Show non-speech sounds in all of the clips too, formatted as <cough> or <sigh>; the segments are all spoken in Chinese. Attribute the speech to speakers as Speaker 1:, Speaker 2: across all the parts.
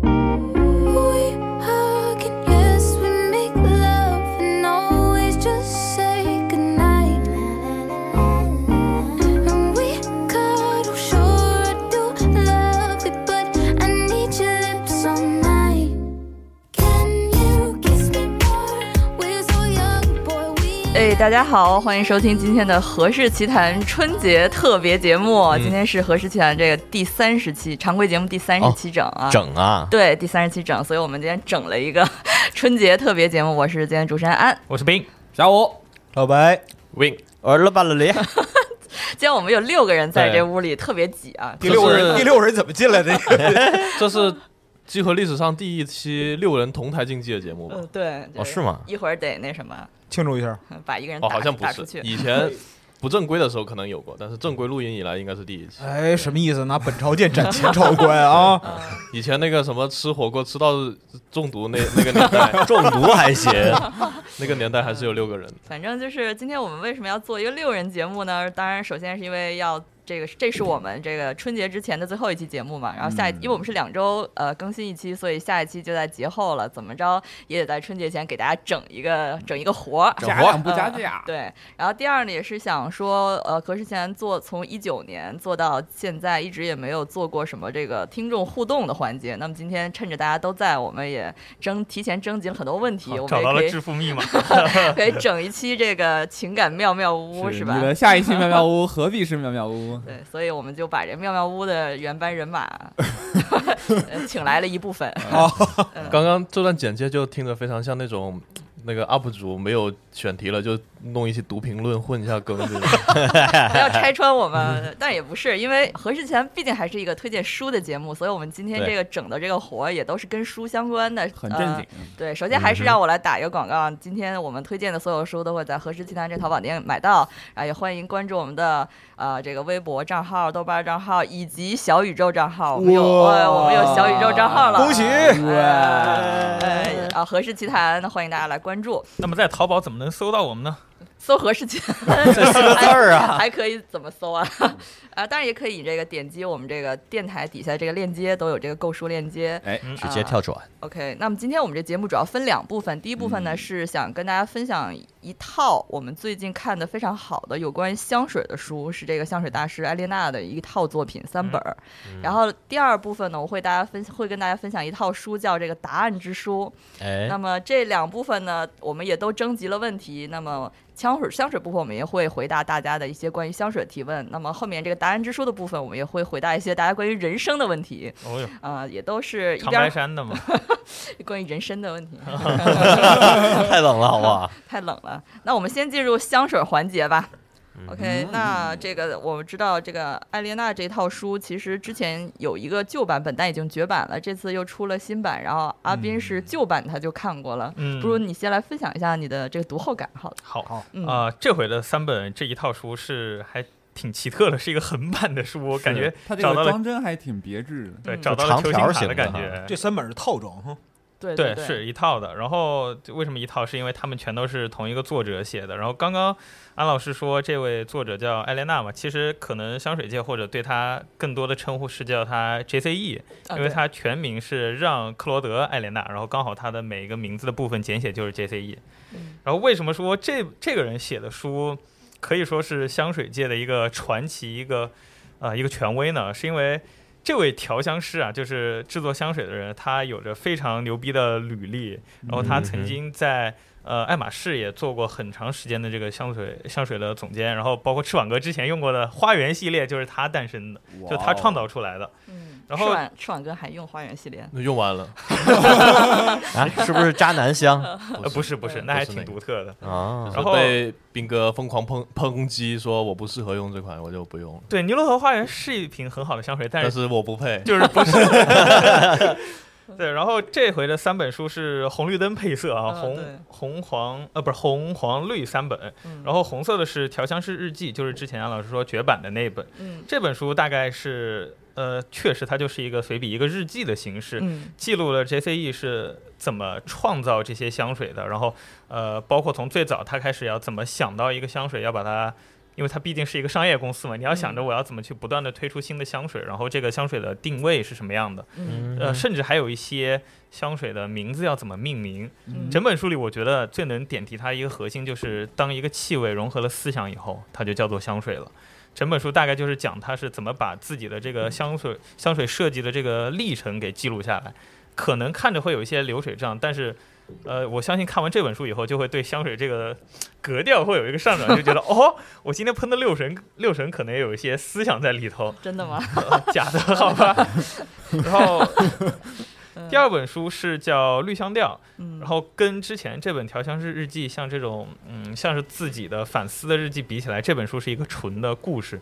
Speaker 1: We hug and yes, we make love and always just say goodnight. And we cuddle, sure I do love it, but I need your lips all night. Can you kiss me more? We're so young, boy. We
Speaker 2: 哎，大家好，欢迎收听今天的《何氏奇谈》春节特别节目。今天是《何氏奇谈》这个第三十期常规节目第三十期整
Speaker 3: 哦
Speaker 2: 啊，
Speaker 4: 整啊！
Speaker 2: 对，第三十期整，所以我们今天整了一个春节特别节目。我是今天主持人安，
Speaker 5: 我是冰，小五
Speaker 4: 老白
Speaker 5: win，
Speaker 4: 我是老板老
Speaker 3: <laughs>
Speaker 4: 雷，
Speaker 2: 今天我们有六个人在
Speaker 5: 对
Speaker 2: 这屋里，特别挤啊。
Speaker 4: 第六个
Speaker 5: 这
Speaker 4: 人
Speaker 5: 是
Speaker 4: 第六个人怎么进来的？
Speaker 5: 这是集合历史上第一期六人同台竞技的节目吧？
Speaker 2: 嗯，对，
Speaker 4: 哦是吗
Speaker 2: 一会儿得那什么，
Speaker 3: <laughs> 庆祝一下。
Speaker 2: 把一个人打、
Speaker 5: 哦，好像不
Speaker 2: 打出
Speaker 5: 是
Speaker 2: 去，。
Speaker 5: 以前不正规的时候可能有过，但是正规录音以来应该是第一
Speaker 2: <laughs>
Speaker 5: 期。
Speaker 3: 哎，什么意思？拿本朝剑斩 <laughs> 前朝官 <laughs> 啊！
Speaker 5: 以前那个什么吃火锅吃到中毒
Speaker 2: <laughs>
Speaker 5: 那那个年代，
Speaker 4: 中毒还行，
Speaker 5: <laughs> 那个年代还是有六个人的。
Speaker 2: 反正就是今天我们为什么要做一个六人节目呢？当然，首先是因为要这个，这是我们这个春节之前的最后一期节目嘛。然后下一，因为我们是两周呃更新一期，所以下一期就在节后了。怎么着也得在春节前给大家整一个整一个活儿。
Speaker 5: 整活
Speaker 2: 不加价、对，然后第二呢，也是想说，呃，何世贤做从一九年做到现在，一直也没有做过什么这个听众互动的环节。那么今天趁着大家都在，我们也征提前征集了很多问题，我们
Speaker 6: 找
Speaker 2: 也
Speaker 6: 到了
Speaker 2: 可以
Speaker 6: 致富密码，
Speaker 2: <laughs>
Speaker 6: <laughs>
Speaker 2: 可以整一期这个情感妙妙屋是吧
Speaker 7: 你？
Speaker 3: 呃
Speaker 7: 的下一期妙妙屋何必是妙妙屋？
Speaker 2: 对，所以我们就把这妙妙屋的原班人马 <laughs> 呃请来了一部分。
Speaker 5: 刚刚这段简介就听着非常像那种那个 UP 主没有选题了就弄一起读评论混一下更
Speaker 6: <laughs>
Speaker 5: 这种。
Speaker 2: 不要拆穿我
Speaker 7: 嗯
Speaker 2: 们，但也不是，因为何世前毕竟还是一个推荐书的节目，所以我们今天
Speaker 5: 对
Speaker 2: 这个整的这个活儿也都是跟书相关的，
Speaker 7: 很正
Speaker 2: 呃
Speaker 7: 经。嗯
Speaker 2: 对，首先还是让我来打一个广告啊。今天我们推荐的所有书都会在何氏奇谈这淘宝店买到，啊，也欢迎关注我们的呃这个微博账号、豆瓣账号以及小宇宙账号。我们有、
Speaker 3: 哇
Speaker 2: 哎我们有小宇宙账号了，
Speaker 3: 恭喜
Speaker 2: 哎哎啊，何氏奇谈，欢迎大家来关注，
Speaker 6: 那么在淘宝怎么能搜到我们呢？
Speaker 2: 搜何氏奇谈 <laughs> 这四个字儿啊， <laughs> 还可以怎么搜啊？ <laughs> 啊，当然也可以这个点击我们这个电台底下这个链接，都有这个购书链接。
Speaker 4: 哎，直接跳转，
Speaker 2: OK，那么今天我们这节目主要分两部分，第一部
Speaker 6: 嗯
Speaker 2: 分呢、是想跟大家分享一套我们最近看的非常好的有关香水的书，是这个香水大师艾丽娜的一套作品三本儿。
Speaker 6: 嗯
Speaker 2: 然后第二部分呢，我会大家分会跟大家分享一套书，叫这个《答案之书》。
Speaker 4: 哎
Speaker 2: 那，么这两部分呢，我们也都征集了问题。那么香水香水部分，我们也会回答大家的一些关于香水的提问。那么后面这个答案之书的部分，我们也会回答一些大家关于人生的问题。
Speaker 6: 哦哟，
Speaker 2: 啊、也都是一
Speaker 6: 长
Speaker 2: 边
Speaker 6: 白
Speaker 2: 儿
Speaker 6: 山的嘛，
Speaker 2: 关于人参的问
Speaker 6: <laughs>
Speaker 2: 题，
Speaker 4: <laughs> 太冷了，好不好？
Speaker 2: 太冷了。那我们先进入香水环节吧。
Speaker 6: 嗯
Speaker 2: OK，那这个我们知道，这个艾莲娜这套书其实之前有一个旧版本，但已经绝版了，这次又出了新版。然后阿斌是旧版他就看过了，
Speaker 6: 嗯
Speaker 2: 不如你先来分享一下你的这个读后感好了。
Speaker 6: 好啊、
Speaker 2: 嗯
Speaker 6: 这回的三本这一套书是还挺奇特的，是一个横版的书，我感觉
Speaker 7: 他这
Speaker 6: 找到
Speaker 7: 个
Speaker 6: 了
Speaker 7: 装帧还挺别致的。
Speaker 6: 对
Speaker 2: 嗯
Speaker 6: 找到了
Speaker 4: 长
Speaker 6: 球
Speaker 4: 条
Speaker 6: 星
Speaker 4: 形
Speaker 6: 卡的
Speaker 4: 的
Speaker 6: 感
Speaker 4: 哈
Speaker 6: 觉。
Speaker 3: 这三本是套装哈，
Speaker 2: 对
Speaker 6: 对，
Speaker 2: 对，
Speaker 6: 是一套的。然后就为什么一套？是因为他们全都是同一个作者写的。然后刚刚安老师说这位作者叫艾莲娜嘛，其实可能香水界或者对他更多的称呼是叫他 E JCE，
Speaker 2: 啊
Speaker 6: 因
Speaker 2: 对
Speaker 6: 为他全名是让克罗德·艾莲娜，然后刚好他的每一个名字的部分简写就是 JCE
Speaker 2: 嗯。
Speaker 6: 然后为什么说这这个人写的书可以说是香水界的一个传奇，一个呃一个权威呢？是因为这位调香师啊，就是制作香水的人，他有着非常牛逼的履历，然后他曾经在。呃，爱马仕也做过很长时间的这个香水香水的总监，然后包括翅膀哥之前用过的花园系列就是他诞生的，就
Speaker 8: 哦
Speaker 7: 哦
Speaker 6: 他创造出来的。
Speaker 2: 嗯，
Speaker 6: 然
Speaker 2: 吃
Speaker 6: 后
Speaker 2: 完吃完哥还用花园系列，
Speaker 5: 那用完了，
Speaker 4: 啊，是不是渣
Speaker 3: <laughs>
Speaker 4: 男香
Speaker 6: 呃，不是不是，那还挺
Speaker 5: 毒。
Speaker 6: 独特的。
Speaker 4: 啊？
Speaker 6: 然
Speaker 5: 然后
Speaker 6: 后
Speaker 5: 被斌哥疯狂抨抨击，说我不适合用这款，我就不用了。
Speaker 6: 对，尼罗河花园是一瓶很好的香水，但
Speaker 5: 但
Speaker 6: 是
Speaker 5: 是我不配，
Speaker 6: 就是不是。对，然后这回的三本书是红绿灯配色啊，
Speaker 2: 嗯
Speaker 6: 红
Speaker 2: 对
Speaker 6: 红黄呃不是红黄绿三本，
Speaker 2: 嗯
Speaker 6: 然后红色的是《调香师日记》，就是之前杨老师说绝版的那本。
Speaker 2: 嗯
Speaker 6: 这本书大概是呃，确实它就是一个随笔一个日记的形式，
Speaker 2: 嗯
Speaker 6: 记录了 JCE 是怎么创造这些香水的，然后呃，包括从最早他开始要怎么想到一个香水，要把它，因为它毕竟是一个商业公司嘛，你要
Speaker 2: 嗯
Speaker 6: 想着我要怎么去不断的推出新的香水，然后这个香水的定位是什么样的，
Speaker 2: 嗯
Speaker 6: 呃，甚至还有一些香水的名字要怎么命名。
Speaker 2: 嗯，
Speaker 6: 整本书里，我觉得最能点题它一个核心就是，当一个气味融合了思想以后，它就叫做香水了。整本书大概就是讲他是怎么把自己的这个香水香水设计的这个历程给记录下来。可能看着会有一些流水账，但是，呃，我相信看完这本书以后，就会对香水这个格调会有一个上涨，就觉得哦，我今天喷的六神六神可能也有一些思想在里头。
Speaker 2: 真的吗？
Speaker 6: 假的，好吧。 <laughs> 然后
Speaker 2: 嗯
Speaker 6: 第二本书是叫《绿香调》，
Speaker 2: 嗯
Speaker 6: 然后跟之前这本《调香师日记》像这种嗯像是自己的反思的日记比起来，这本书是一个纯的故事，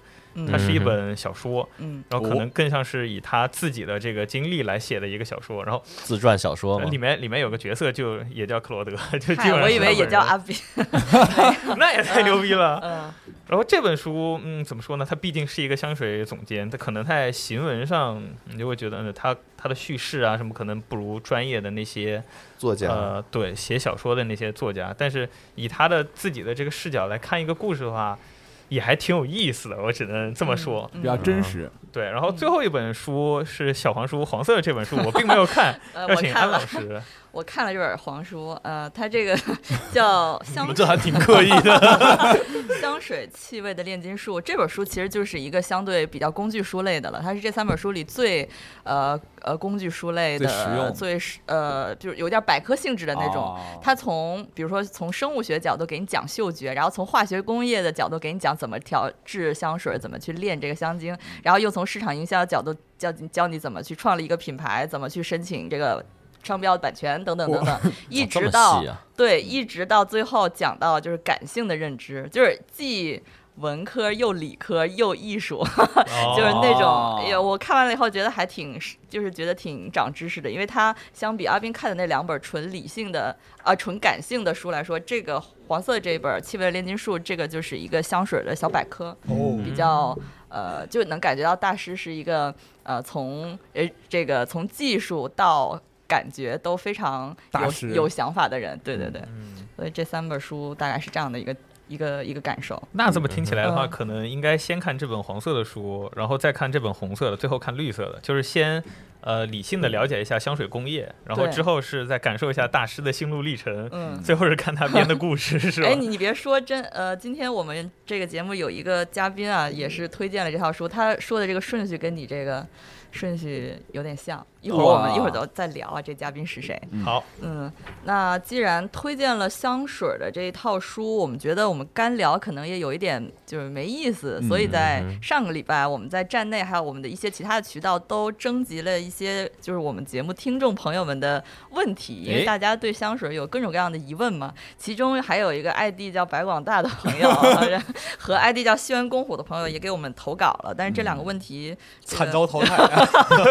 Speaker 6: 它是一本小说，
Speaker 2: 嗯
Speaker 6: 然后可能更像是以他自己的这个经历来写的一个小说。然后
Speaker 4: 自传小说
Speaker 6: 呃
Speaker 4: 吗
Speaker 6: 里？面里面有个角色就也叫克罗德， <laughs> 就基
Speaker 2: 嗨，
Speaker 6: 本上
Speaker 2: 我以
Speaker 6: 是他
Speaker 2: 为也
Speaker 6: 本
Speaker 2: 叫
Speaker 6: 人
Speaker 2: 阿斌，
Speaker 6: <laughs> 那也太牛逼了。
Speaker 2: 嗯
Speaker 6: 然后这本书，嗯，怎么说呢？它毕竟是一个香水总监，它可能在行文上，你就会觉得嗯它它的叙事啊什么，可能不如专业的那些
Speaker 4: 作
Speaker 6: 呃，对，写小说的那些作家。但是以他的自己的这个视角来看一个故事的话，也还挺有意思的。我只能这么说。
Speaker 2: 嗯
Speaker 7: 比较真实，
Speaker 6: 对，然后最后一本书是小黄书黄色的这本书，我并没有看，
Speaker 2: 呃，我
Speaker 6: 要请
Speaker 2: 看
Speaker 6: 安老
Speaker 2: 了，
Speaker 6: 师。
Speaker 2: 我看了这本黄书，呃，它这个 <laughs>
Speaker 6: <laughs>
Speaker 2: 叫
Speaker 5: <laughs> 你
Speaker 2: 香
Speaker 5: 们这还挺刻意的。
Speaker 2: <laughs> 香水气味的炼金术这本书其实就是一个相对比较工具书类的了，它是这三本书里最呃呃工具书类的
Speaker 7: 最实用
Speaker 2: 最实呃就是有点百科性质的那种。
Speaker 7: 哦
Speaker 2: 它从比如说从生物学角度给你讲嗅觉，然后从化学工业的角度给你讲怎么调制香水，怎么去炼这个香
Speaker 7: 嗯
Speaker 2: 精，然后又从市场营销角度教你教你怎么去创立一个品牌，怎么去申请这个商标版权等等等等，一
Speaker 4: 这
Speaker 2: 直
Speaker 4: 么
Speaker 2: 到
Speaker 4: 细啊，
Speaker 2: 对，一直到最后讲到就是感性的认知，就是既文科又理科又艺术， <laughs> 就是那种，
Speaker 4: 哦
Speaker 2: 哎呀，我看完了以后觉得还挺，就是觉得挺长知识的，因为它相比阿斌看的那两本纯理性的啊、纯感性的书来说，这个黄色这本《气味的炼金术》，这个就是一个香水的小百科，
Speaker 3: 哦，
Speaker 7: 嗯
Speaker 2: 比较呃，就能感觉到大师是一个呃，从呃这个从技术到感觉都非常
Speaker 7: 大
Speaker 2: 有
Speaker 7: 师嗯
Speaker 2: 有想法的人，对对对，所以这三本书大概是这样的一个一个一个感受。
Speaker 6: 那这么听起来的话，
Speaker 2: 嗯
Speaker 6: 可能应该先看这本黄色的书，然后再看这本红色的，最后看绿色的，就是先。呃，理性的了解一下香水工业，然后
Speaker 2: 对
Speaker 6: 之后是再感受一下大师的心路历程，
Speaker 2: 嗯，
Speaker 6: 最后是看他编的故事，是吧？
Speaker 2: 哎，你你别说真，呃，今天我们这个节目有一个嘉宾啊，也是推荐了这套书，他说的这个顺序跟你这个顺序有点像。一会儿我们
Speaker 7: 哇
Speaker 2: 一会儿都再聊啊，这嘉宾是谁？
Speaker 6: 好，
Speaker 2: 嗯，那既然推荐了香水儿的这一套书，我们觉得我们们干聊可能也有一点就是没意思，所以在
Speaker 4: 嗯
Speaker 2: 上个礼拜，我们在站内还有我们的一些其他的渠道都征集了一些就是我们节目听众朋友们的问题，因为
Speaker 4: 哎
Speaker 2: 大家对香水有各种各样的疑问嘛。其中还有一个 ID 叫白广大的朋
Speaker 3: <laughs>
Speaker 2: 友然后和 ID 叫西园公虎的朋友也给我们投稿了，但是这两个问题这个
Speaker 3: 嗯惨遭淘 <laughs> 汰。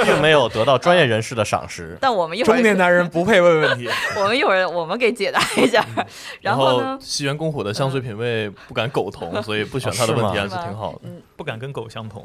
Speaker 4: 并没有得到专业人士的赏识。
Speaker 2: 但我们一会儿
Speaker 3: 中年男人不配问问题，
Speaker 2: 我们一会儿我们给解答一下。
Speaker 3: 嗯
Speaker 2: <laughs> 然后呢
Speaker 5: 后？西园公虎的香水品味不敢苟同，所以不选他的
Speaker 4: 哦是吗
Speaker 5: 问题还是
Speaker 2: 是吧
Speaker 5: 挺好的。
Speaker 6: 不敢跟狗相同。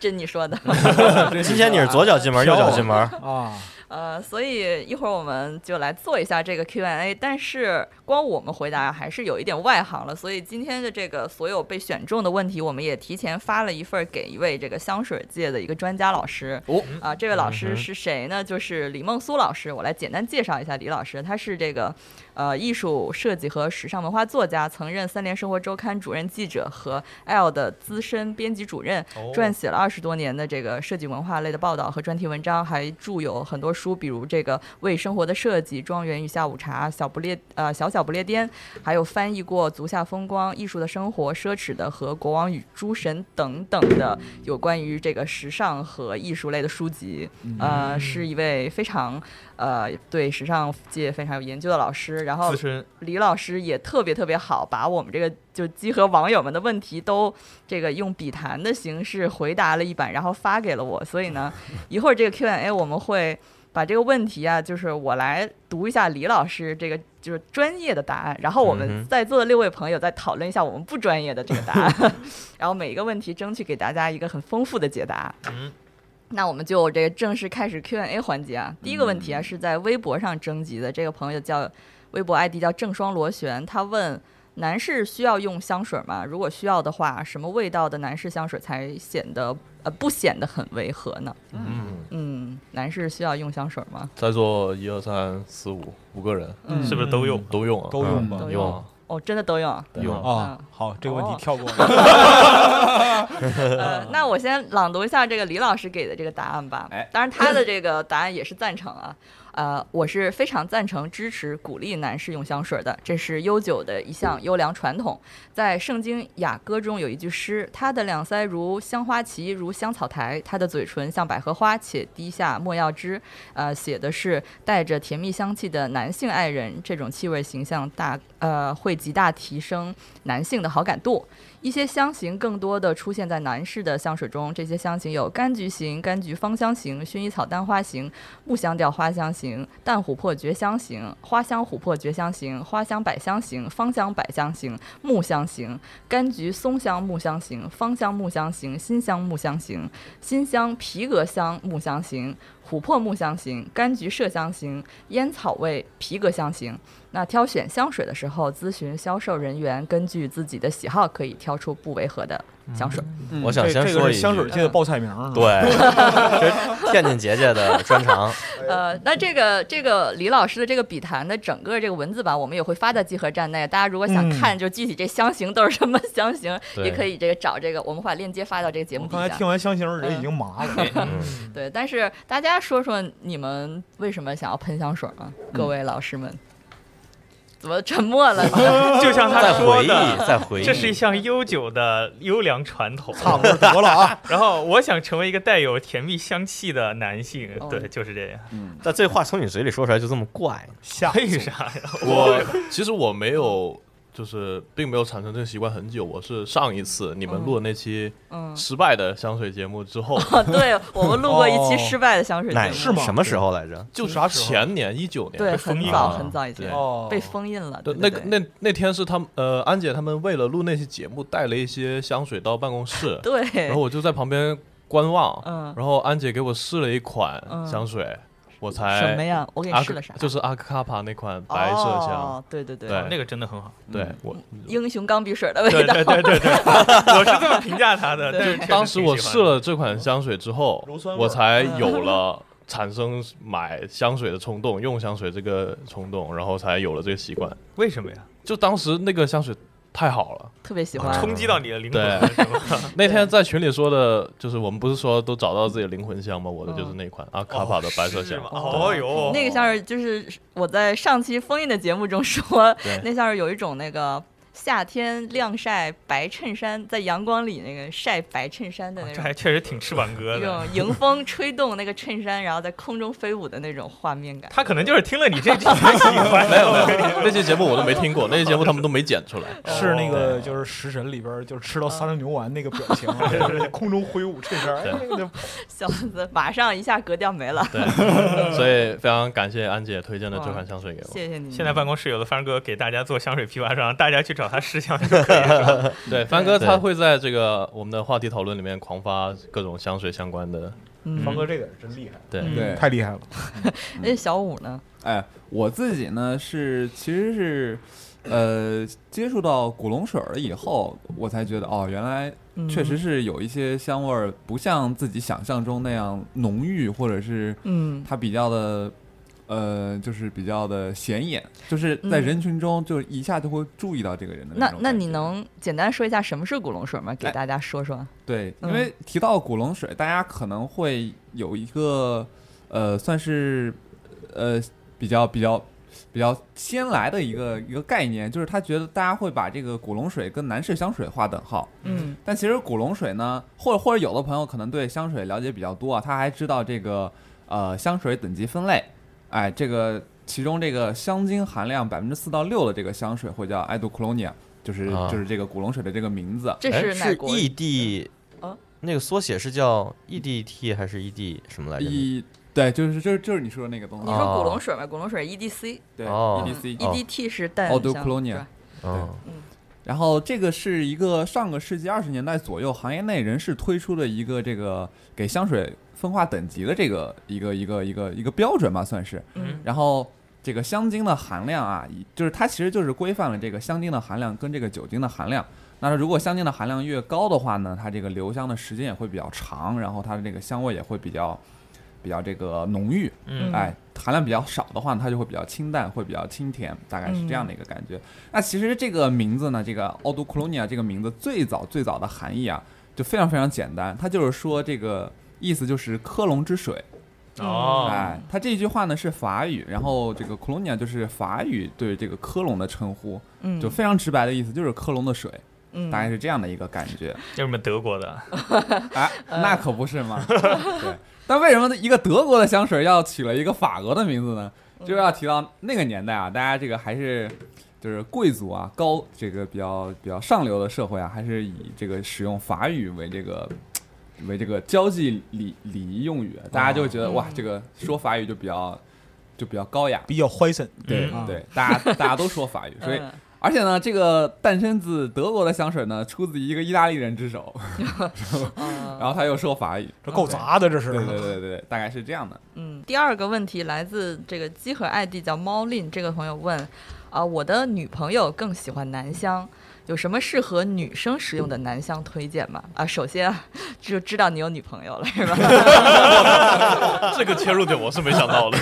Speaker 2: 这你说的。
Speaker 4: <laughs> 今天你是左脚进门，右脚进门，
Speaker 3: 啊，
Speaker 2: 呃，所以一会儿我们就来做一下这个 Q&A，但是光我们回答还是有一点外行了，所以今天的这个所有被选中的问题，我们也提前发了一份儿给一位这个香水界的一个专家老师。
Speaker 3: 哦
Speaker 2: 啊、这位老师
Speaker 4: 嗯哼
Speaker 2: 是谁呢？就是李梦苏老师。我来简单介绍一下李老师，他是这个呃艺术设计和时尚文化作家，曾任《三联生活周刊》主任记者和 L 的资深编辑主任，
Speaker 4: 哦
Speaker 2: 撰写了二十多年的这个设计文化类的报道和专题文章，还著有很多书，比如这个《为生活的设计》《庄园与下午茶》《小不列呃小小不列颠》，还有翻译过《足下风光》《艺术的生活》《奢侈的》和《国王与诸神》等等的有关于这个时尚和艺术类的书籍。呃，是一位非常呃对时尚界非常有研究的老师。然后
Speaker 6: 自身
Speaker 2: 李老师也特别特别好，把我们这个就集合网友们的问题都这个用笔谈的形式回答了一版，然后发给了我。所以
Speaker 4: <laughs>
Speaker 2: 呢，一会儿这个 Q&A 我们会把这个问题啊，就是我来读一下李老师这个就是专业的答案，然后我
Speaker 4: 嗯
Speaker 2: 们
Speaker 4: 哼
Speaker 2: 在座的六位朋友再讨论一下我们不专业的这个答案， <laughs> 然后每一个问题争取给大家一个很丰富的解答。
Speaker 6: 嗯，
Speaker 2: 那我们就这个正式开始 Q&A 环节啊。第一个问题啊
Speaker 4: 嗯
Speaker 2: 是在微博上征集的，这个朋友叫微博 ID 叫正双螺旋，他问男士需要用香水吗？如果需要的话，什么味道的男士香水才显得呃不显得很违和呢？
Speaker 5: 嗯，
Speaker 2: 嗯，男士需要用香水吗？
Speaker 5: 在座一二三四五五个人
Speaker 2: 嗯
Speaker 6: 是不是都用？
Speaker 5: 都用啊，
Speaker 3: 都
Speaker 4: 嗯
Speaker 3: 用吧
Speaker 2: 都
Speaker 5: 用
Speaker 2: 用
Speaker 5: 啊
Speaker 2: 哦，真的都用啊。
Speaker 5: 用啊。
Speaker 3: 啊
Speaker 2: 嗯，
Speaker 3: 好，这个问
Speaker 2: 哦
Speaker 3: 题跳过了。
Speaker 2: <laughs> 呃，那我先朗读一下这个李老师给的这个答案吧。当然他的这个答案也是赞成啊。呃，我是非常赞成、支持、鼓励男士用香水的，这是悠久的一项优良传统。在圣经雅歌中有一句诗：“他的两腮如香花旗，如香草台；他的嘴唇像百合花，且滴下墨药汁。”呃，写的是带着甜蜜香气的男性爱人，这种气味形象大呃会极大提升男性的好感度。一些香型更多的出现在男士的香水中，这些香型有柑橘型、柑橘芳香型、薰衣草单花型、木香调花香型、淡琥珀绝香型、花香琥珀绝香型、花香百香型、芳香百香型、木香型、柑橘松香木香型、芳香木香型、新香木香型、新香皮革香木香型、琥珀木香型、柑橘麝香型、烟草味皮革香型。那挑选香水的时候，咨询销售人员，根据自己的喜好，可以挑出不违和的香水。
Speaker 3: 嗯
Speaker 4: <laughs> 我想
Speaker 3: 这
Speaker 4: 先
Speaker 3: 这个
Speaker 4: 说
Speaker 3: 是
Speaker 4: 一
Speaker 3: 香
Speaker 4: 句
Speaker 3: 水界的报菜名儿。
Speaker 4: 对， <laughs> 这是天津姐姐的专长。
Speaker 5: <laughs>
Speaker 2: 呃，那这个这个李老师的这个笔谈的整个这个文字版，我们也会发在集合站内。大家如果想看，就具体这香型都是
Speaker 3: <laughs>
Speaker 2: 什么香型，
Speaker 4: 对
Speaker 2: 也可以这个找这个，我们把链接发到这个节目
Speaker 3: 我
Speaker 2: 底
Speaker 3: 刚才
Speaker 2: 下
Speaker 3: 听。完香型儿，人已经麻了。
Speaker 4: 嗯
Speaker 2: 对，但是大家说说你们为什么想要喷香水啊？
Speaker 3: 嗯
Speaker 2: 各位老师们，怎么沉默了？
Speaker 6: 就像他
Speaker 4: 在
Speaker 6: 说
Speaker 4: 回忆
Speaker 6: 的，，
Speaker 4: 在回忆，
Speaker 6: 这是一项悠久的优良传统。
Speaker 3: <laughs> 差不多得了啊！
Speaker 6: 然后我想成为一个带有甜蜜香气的男性
Speaker 2: 哦，
Speaker 6: 对，就是这样。
Speaker 4: 但这话从你嘴里说出来就这么怪，
Speaker 3: <laughs> 下
Speaker 6: 为啥呀？
Speaker 5: <laughs> 我其实我没有，就是并没有产生这个习惯很久。我是上一次你们录的那期
Speaker 2: 嗯，
Speaker 5: 失败的香水节目之后，
Speaker 2: <laughs> 哦， <laughs> 对我们录过一期
Speaker 3: 哦
Speaker 2: 失败的香水节
Speaker 4: 那
Speaker 2: 目，
Speaker 3: 是吗
Speaker 4: 什么时候来着？
Speaker 5: 就是
Speaker 3: 啥时候
Speaker 5: 前年一九年，
Speaker 2: 对，
Speaker 6: 封
Speaker 2: 很
Speaker 6: 印
Speaker 3: 啊
Speaker 2: 早
Speaker 5: 了
Speaker 2: 很早以前
Speaker 5: 对
Speaker 3: 哦，
Speaker 2: 被封印了。
Speaker 5: 对，
Speaker 2: 对
Speaker 5: 那
Speaker 2: 对
Speaker 5: 个那那天是他们呃安姐他们为了录那期节目带了一些香水到办公室，
Speaker 2: <laughs> 对，
Speaker 5: 然后我就在旁边观望，
Speaker 2: 嗯
Speaker 5: 然后安姐给我试了一款
Speaker 2: 嗯
Speaker 5: 香水，我才
Speaker 2: 什么呀？我给你
Speaker 5: 阿
Speaker 2: 试
Speaker 5: 克
Speaker 2: 了啥？
Speaker 5: 啊就是阿克卡帕那款
Speaker 2: 哦嗯
Speaker 5: 白麝香，，
Speaker 2: 对对对，
Speaker 5: 对
Speaker 6: 那个真的很好，
Speaker 5: 对我
Speaker 2: 英雄钢笔水的味
Speaker 6: 对
Speaker 2: 道。
Speaker 6: 对对对对，我是这么评价他的。
Speaker 2: 对
Speaker 6: 就是确实
Speaker 5: 当时我
Speaker 6: 挺喜
Speaker 5: 试
Speaker 6: 欢的，
Speaker 5: 了这款香水之后
Speaker 3: 乳酸，味儿
Speaker 5: 我才有
Speaker 6: 嗯
Speaker 5: 了 <laughs> 产生买香水的冲动，用香水这个冲动，然后才有了这个习惯。
Speaker 6: 为什么呀？
Speaker 5: 就当时那个香水太好了，
Speaker 2: <laughs> 特别喜欢。
Speaker 6: 冲击到你的灵魂
Speaker 5: 嗯
Speaker 6: 了
Speaker 5: 对
Speaker 6: 是吗？
Speaker 5: 那天在群里说的，就是我们不是说都找到自己的灵魂香吗？我的就是那款阿卡帕的白麝
Speaker 6: 哦是
Speaker 5: 香
Speaker 6: 吗，哦哟，
Speaker 2: <laughs> 那个像是就是我在上期封印的节目中说
Speaker 5: 对，
Speaker 2: 那像是有一种那个夏天晾晒白衬衫，在阳光里那个晒白衬衫的那
Speaker 6: 这
Speaker 2: 种
Speaker 6: 还确实挺翅膀哥
Speaker 2: 那
Speaker 6: 哦的。
Speaker 2: 种迎风吹动那个衬衫，然后在空中飞舞的那种画面感。 <laughs>
Speaker 6: 他可能就是听了你这句才喜欢
Speaker 5: 没有没有，
Speaker 6: 哦
Speaker 5: 那期节目我都没听过，那期节目他们都没剪出
Speaker 6: <laughs>
Speaker 5: 来。
Speaker 3: 是那个就是《食神》里边儿就是
Speaker 2: 嗯
Speaker 3: 吃到三棱牛丸那个表情，啊
Speaker 2: <laughs>
Speaker 3: 就是空中挥舞衬衫，哎那
Speaker 2: 小子，马上一下格调没了，
Speaker 5: 对，所以非常感谢安姐推荐的这款香水给我。
Speaker 2: 谢谢你。
Speaker 6: 现在办公室有了帆哥给大家做香水批发商，大家去找他试香就可
Speaker 5: <laughs>
Speaker 6: 以了。
Speaker 5: 对，帆哥
Speaker 4: 对
Speaker 5: 他会在这个我们的话题讨论里面狂发各种香水相关的。
Speaker 2: 嗯，
Speaker 3: 方哥这点儿真厉害，
Speaker 5: 对，
Speaker 2: 嗯
Speaker 7: 对，
Speaker 3: 太厉害了。
Speaker 2: 那小五呢？
Speaker 7: 哎，我自己呢是其实是，呃，接触到古龙水儿了以后，我才觉得哦，原来
Speaker 2: 嗯
Speaker 7: 确实，是有一些香味儿，不像自己想象中那样浓郁，或者是
Speaker 2: 嗯
Speaker 7: 它比较的，呃，就是比较的显眼，就是在
Speaker 2: 嗯
Speaker 7: 人群中就一下就会注意到这个人的
Speaker 2: 那
Speaker 7: 种
Speaker 2: 那
Speaker 7: 感
Speaker 2: 你
Speaker 7: 觉
Speaker 2: 能简单说一下什么是古龙水吗？给
Speaker 7: 哎
Speaker 2: 大家说说。
Speaker 7: 对，因
Speaker 2: 嗯
Speaker 7: 为提到古龙水，大家可能会有一个呃，算是呃比较比较比较先来的一个一个概念，就是他觉得大家会把这个古龙水跟男士香水划等号。
Speaker 2: 嗯
Speaker 7: 但其实古龙水呢，或者或者有的朋友可能对香水了解比较多啊，他还知道这个呃香水等级分类，哎，这个其中这个香精含量百分之四到六的这个香水会叫 i d o c l o n i a 就是、
Speaker 4: 啊
Speaker 7: 就是这个古龙水的这个名字。
Speaker 2: 这
Speaker 4: 哎
Speaker 2: 是哪
Speaker 4: 是
Speaker 2: 国？
Speaker 4: E D
Speaker 2: 啊
Speaker 4: 那个缩写是叫 E D T 还是 E D 什么来着？
Speaker 7: 一对，就是就是就是你说的那个东西，
Speaker 2: 你说古龙水吗？古龙水 E EDC，
Speaker 7: 对
Speaker 4: 哦
Speaker 2: 嗯
Speaker 7: E D C，、
Speaker 4: 哦
Speaker 2: EDT 是淡
Speaker 7: 哦
Speaker 2: 香，
Speaker 7: 对
Speaker 2: 是吧
Speaker 7: Colonia
Speaker 4: 嗯，
Speaker 7: 然后这个是一个上个世纪二十年代左右行业内人士推出的一个这个给香水分化等级的这个一个一个一个一个标准吧，算是。
Speaker 2: 嗯
Speaker 7: 然后这个香精的含量啊，以就是它其实就是规范了这个香精的含量跟这个酒精的含量。那如果香精的含量越高的话呢，它这个留香的时间也会比较长，然后它的这个香味也会比较比较这个浓郁。
Speaker 6: 嗯
Speaker 7: 哎，含量比较少的话呢，它就会比较清淡，会比较清甜，大概是这样的一个感觉。那其实这个名字呢，这个奥杜克罗尼亚这个名字最早最早的含义啊，就非常非常简单，它就是说这个意思就是科隆之水。
Speaker 2: 嗯
Speaker 6: 哦，
Speaker 7: 哎，它这一句话呢是法语，然后这个克罗尼亚就是法语对这个科隆的称呼，
Speaker 2: 嗯，
Speaker 7: 就非常直白的意思，就是科隆的水。
Speaker 2: 嗯
Speaker 7: 大概是这样的一个感觉，
Speaker 6: 就是我们德国的，
Speaker 7: 哎，那可不是嘛。对，但为什么一个德国的香水要起了一个法国的名字呢？就是要提到那个年代啊，大家这个还是就是贵族啊，高这个比较比较上流的社会啊，还是以这个使用法语为这个为这个交际礼礼仪用语，大家就会觉得、哇，这个说法语就比较就比较高雅，
Speaker 3: 比较怀森，
Speaker 7: 对、
Speaker 3: 嗯
Speaker 7: 对，大家大家都说法
Speaker 2: <laughs>
Speaker 7: 语，所以。
Speaker 2: 嗯
Speaker 7: 而且呢，这个诞生自德国的香水呢，出自一个意大利人之手，
Speaker 2: <laughs> 嗯
Speaker 7: 然后他又说法语，
Speaker 3: 这够杂的，这是。
Speaker 7: 对对对对对，大概是这样的。
Speaker 2: 嗯，第二个问题来自这个鸡和 ID 叫猫令这个朋友问，啊，我的女朋友更喜欢男香，有什么适合女生使用的男香推荐吗？啊，首先啊就知道你有女朋友了是吧？
Speaker 5: <laughs> 这个切入点我是没想到的。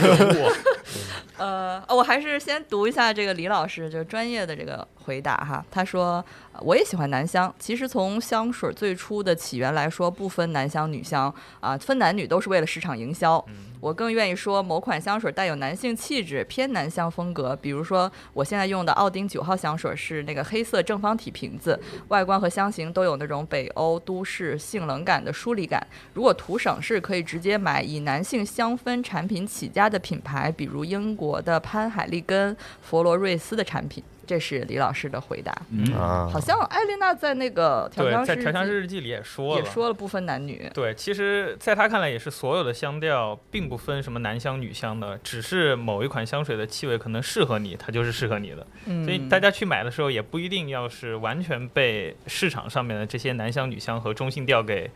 Speaker 2: 呃，哦我还是先读一下这个李老师就是专业的这个回答哈。他说，呃我也喜欢男香。其实从香水最初的起源来说，不分男香女香啊，分男女都是为了市场营销。我更愿意说某款香水带有男性气质，偏男香风格。比如说，我现在用的奥丁九号香水是那个黑色正方体瓶子，外观和香型都有那种北欧都市性冷感的疏离感。如果图省事，可以直接买以男性香氛产品起家的品牌，比如英国的潘海利根、佛罗瑞斯的产品。这是李老师的回答。
Speaker 7: 嗯
Speaker 4: 啊，
Speaker 2: 好像艾琳娜在那个调
Speaker 6: 对，
Speaker 2: 香师
Speaker 6: 在《调香师
Speaker 2: 日
Speaker 6: 日记》里也
Speaker 2: 记
Speaker 6: 说
Speaker 2: 也
Speaker 6: 了。
Speaker 2: 说了不分男女。
Speaker 6: 对，其实在他看来也是所有的香调并不分什么男香女香的，只是某一款香水的气味可能适合你，它就是适合你的。
Speaker 2: 嗯，
Speaker 6: 所以大家去买的时候也不一定要是完全被市场上面的这些男香女香和中性调给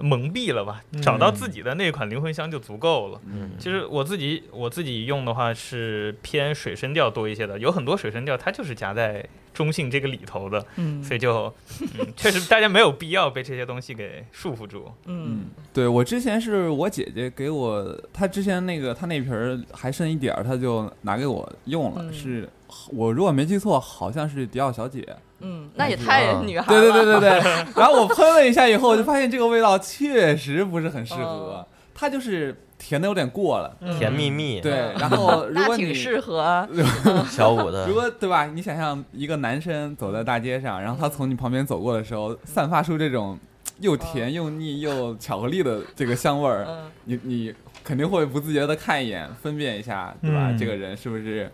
Speaker 6: 蒙蔽了吧，找到自己的那款灵魂香就足够了。
Speaker 4: 嗯
Speaker 6: 其实我自己我自己用的话是偏水声调多一些的，有很多水声调它就是夹在中性这个里头的，
Speaker 2: 嗯
Speaker 6: 所以就、嗯、确实大家没有必要被这些东西给束缚住。
Speaker 2: 嗯
Speaker 7: 嗯，对我之前是我姐姐给我，她之前那个她那瓶儿还剩一点儿，她就拿给我用了。
Speaker 2: 嗯
Speaker 7: 是我如果没记错，好像是迪奥小姐。
Speaker 2: 嗯，那也
Speaker 7: 嗯
Speaker 2: 太
Speaker 4: 啊
Speaker 2: 女孩
Speaker 7: 对对
Speaker 2: 了哦
Speaker 7: 对对对。然后我喷了一下以后，我就发现这个味道确实不是很适合。它就是甜的有点过了，
Speaker 3: 嗯
Speaker 4: 甜蜜蜜，
Speaker 7: 对，，然
Speaker 2: <laughs>
Speaker 7: 后如
Speaker 2: 那
Speaker 7: 果
Speaker 2: 挺
Speaker 7: 你
Speaker 2: 适合，啊
Speaker 4: 小五的
Speaker 7: 如，果对吧？你想象一个男生走在大街上，然后他从你旁边走过的时候，散发出这种又甜又腻又巧克力的这个香味儿，
Speaker 2: 嗯，
Speaker 7: 你你肯定会不自觉的看一眼，分辨一下，对吧？
Speaker 3: 嗯
Speaker 7: 这个人是不是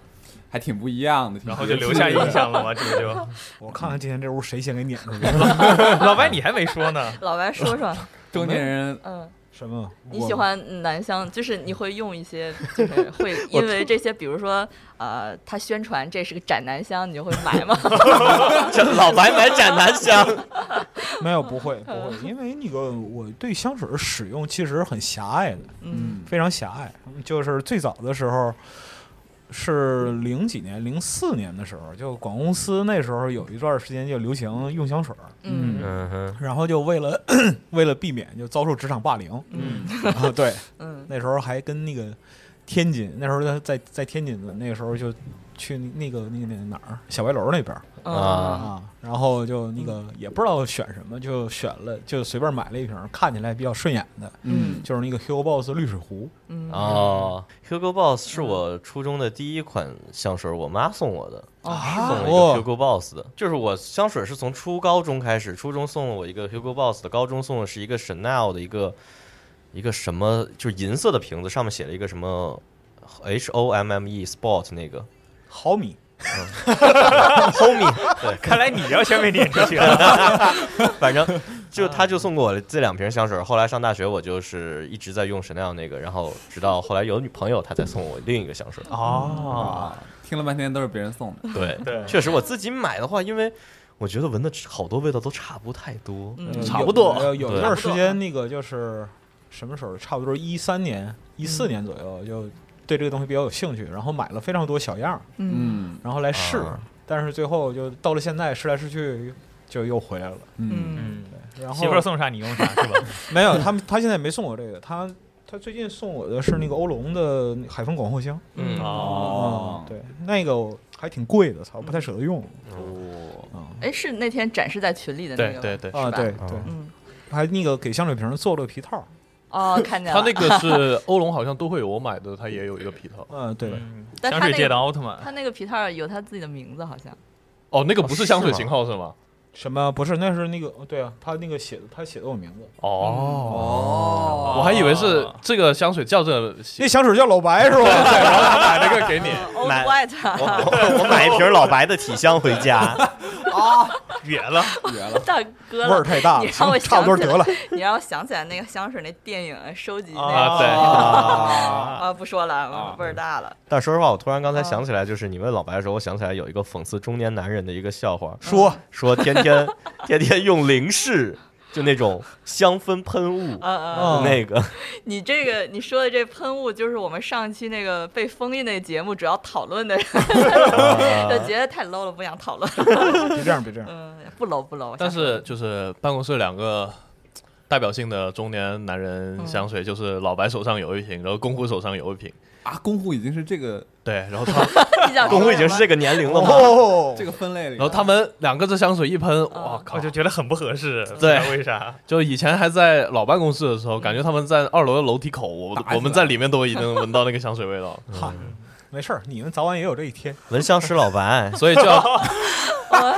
Speaker 7: 还挺不一样的？挺
Speaker 6: 然后就
Speaker 7: 别致
Speaker 6: 留下
Speaker 7: 的
Speaker 6: 印象了嘛，这不就？
Speaker 3: 我看看今天这屋谁先给撵出
Speaker 2: <laughs>
Speaker 3: 去
Speaker 6: 老白你还没说呢，
Speaker 2: 老白说
Speaker 7: <laughs>
Speaker 2: 说，
Speaker 7: 中年人
Speaker 2: 嗯，
Speaker 3: 什么？
Speaker 2: <laughs> 你
Speaker 3: 我
Speaker 2: 喜欢男香，就是你会用一些，就是会
Speaker 7: <laughs>
Speaker 2: 因为这些，比如说，呃，他宣传这是个斩男香，你就会买
Speaker 7: <laughs>
Speaker 2: 吗？
Speaker 4: <laughs> 这老白买斩男香，
Speaker 3: 没有？不会，不会，
Speaker 2: 嗯
Speaker 3: 因为那个我对香水的使用其实很狭隘的，
Speaker 2: 嗯
Speaker 3: 非常狭隘。就是最早的时候是零几年，零四年的时候，就广告公司那时候有一段时间就流行用香水儿，
Speaker 2: 嗯
Speaker 4: 嗯哼，
Speaker 3: 然后就为了为了避免就遭受职场霸凌，
Speaker 2: 嗯
Speaker 3: 啊，对，
Speaker 2: 嗯
Speaker 3: 那时候还跟那个天津，那时候在在在天津的，那个时候就去那个那个那个哪儿小白楼那边儿
Speaker 2: 嗯，
Speaker 3: 啊，然后就那个也不知道选什么，就选了就随便买了一瓶看起来比较顺眼的，
Speaker 7: 嗯
Speaker 3: 就是那个 Hugo Boss 绿水壶，
Speaker 2: 嗯
Speaker 4: 哦，Hugo Boss 是我初中的第一款香水，我妈送我的，
Speaker 3: 啊
Speaker 4: 送了一
Speaker 3: 哦
Speaker 4: 个 Hugo Boss 的，就是我香水是从初高中开始，初中送了我一个 Hugo Boss 的，高中送的是一个 Chanel 的一个一个什么，就是银色的瓶子，上面写了一个什么 H O M M E Sport 那个
Speaker 3: 毫米，
Speaker 4: Homie，对，
Speaker 6: 看来你要先被撵出去了。
Speaker 4: <laughs>
Speaker 3: <laughs>
Speaker 4: 反正就他
Speaker 3: 嗯
Speaker 4: 就送过我这两瓶香水，后来上大学我就是一直在用 Chanel 那个，然后直到后来有女朋友，他才送我另一个香水。
Speaker 3: 哦，
Speaker 7: 啊，听了半天都是别人送
Speaker 4: <laughs>
Speaker 7: 的，
Speaker 3: <laughs>
Speaker 4: 对
Speaker 6: 对
Speaker 4: 确实我自己买的话，因为我觉得闻的好多味道都差不太多。
Speaker 3: <laughs>
Speaker 2: 嗯
Speaker 3: 呃
Speaker 5: 差不多嗯
Speaker 3: 有有有一
Speaker 4: 对
Speaker 3: 段时间那个就是什么时候，差不多一三年、一
Speaker 5: 嗯
Speaker 3: 四年左右就。对这个东西比较有兴趣，然后买了非常多小样儿，
Speaker 2: 嗯
Speaker 7: 嗯
Speaker 3: 然后来试，
Speaker 4: 啊
Speaker 3: 但是最后就到了现在试来试去就又回来了。
Speaker 7: 嗯
Speaker 2: 嗯
Speaker 6: 嗯，
Speaker 3: 然后
Speaker 6: 媳妇儿送啥你用啥是吧？
Speaker 3: 没有他们，他现在没送我这个，他他最近送我的是那个欧龙的海风广藿香。
Speaker 4: 嗯
Speaker 7: 哦
Speaker 3: 嗯，对，那个我还挺贵的，操，不太舍得用。
Speaker 7: 哦，
Speaker 3: 啊、
Speaker 2: 哎，是那天展示在群里的那
Speaker 5: <laughs> 对
Speaker 2: 个，
Speaker 5: 对，对，
Speaker 3: 啊，
Speaker 2: 是吧
Speaker 3: 对
Speaker 4: 哦
Speaker 3: 对，
Speaker 2: 嗯，
Speaker 3: 还那个给香水瓶做了个皮套。
Speaker 2: <laughs> 哦，看见
Speaker 5: 他
Speaker 2: 了，
Speaker 5: 那个是欧龙，好像都会有我买的，他也有一个皮套。
Speaker 3: 嗯、对。
Speaker 6: 嗯
Speaker 2: 但
Speaker 6: 香
Speaker 2: 他
Speaker 6: 水
Speaker 2: 那
Speaker 6: 界
Speaker 2: 个
Speaker 6: 的奥特曼
Speaker 2: 他那个皮套有他自己的名字，好 <laughs> 像，
Speaker 5: 哦，那个不是香水
Speaker 4: 是吗
Speaker 5: 型号是吗？
Speaker 3: 什么？不是，那是那个，对啊，他那个写的，他写的我名字。
Speaker 4: 嗯
Speaker 5: 哦，
Speaker 7: 哦
Speaker 5: 我还以为是这个香水叫这
Speaker 3: 那
Speaker 5: 型，
Speaker 3: 香水叫老白是吧？
Speaker 5: 买了个给你。
Speaker 2: 嗯
Speaker 5: <laughs>
Speaker 2: Old <laughs>
Speaker 4: 买
Speaker 2: White，
Speaker 4: 我我我买一瓶老白的体香回家，
Speaker 6: <laughs>
Speaker 3: <laughs>
Speaker 6: 远了， <laughs>
Speaker 7: 绝了，
Speaker 2: 大哥
Speaker 3: 味儿
Speaker 2: 了，
Speaker 3: 太大
Speaker 2: 你
Speaker 3: 了，
Speaker 2: 让我
Speaker 3: 行差不多
Speaker 2: 想起
Speaker 3: 得了。
Speaker 2: 你让我想起来那个香水那电影收集那
Speaker 5: 啊，
Speaker 2: 个。 <laughs>
Speaker 5: 对，
Speaker 2: 啊，不说了
Speaker 7: 啊，
Speaker 2: 味儿大了。
Speaker 4: 但说实话，我突然刚才
Speaker 3: 嗯
Speaker 4: 想起来，就是你问老白的时候，我想起来有一个讽刺中年男人的一个笑话，
Speaker 3: 说
Speaker 4: 说天天天天用零式，就那种香氛喷雾，
Speaker 2: 嗯嗯，嗯
Speaker 3: 嗯
Speaker 4: 那个
Speaker 2: 你这个你说的这喷雾，就是我们上期那个被封印那节目主要讨论的，就觉得太 low 了，不想讨论。
Speaker 3: 别这样，别这样。
Speaker 2: 嗯，不 low 不 low。
Speaker 5: 但是就是办公室两个代表性的中年男人香水，就是老白手上有一瓶，然后公虎手上有一瓶，
Speaker 7: 啊，公户已经是这个
Speaker 5: 对，然后他
Speaker 2: 你想
Speaker 4: 公 <laughs>
Speaker 2: 说
Speaker 4: 会已经是
Speaker 2: 什么
Speaker 4: 这个年龄了吗？
Speaker 3: 嗯哦，
Speaker 7: 这个分类里，
Speaker 5: 然后他们两个这香水一喷，
Speaker 2: 啊
Speaker 5: 哇靠
Speaker 6: 我！就觉得很不合 <laughs> 适，不知
Speaker 5: 对
Speaker 6: 道为啥？
Speaker 5: 就以前还在老办公室的时候，感觉他们在二楼的楼梯口，我
Speaker 7: 打起来
Speaker 5: 我们在里面都已经闻到那个香水味道了，
Speaker 3: 嗨，没事儿，你们早晚也有这一天。
Speaker 4: 闻香识老白，
Speaker 5: 所以就要
Speaker 2: 味儿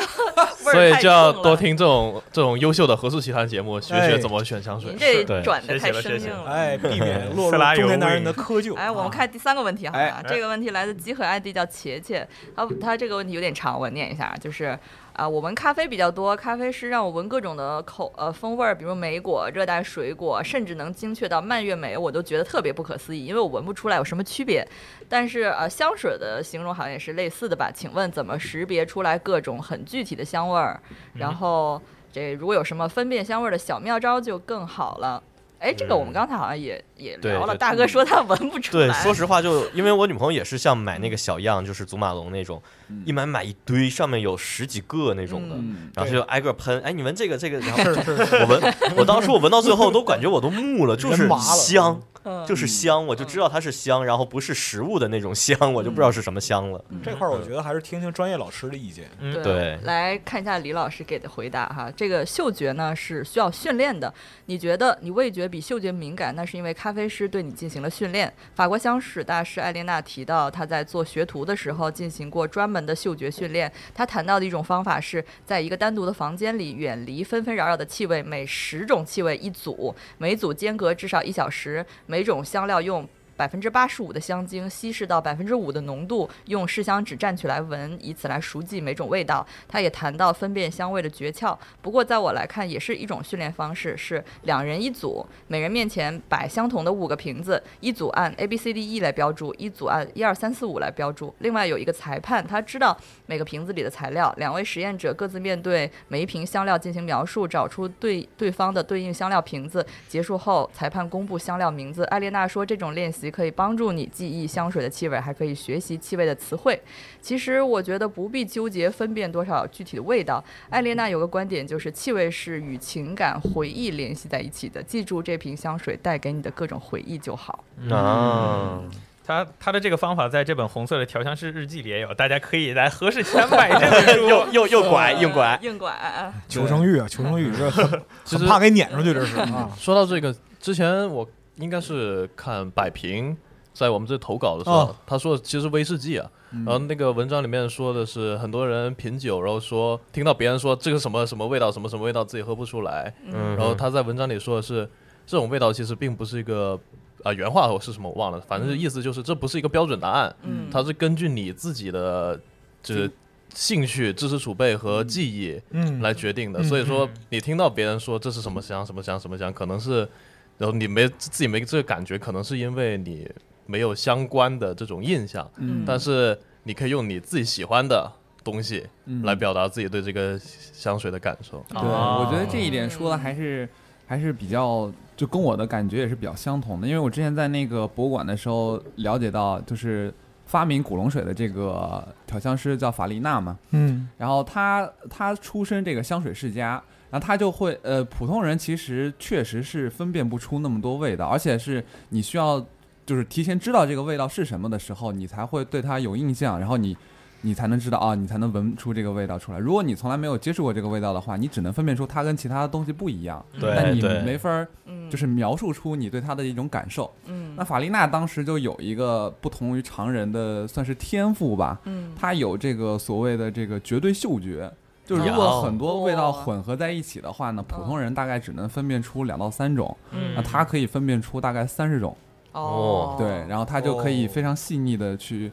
Speaker 5: 所以
Speaker 2: 太
Speaker 5: 就要
Speaker 2: 重了
Speaker 5: 多。听这种这种优秀的合适奇谈节目，学
Speaker 3: 哎
Speaker 5: 学怎么选香水
Speaker 2: 您。这
Speaker 4: 对
Speaker 2: 转的
Speaker 6: 学习
Speaker 2: 太
Speaker 6: 了
Speaker 2: 生
Speaker 6: 学习
Speaker 2: 硬
Speaker 6: 了
Speaker 2: 了。
Speaker 3: 哎，避免落入
Speaker 6: 色拉油
Speaker 3: 中年男人的窠臼。
Speaker 2: 哎，我
Speaker 4: 啊
Speaker 2: 们看第三个问题好
Speaker 7: 哎
Speaker 2: 了，这个问题来自集合 ID 叫茄茄，他他这个问题有点长，我念一下，就是啊、我闻咖啡比较多，咖啡师让我闻各种的口呃风味儿，比如莓果、热带水果，甚至能精确到蔓越莓，我都觉得特别不可思议，因为我闻不出来有什么区别。但是呃，香水的形容好像也是类似的吧？请问怎么识别出来各种很具体的香味儿？然
Speaker 4: 嗯
Speaker 2: 后这如果有什么分辨香味儿的小妙招就更好了。哎，这个我们刚才好像也也
Speaker 4: 嗯对
Speaker 2: 聊了，
Speaker 4: 就
Speaker 2: 大哥说他闻不出来。
Speaker 4: 嗯对，说实话就，因为我女朋友也是像买那个小样，就是祖马龙那种，一买买一堆，上面有十几个那种的，
Speaker 7: 嗯
Speaker 4: 然后她就挨个喷。哎，你闻这个这个，然后
Speaker 3: 是是是，
Speaker 4: 我闻，我当时我闻到最后都感觉我都木了，就是
Speaker 3: 人麻了
Speaker 4: 香，
Speaker 2: 嗯
Speaker 4: 就是香，我就知道它是香，然后不是食物的那种香，我就不知道是什么香了。
Speaker 3: 这块儿我觉得还是听听专业老师的意见。
Speaker 6: 嗯
Speaker 4: 对
Speaker 2: 来看一下李老师给的回答哈。这个嗅觉呢是需要训练的，你觉得你味觉比嗅觉敏感，那是因为咖啡师对你进行了训练。法国香水大师艾琳娜提到，她在做学徒的时候进行过专门的嗅觉训练。她谈到的一种方法是在一个单独的房间里，远离纷纷扰扰的气味，每十种气味一组，每组间隔至少一小时，每种香料用百分之八十五的香精稀释到百分之五的浓度，用试香纸蘸取来闻，以此来熟记每种味道。他也谈到分辨香味的诀窍，不过在我来看，也是一种训练方式，是两人一组，每人面前摆相同的五个瓶子，一组按 A B C D E 来标注，一组按一二三四五来标注。另外有一个裁判，他知道每个瓶子里的材料，两位实验者各自面对每一瓶香料进行描述，找出对对方的对应香料瓶子。结束后，裁判公布香料名字。艾莲娜说，这种练习可以帮助你记忆香水的气味，还可以学习气味的词汇。其实我觉得不必纠结分辨多少具体的味道。艾莲娜有个观点，就是气味是与情感回忆联系在一起的，记住这瓶香水带给你的各种回忆就好。
Speaker 4: 啊，
Speaker 6: 他他的这个方法在这本红色的调香师日记里也有，大家可以来合适前买这本 <laughs> 书。
Speaker 4: 又又又拐硬拐，
Speaker 2: 硬拐啊，
Speaker 3: 求生欲啊，求生欲，这
Speaker 6: <laughs>
Speaker 3: 很
Speaker 5: 就
Speaker 3: 很
Speaker 5: 是
Speaker 3: 怕给撵出去，这是 <laughs> 啊。
Speaker 5: 说到这个，之前我应该是看百平在我们这投稿的时候，
Speaker 3: 哦嗯
Speaker 5: 他说其实威士忌啊，然后那个文章里面说的是很多人品酒，然后说听到别人说这个什么什么味道，什么什么味道自己喝不出来，
Speaker 4: 嗯，
Speaker 5: 然后他在文章里说的是这种味道其实并不是一个。啊、原话我是什么我忘了，反正
Speaker 3: 嗯
Speaker 5: 意思就是这不是一个标准答案，
Speaker 2: 嗯，
Speaker 5: 它是根据你自己的就是兴趣、知识储备和记忆
Speaker 3: 嗯，
Speaker 5: 来决定的。
Speaker 3: 嗯
Speaker 5: 所以说
Speaker 6: 嗯，
Speaker 5: 你听到别人说这是什么香、什么香、什么香，可能是，然后你没自己没这个感觉，可能是因为你没有相关的这种印象。
Speaker 2: 嗯
Speaker 5: 但是你可以用你自己喜欢的东西
Speaker 7: 嗯
Speaker 5: 来表达自己对这个香水的感受。
Speaker 7: 对，
Speaker 6: 哦
Speaker 7: 我觉得这一点说的还是还是比较，就跟我的感觉也是比较相同的。因为我之前在那个博物馆的时候了解到，就是发明古龙水的这个调香师叫法丽娜嘛，
Speaker 3: 嗯
Speaker 7: 然后他他出身这个香水世家，然后他就会呃，普通人其实确实是分辨不出那么多味道，而且是你需要就是提前知道这个味道是什么的时候，你才会对它有印象，然后你你才能知道啊，你才能闻出这个味道出来。如果你从来没有接触过这个味道的话，你只能分辨出它跟其他的东西不一样，但
Speaker 4: 对
Speaker 7: 你
Speaker 4: 对，
Speaker 7: 没法儿
Speaker 2: 嗯
Speaker 7: 就是描述出你对它的一种感受。
Speaker 2: 嗯
Speaker 7: 那法丽娜当时就有一个不同于常人的算是天赋吧，
Speaker 2: 嗯
Speaker 7: 它有这个所谓的这个绝对嗅觉，就是如
Speaker 4: 有
Speaker 7: 果很多味道混合在一起的话呢，普通人大概只能分辨出两到三种，那
Speaker 6: 嗯
Speaker 7: 它可以分辨出大概三十种，
Speaker 4: 哦
Speaker 7: 对，然后它就可以
Speaker 3: 哦
Speaker 7: 非常细腻的去，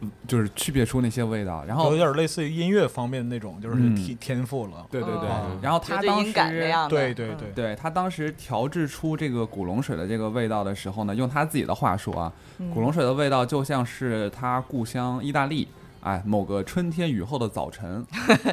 Speaker 7: 嗯就是区别出那些味道，然
Speaker 3: 嗯
Speaker 7: 后
Speaker 3: 有点类似于音乐方面那种，就是
Speaker 7: 嗯
Speaker 3: 天天赋了。
Speaker 7: 对对对
Speaker 3: 哦，
Speaker 7: 然后
Speaker 2: 绝
Speaker 7: 它
Speaker 2: 对
Speaker 7: 当
Speaker 2: 音感那
Speaker 7: 时。
Speaker 2: 样的，
Speaker 3: 对对对，
Speaker 7: 对他当时调制出这个古龙水的这个味道的时候呢，用他自己的话说啊，
Speaker 2: 嗯，
Speaker 7: 古龙水的味道就像是他故乡意大利，哎，某个春天雨后的
Speaker 2: <laughs>
Speaker 7: 早晨，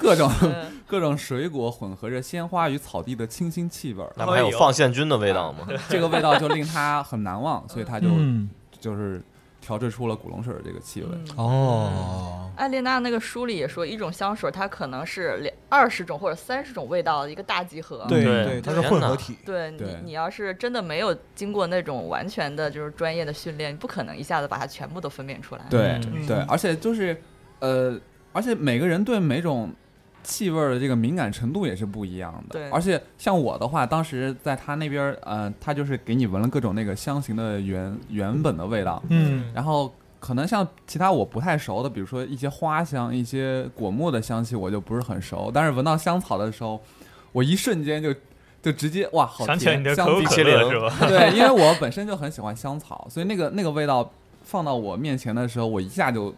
Speaker 7: 各种
Speaker 2: 嗯
Speaker 7: <laughs> 各种水果混合着鲜花与草地的清新气味儿，
Speaker 4: 那不还有
Speaker 6: 哦
Speaker 4: 放线菌的味道吗？
Speaker 7: 这个味道就令他很难忘，所以他就、
Speaker 3: 嗯，
Speaker 7: 就是调制出了古龙水的这个气味。
Speaker 2: 嗯
Speaker 3: 哦，
Speaker 2: 艾莲娜那个书里也说，一种香水它可能是两二十种或者三十种味道的一个大集合。
Speaker 3: 对
Speaker 6: 嗯对
Speaker 3: 对，它是混合体。
Speaker 2: 对你
Speaker 7: 对，
Speaker 2: 你要是真的没有经过那种完全的，就是专业的训练，你不可能一下子把它全部都分辨出来。
Speaker 7: 对、
Speaker 3: 嗯
Speaker 7: 对，而且就是呃，而且每个人对每种气味儿的这个敏感程度也是不一样的。
Speaker 2: 对
Speaker 7: 而且像我的话，当时在他那边儿，呃，他就是给你闻了各种那个香型的原原本的味道，
Speaker 3: 嗯，
Speaker 7: 然后可能像其他我不太熟的，比如说一些花香、一些果木的香气，我就不是很熟。但是闻到香草的时候，我一瞬间就就直接哇，好
Speaker 6: 想
Speaker 7: 甜！
Speaker 6: 起来你的可
Speaker 7: 香
Speaker 6: 口可
Speaker 7: 精
Speaker 6: 乐是吧？
Speaker 7: 对，因为我本身就很喜欢香草，所以那个那个味道放到我面前的时候，我一下就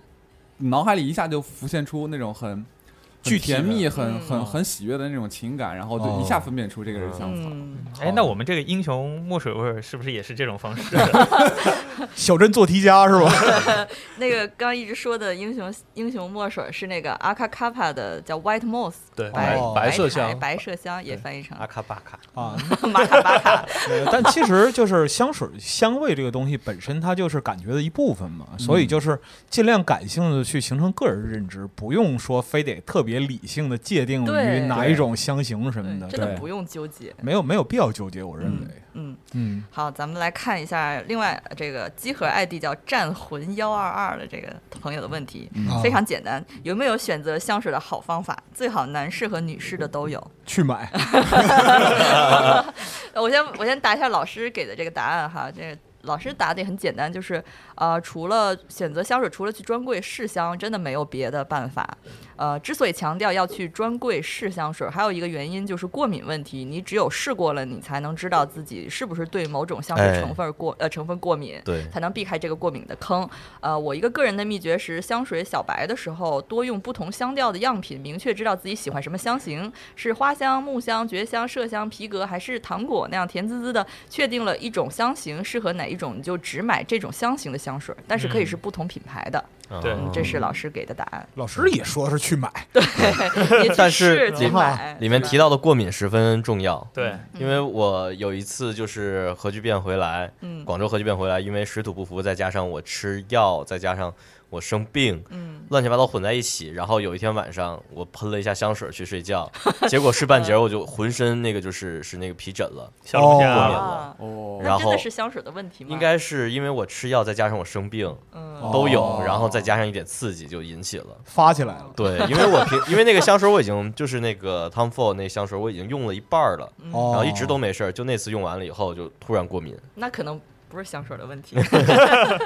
Speaker 7: 脑海里一下就浮现出那种很。
Speaker 3: 具
Speaker 7: 很
Speaker 3: 体的
Speaker 7: 甜蜜、很
Speaker 2: 嗯
Speaker 7: 很很喜悦的那种情感，然后就一下分辨出这个是香草。
Speaker 2: 嗯，
Speaker 6: 哎，那我们这个英雄墨水味儿是不是也是这种方式？啊
Speaker 3: 小镇做题家是吧？
Speaker 2: 那个刚一直说的英雄英雄墨水是那个阿卡卡帕的，叫 White Moss，
Speaker 5: 对，
Speaker 2: 白
Speaker 3: 哦
Speaker 5: 白麝
Speaker 2: 台
Speaker 5: 香，
Speaker 2: 白麝香也翻译成
Speaker 4: 阿卡巴卡，
Speaker 3: <laughs> 啊，
Speaker 2: <laughs> 马卡巴卡。
Speaker 3: 对呃但其实就是香水香味这个东西本身，它就是感觉的嗯一部分嘛，所以就是尽量感性的去形成个人认知，不用说非得特别理性的界定于
Speaker 2: 对
Speaker 3: 哪一种香型什么
Speaker 2: 嗯
Speaker 3: 的，
Speaker 2: 真
Speaker 3: 对
Speaker 2: 的
Speaker 7: 对
Speaker 2: 不用纠结。
Speaker 3: 没有没有必要纠结，我认为，
Speaker 2: 嗯，
Speaker 3: 嗯，
Speaker 2: 好，咱们来看一下另外这个集合 ID 叫战魂幺二二的这个朋友的问题，
Speaker 7: 嗯
Speaker 3: 啊
Speaker 2: 非常简单，有没有选择香水的好方法？最好男士和女士的都有。
Speaker 3: 去买，
Speaker 2: 呃我先我先答一下老师给的这个答案哈，这个老师答的也很简单，就是呃，除了选择香水，除了去专柜试香，真的没有别的办法。呃，之所以强调要去专柜试香水，还有一个原因就是过敏问题，你只有试过了，你才能知道自己是不是对某种香
Speaker 4: 哎
Speaker 2: 水成分过、呃成分过敏。
Speaker 4: 对，
Speaker 2: 才能避开这个过敏的坑。呃，我一个个人的秘诀是，香水小白的时候多用不同香调的样品，明确知道自己喜欢什么香型，是花香、木香、蕨香、麝香、皮革还是糖果那样甜滋滋的。确定了一种香型适合哪一种，你就只买这种香型的香水，但是可以是不同品牌的。
Speaker 6: 对
Speaker 4: 嗯
Speaker 2: 这是老师给的答
Speaker 4: <laughs>
Speaker 2: 案。
Speaker 3: 老师也说是去买，
Speaker 2: 对，也去
Speaker 4: 但是
Speaker 2: 试
Speaker 4: 里
Speaker 2: 去买
Speaker 4: 里面提到的过敏十分重要，
Speaker 6: 对，
Speaker 4: 因为我有一次就是核聚变回来，
Speaker 2: 嗯
Speaker 4: 广州核聚变回来，因为水土不服，再加上我吃药，再加上我生病，
Speaker 2: 嗯，
Speaker 4: 乱七八糟混在一起。然后有一天晚上，我喷了一下香水去睡觉，结果睡半截儿我就浑身那个就是是那个皮疹了，
Speaker 6: 小龙
Speaker 4: 过敏
Speaker 6: 虾啊
Speaker 4: 了。
Speaker 7: 哦，
Speaker 4: 然
Speaker 2: 啊那真
Speaker 4: 后
Speaker 2: 的是香水的问题吗？
Speaker 4: 应该是因为我吃药，再加上我生病
Speaker 2: 嗯，
Speaker 4: 都有
Speaker 3: 哦，
Speaker 4: 然后再加上一点刺激就引起了。
Speaker 3: 发起来了，
Speaker 4: 对，因为我平因为那个香水我已经就是那个 Tom Ford 那香水我已经用了一半儿了，
Speaker 2: 嗯
Speaker 3: 哦，
Speaker 4: 然后一直都没事儿，就那次用完了以后就突然过敏，
Speaker 2: 那可能不是香水的
Speaker 4: <laughs>
Speaker 2: 问题。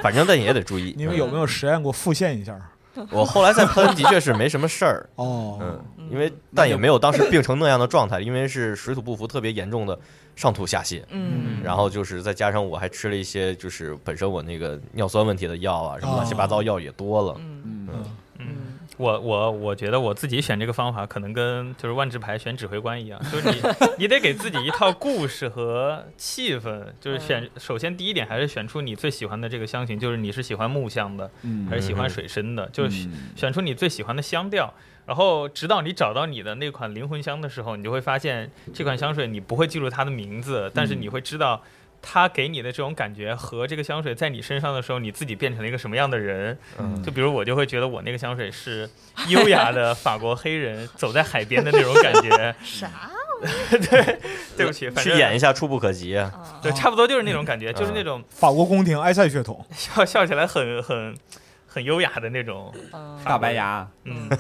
Speaker 4: 反正但也得注意。
Speaker 3: <laughs> 你们有没有实验过复现一下？
Speaker 4: 嗯我后来再喷的确是没什么
Speaker 3: <laughs>
Speaker 4: 事儿，
Speaker 3: 哦，
Speaker 4: 嗯，因为但也没有当时病成那样的状态，因为是水土不服特别严重的上吐下泻，
Speaker 2: 嗯，
Speaker 4: 然后就是再加上我还吃了一些就是本身我那个尿酸问题的药啊，什么乱七八糟药也多了，
Speaker 2: 嗯
Speaker 6: 我我我觉得我自己选这个方法，可能跟就是万智牌选指挥官一样，就是你你得给自己一套故事和气氛，就是选首先第一点还是选出你最喜欢的这个香型，就是你是喜欢木香的
Speaker 7: 嗯
Speaker 6: 还是喜欢水参的，就是
Speaker 7: 嗯
Speaker 6: 选出你最喜欢的香调。然后，直到你找到你的那款灵魂香的时候，你就会发现这款香水你不会记住它的名字，但
Speaker 7: 嗯
Speaker 6: 是你会知道它给你的这种感觉和这个香水在你身上的时候，你自己变成了一个什么样的人。就比如我就会觉得我那个香水是优雅的法国黑人走在海边的那种感觉。啥？ <laughs> 对，对不起，反
Speaker 4: 去
Speaker 6: 正
Speaker 4: 演一下触不可及啊，
Speaker 6: 对，差不多就是那种感觉，就是那种
Speaker 3: 法国宫廷埃塞血统，
Speaker 6: 笑笑起来很很很优雅的那种。
Speaker 2: 嗯
Speaker 7: 大白牙，
Speaker 6: 嗯，
Speaker 4: 嗯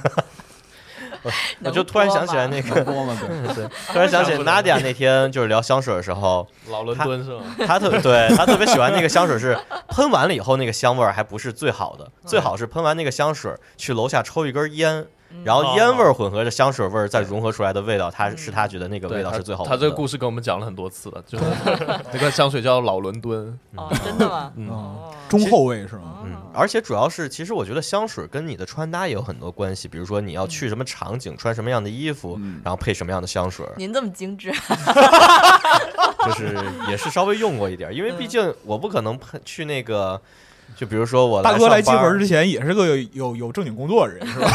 Speaker 2: <laughs>
Speaker 4: 我就突然想起来
Speaker 2: 个。
Speaker 4: 那
Speaker 7: 能
Speaker 4: 个，
Speaker 7: 播吗？对，
Speaker 4: 对，突然想起
Speaker 6: 不能
Speaker 4: Nadia 那天就是聊香水的时候，
Speaker 5: 老伦敦是吗？
Speaker 4: 他特 <laughs> 对他特别喜欢那个香水是喷完了以后那个香味儿还不是最好的，最好是喷完那个香水去楼下抽一根烟，然后烟味儿混合着香水味儿再融合出来的味道，他是他觉得那个味道
Speaker 5: 他
Speaker 4: 是最好闻
Speaker 5: 他嗯
Speaker 4: 的。
Speaker 5: 这个故事跟我们讲了很多次了，就是
Speaker 4: <laughs>
Speaker 5: 那个香水叫老伦敦，
Speaker 2: 哦，真的吗？
Speaker 3: 啊，
Speaker 2: 哦，
Speaker 3: 中后卫是吗？
Speaker 4: 嗯，而且主要是，其实我觉得香水跟你的穿搭也有很多关系，比如说你要去什么场景，穿什么样的衣服，然后配什么样的香水，
Speaker 2: 您这么精致，
Speaker 4: 就是也是稍微用过一点儿，因为毕竟我不可能喷去那个，就比如说我
Speaker 3: 大哥来
Speaker 4: 来
Speaker 3: 集
Speaker 4: 上班
Speaker 3: 合之前也是个有有有正经工作的人是吧？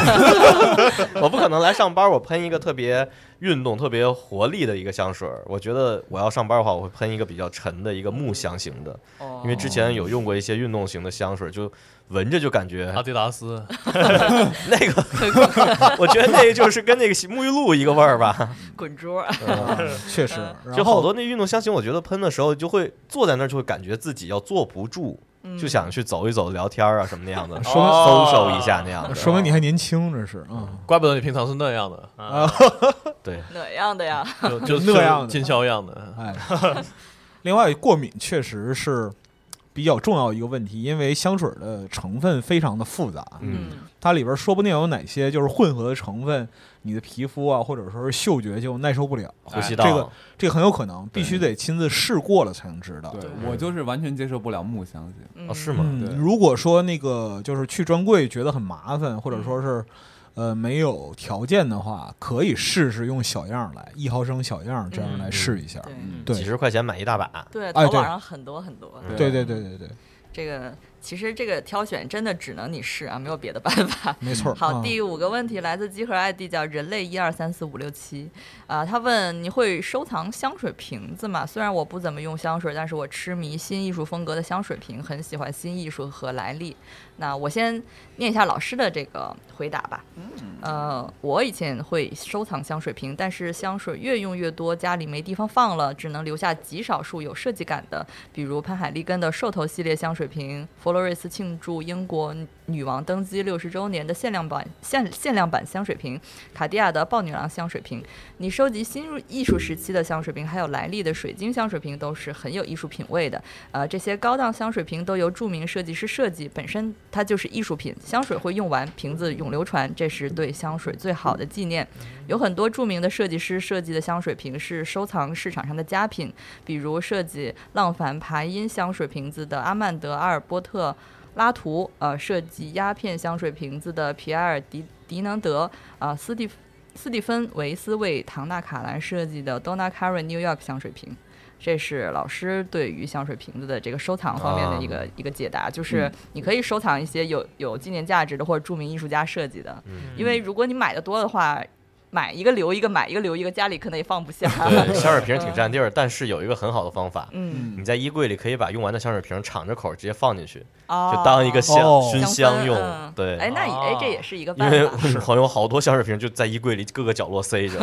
Speaker 4: 我不可能来上班，我喷一个特别运动、特别活力的一个香水儿。我觉得我要上班的话，我会喷一个比较沉的一个木香型的，
Speaker 2: 哦
Speaker 4: 因为之前有用过一些运动型的香水，就闻着就感觉
Speaker 3: 啊
Speaker 5: 阿迪达斯，
Speaker 4: <laughs> 那个， <laughs> 我觉得那个就是跟那个洗沐浴露一个味儿吧。
Speaker 2: 滚珠，
Speaker 4: <laughs>
Speaker 3: 嗯确实，
Speaker 4: 就
Speaker 3: <laughs> 然
Speaker 4: 好
Speaker 3: 后
Speaker 4: 多那运动香型，我觉得喷的时候就会坐在那儿就会感觉自己要坐不住，
Speaker 2: 嗯
Speaker 3: 嗯
Speaker 4: 就想去走一走、聊天儿啊什么那样的，搜
Speaker 3: 说
Speaker 4: 搜一下那样的。
Speaker 3: 说明你还年轻，这是啊，
Speaker 5: 怪不得你平常是那样的，
Speaker 2: 啊
Speaker 4: 对，
Speaker 2: 哪样的呀？
Speaker 5: 就就
Speaker 3: 那样的
Speaker 5: 进销样的，
Speaker 3: 哎。另外，过敏确实是比较重要一个问题，因为香水的成分非常的复杂，
Speaker 4: 嗯，
Speaker 3: 它里边说不定有哪些就是混合的成分，你的皮肤啊，或者说是嗅觉就耐受不了，
Speaker 4: 呼吸
Speaker 3: 哎
Speaker 4: 道
Speaker 3: 这个这个很有可能必须得亲自试过了才能知道。
Speaker 7: 对我就是完全接受不了木香型，
Speaker 4: 哦
Speaker 2: 嗯，
Speaker 4: 是吗？
Speaker 3: 嗯
Speaker 7: 对，
Speaker 3: 如果说那个就是去专柜觉得很麻烦，
Speaker 4: 嗯
Speaker 3: 或者说是呃没有条件的话，可以试试用小样儿来一毫升小样儿这样来试一下。
Speaker 2: 对
Speaker 7: 嗯
Speaker 3: 对
Speaker 4: 几十块钱买一大把，
Speaker 2: 对，
Speaker 3: 哎
Speaker 2: 淘宝
Speaker 3: 对
Speaker 2: 上很多很多。
Speaker 3: 对对对对对，
Speaker 2: 这个其实这个挑选真的只能你试啊，没有别的办法。
Speaker 3: 没错儿。
Speaker 2: 好，
Speaker 3: 嗯
Speaker 2: 第五个问题来自集合 ID 叫人类一二三四五六七，啊，他问你会收藏香水瓶子吗？虽然我不怎么用香水，但是我痴迷新艺术风格的香水瓶，很喜欢新艺术和来历。那我先念一下老师的这个回答吧。呃，我以前会收藏香水瓶，但是香水越用越多，家里没地方放了，只能留下极少数有设计感的，比如潘海利根的兽头系列香水瓶，佛罗瑞斯庆祝英国女王登基六十周年的限量版限限量版香水瓶，卡地亚的豹女郎香水瓶。你收集新入艺术时期的香水瓶，还有来历的水晶香水瓶，都是很有艺术品味的。呃，这些高档香水瓶都由著名设计师设计，本身它就是艺术品。香水会用完，瓶子永流传，这是对香水最好的纪念。有很多著名的设计师设计的香水瓶是收藏市场上的佳品，比如设计浪凡爬音香水瓶子的阿曼德·阿尔波特·拉图，呃，设计鸦片香水瓶子的皮埃尔·迪迪能德，啊、斯蒂斯蒂芬·维斯为唐纳·卡兰设计的 Donna Karan New York 香水瓶。这是老师对于香水瓶子的这个收藏方面的一个、一个解答，就是你可以收藏一些有有纪念价值的或者著名艺术家设计的，因
Speaker 4: 嗯
Speaker 2: 为如果你买的多的话，买一个留一个，买一个留一个，家里可能也放不下。 <laughs>
Speaker 4: 对，香水瓶挺占地儿，但是有一个很好的方法，
Speaker 2: 嗯，
Speaker 4: 你在衣柜里可以把用完的香水瓶敞着口直接放进去，
Speaker 2: 哦，
Speaker 4: 就当一个香
Speaker 3: 哦
Speaker 4: 熏
Speaker 2: 氛
Speaker 4: 香用
Speaker 2: 嗯。哎，
Speaker 4: 对，
Speaker 2: 那也
Speaker 5: 哦
Speaker 2: 哎这也是一个
Speaker 4: 因
Speaker 2: 办啊
Speaker 4: 为
Speaker 2: 法。
Speaker 4: <laughs> 我朋友好多香水瓶就在衣柜里各个角落塞着。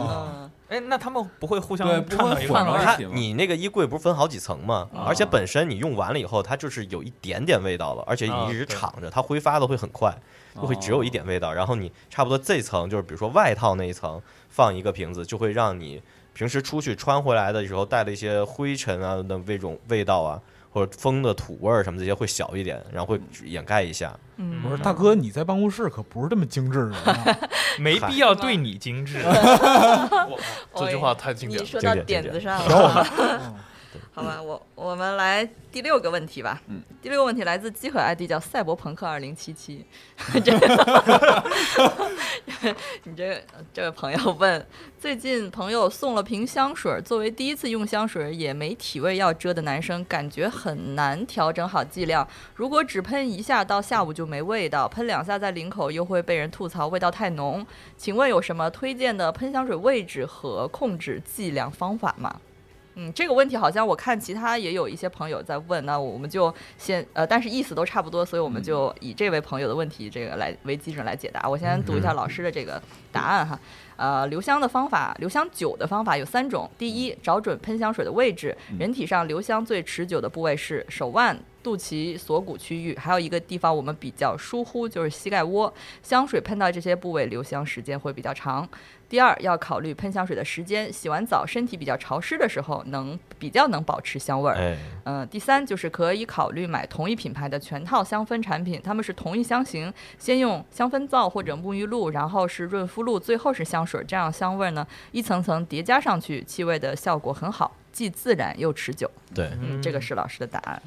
Speaker 2: 嗯，
Speaker 6: 哎，那他们不会互相
Speaker 7: 对
Speaker 6: 串到一
Speaker 7: 不
Speaker 6: 块
Speaker 7: 会
Speaker 6: 儿
Speaker 7: 混
Speaker 6: 吗？
Speaker 7: 为
Speaker 4: 它
Speaker 7: 一体吗
Speaker 4: 你那个衣柜不是分好几层吗？而且本身你用完了以后，它就是有一点点味道了，而且你一直
Speaker 6: 啊对
Speaker 4: 敞着，它挥发的会很快，就会只有一点味道。然后你差不多这层就是比如说外套那一层放一个瓶子，就会让你平时出去穿回来的时候带的一些灰尘啊的那种味道啊，或者风的土味儿什么这些会小一点，然后会掩盖一下。
Speaker 2: 嗯
Speaker 5: 嗯
Speaker 3: 我
Speaker 6: 嗯
Speaker 3: 说大哥，你在办公室可不是这么精致
Speaker 2: <laughs>
Speaker 3: 的啊，
Speaker 6: 没必要对你精致。
Speaker 5: 这句话太经典
Speaker 2: 哦哎你
Speaker 5: 了。
Speaker 2: 说到
Speaker 4: 经典
Speaker 2: 点
Speaker 4: 经典
Speaker 2: 子上
Speaker 3: 然后
Speaker 2: 了。
Speaker 3: 我
Speaker 2: <laughs> 好吧，我我们来第六个问题吧。嗯，第六个问题来自机核 ID 叫赛博朋克二零七 <laughs> 七。这个你这个这位朋友问，最近朋友送了瓶香水，作为第一次用香水也没体味要遮的男生，感觉很难调整好剂量。如果只喷一下，到下午就没味道；喷两下在领口又会被人吐槽味道太浓。请问有什么推荐的喷香水位置和控制剂量方法吗？嗯，这个问题好像我看其他也有一些朋友在问，那我们就先呃，但是意思都差不多，所以我们就以这位朋友的问题这个来为基准来解答。我先读一下老师的这个答案哈。呃，留香的方法，留香久的方法有三种。第一，找准喷香水的位置，人体上留香最持久的部位是手腕、肚脐、锁骨区域，还有一个地方我们比较疏忽，就是膝盖窝。香水喷到这些部位，留香时间会比较长。第二，要考虑喷香水的时间，洗完澡身体比较潮湿的时候，能比较能保持香味儿。
Speaker 4: 哎，
Speaker 2: 嗯，第三就是可以考虑买同一品牌的全套香氛产品，它们是同一香型，先用香氛皂或者沐浴露，然后是润肤露，最后是香水，这样香味儿呢一层层叠加上去，气味的效果很好，既自然又持久。
Speaker 4: 对，
Speaker 2: 嗯，这个是老师的答案。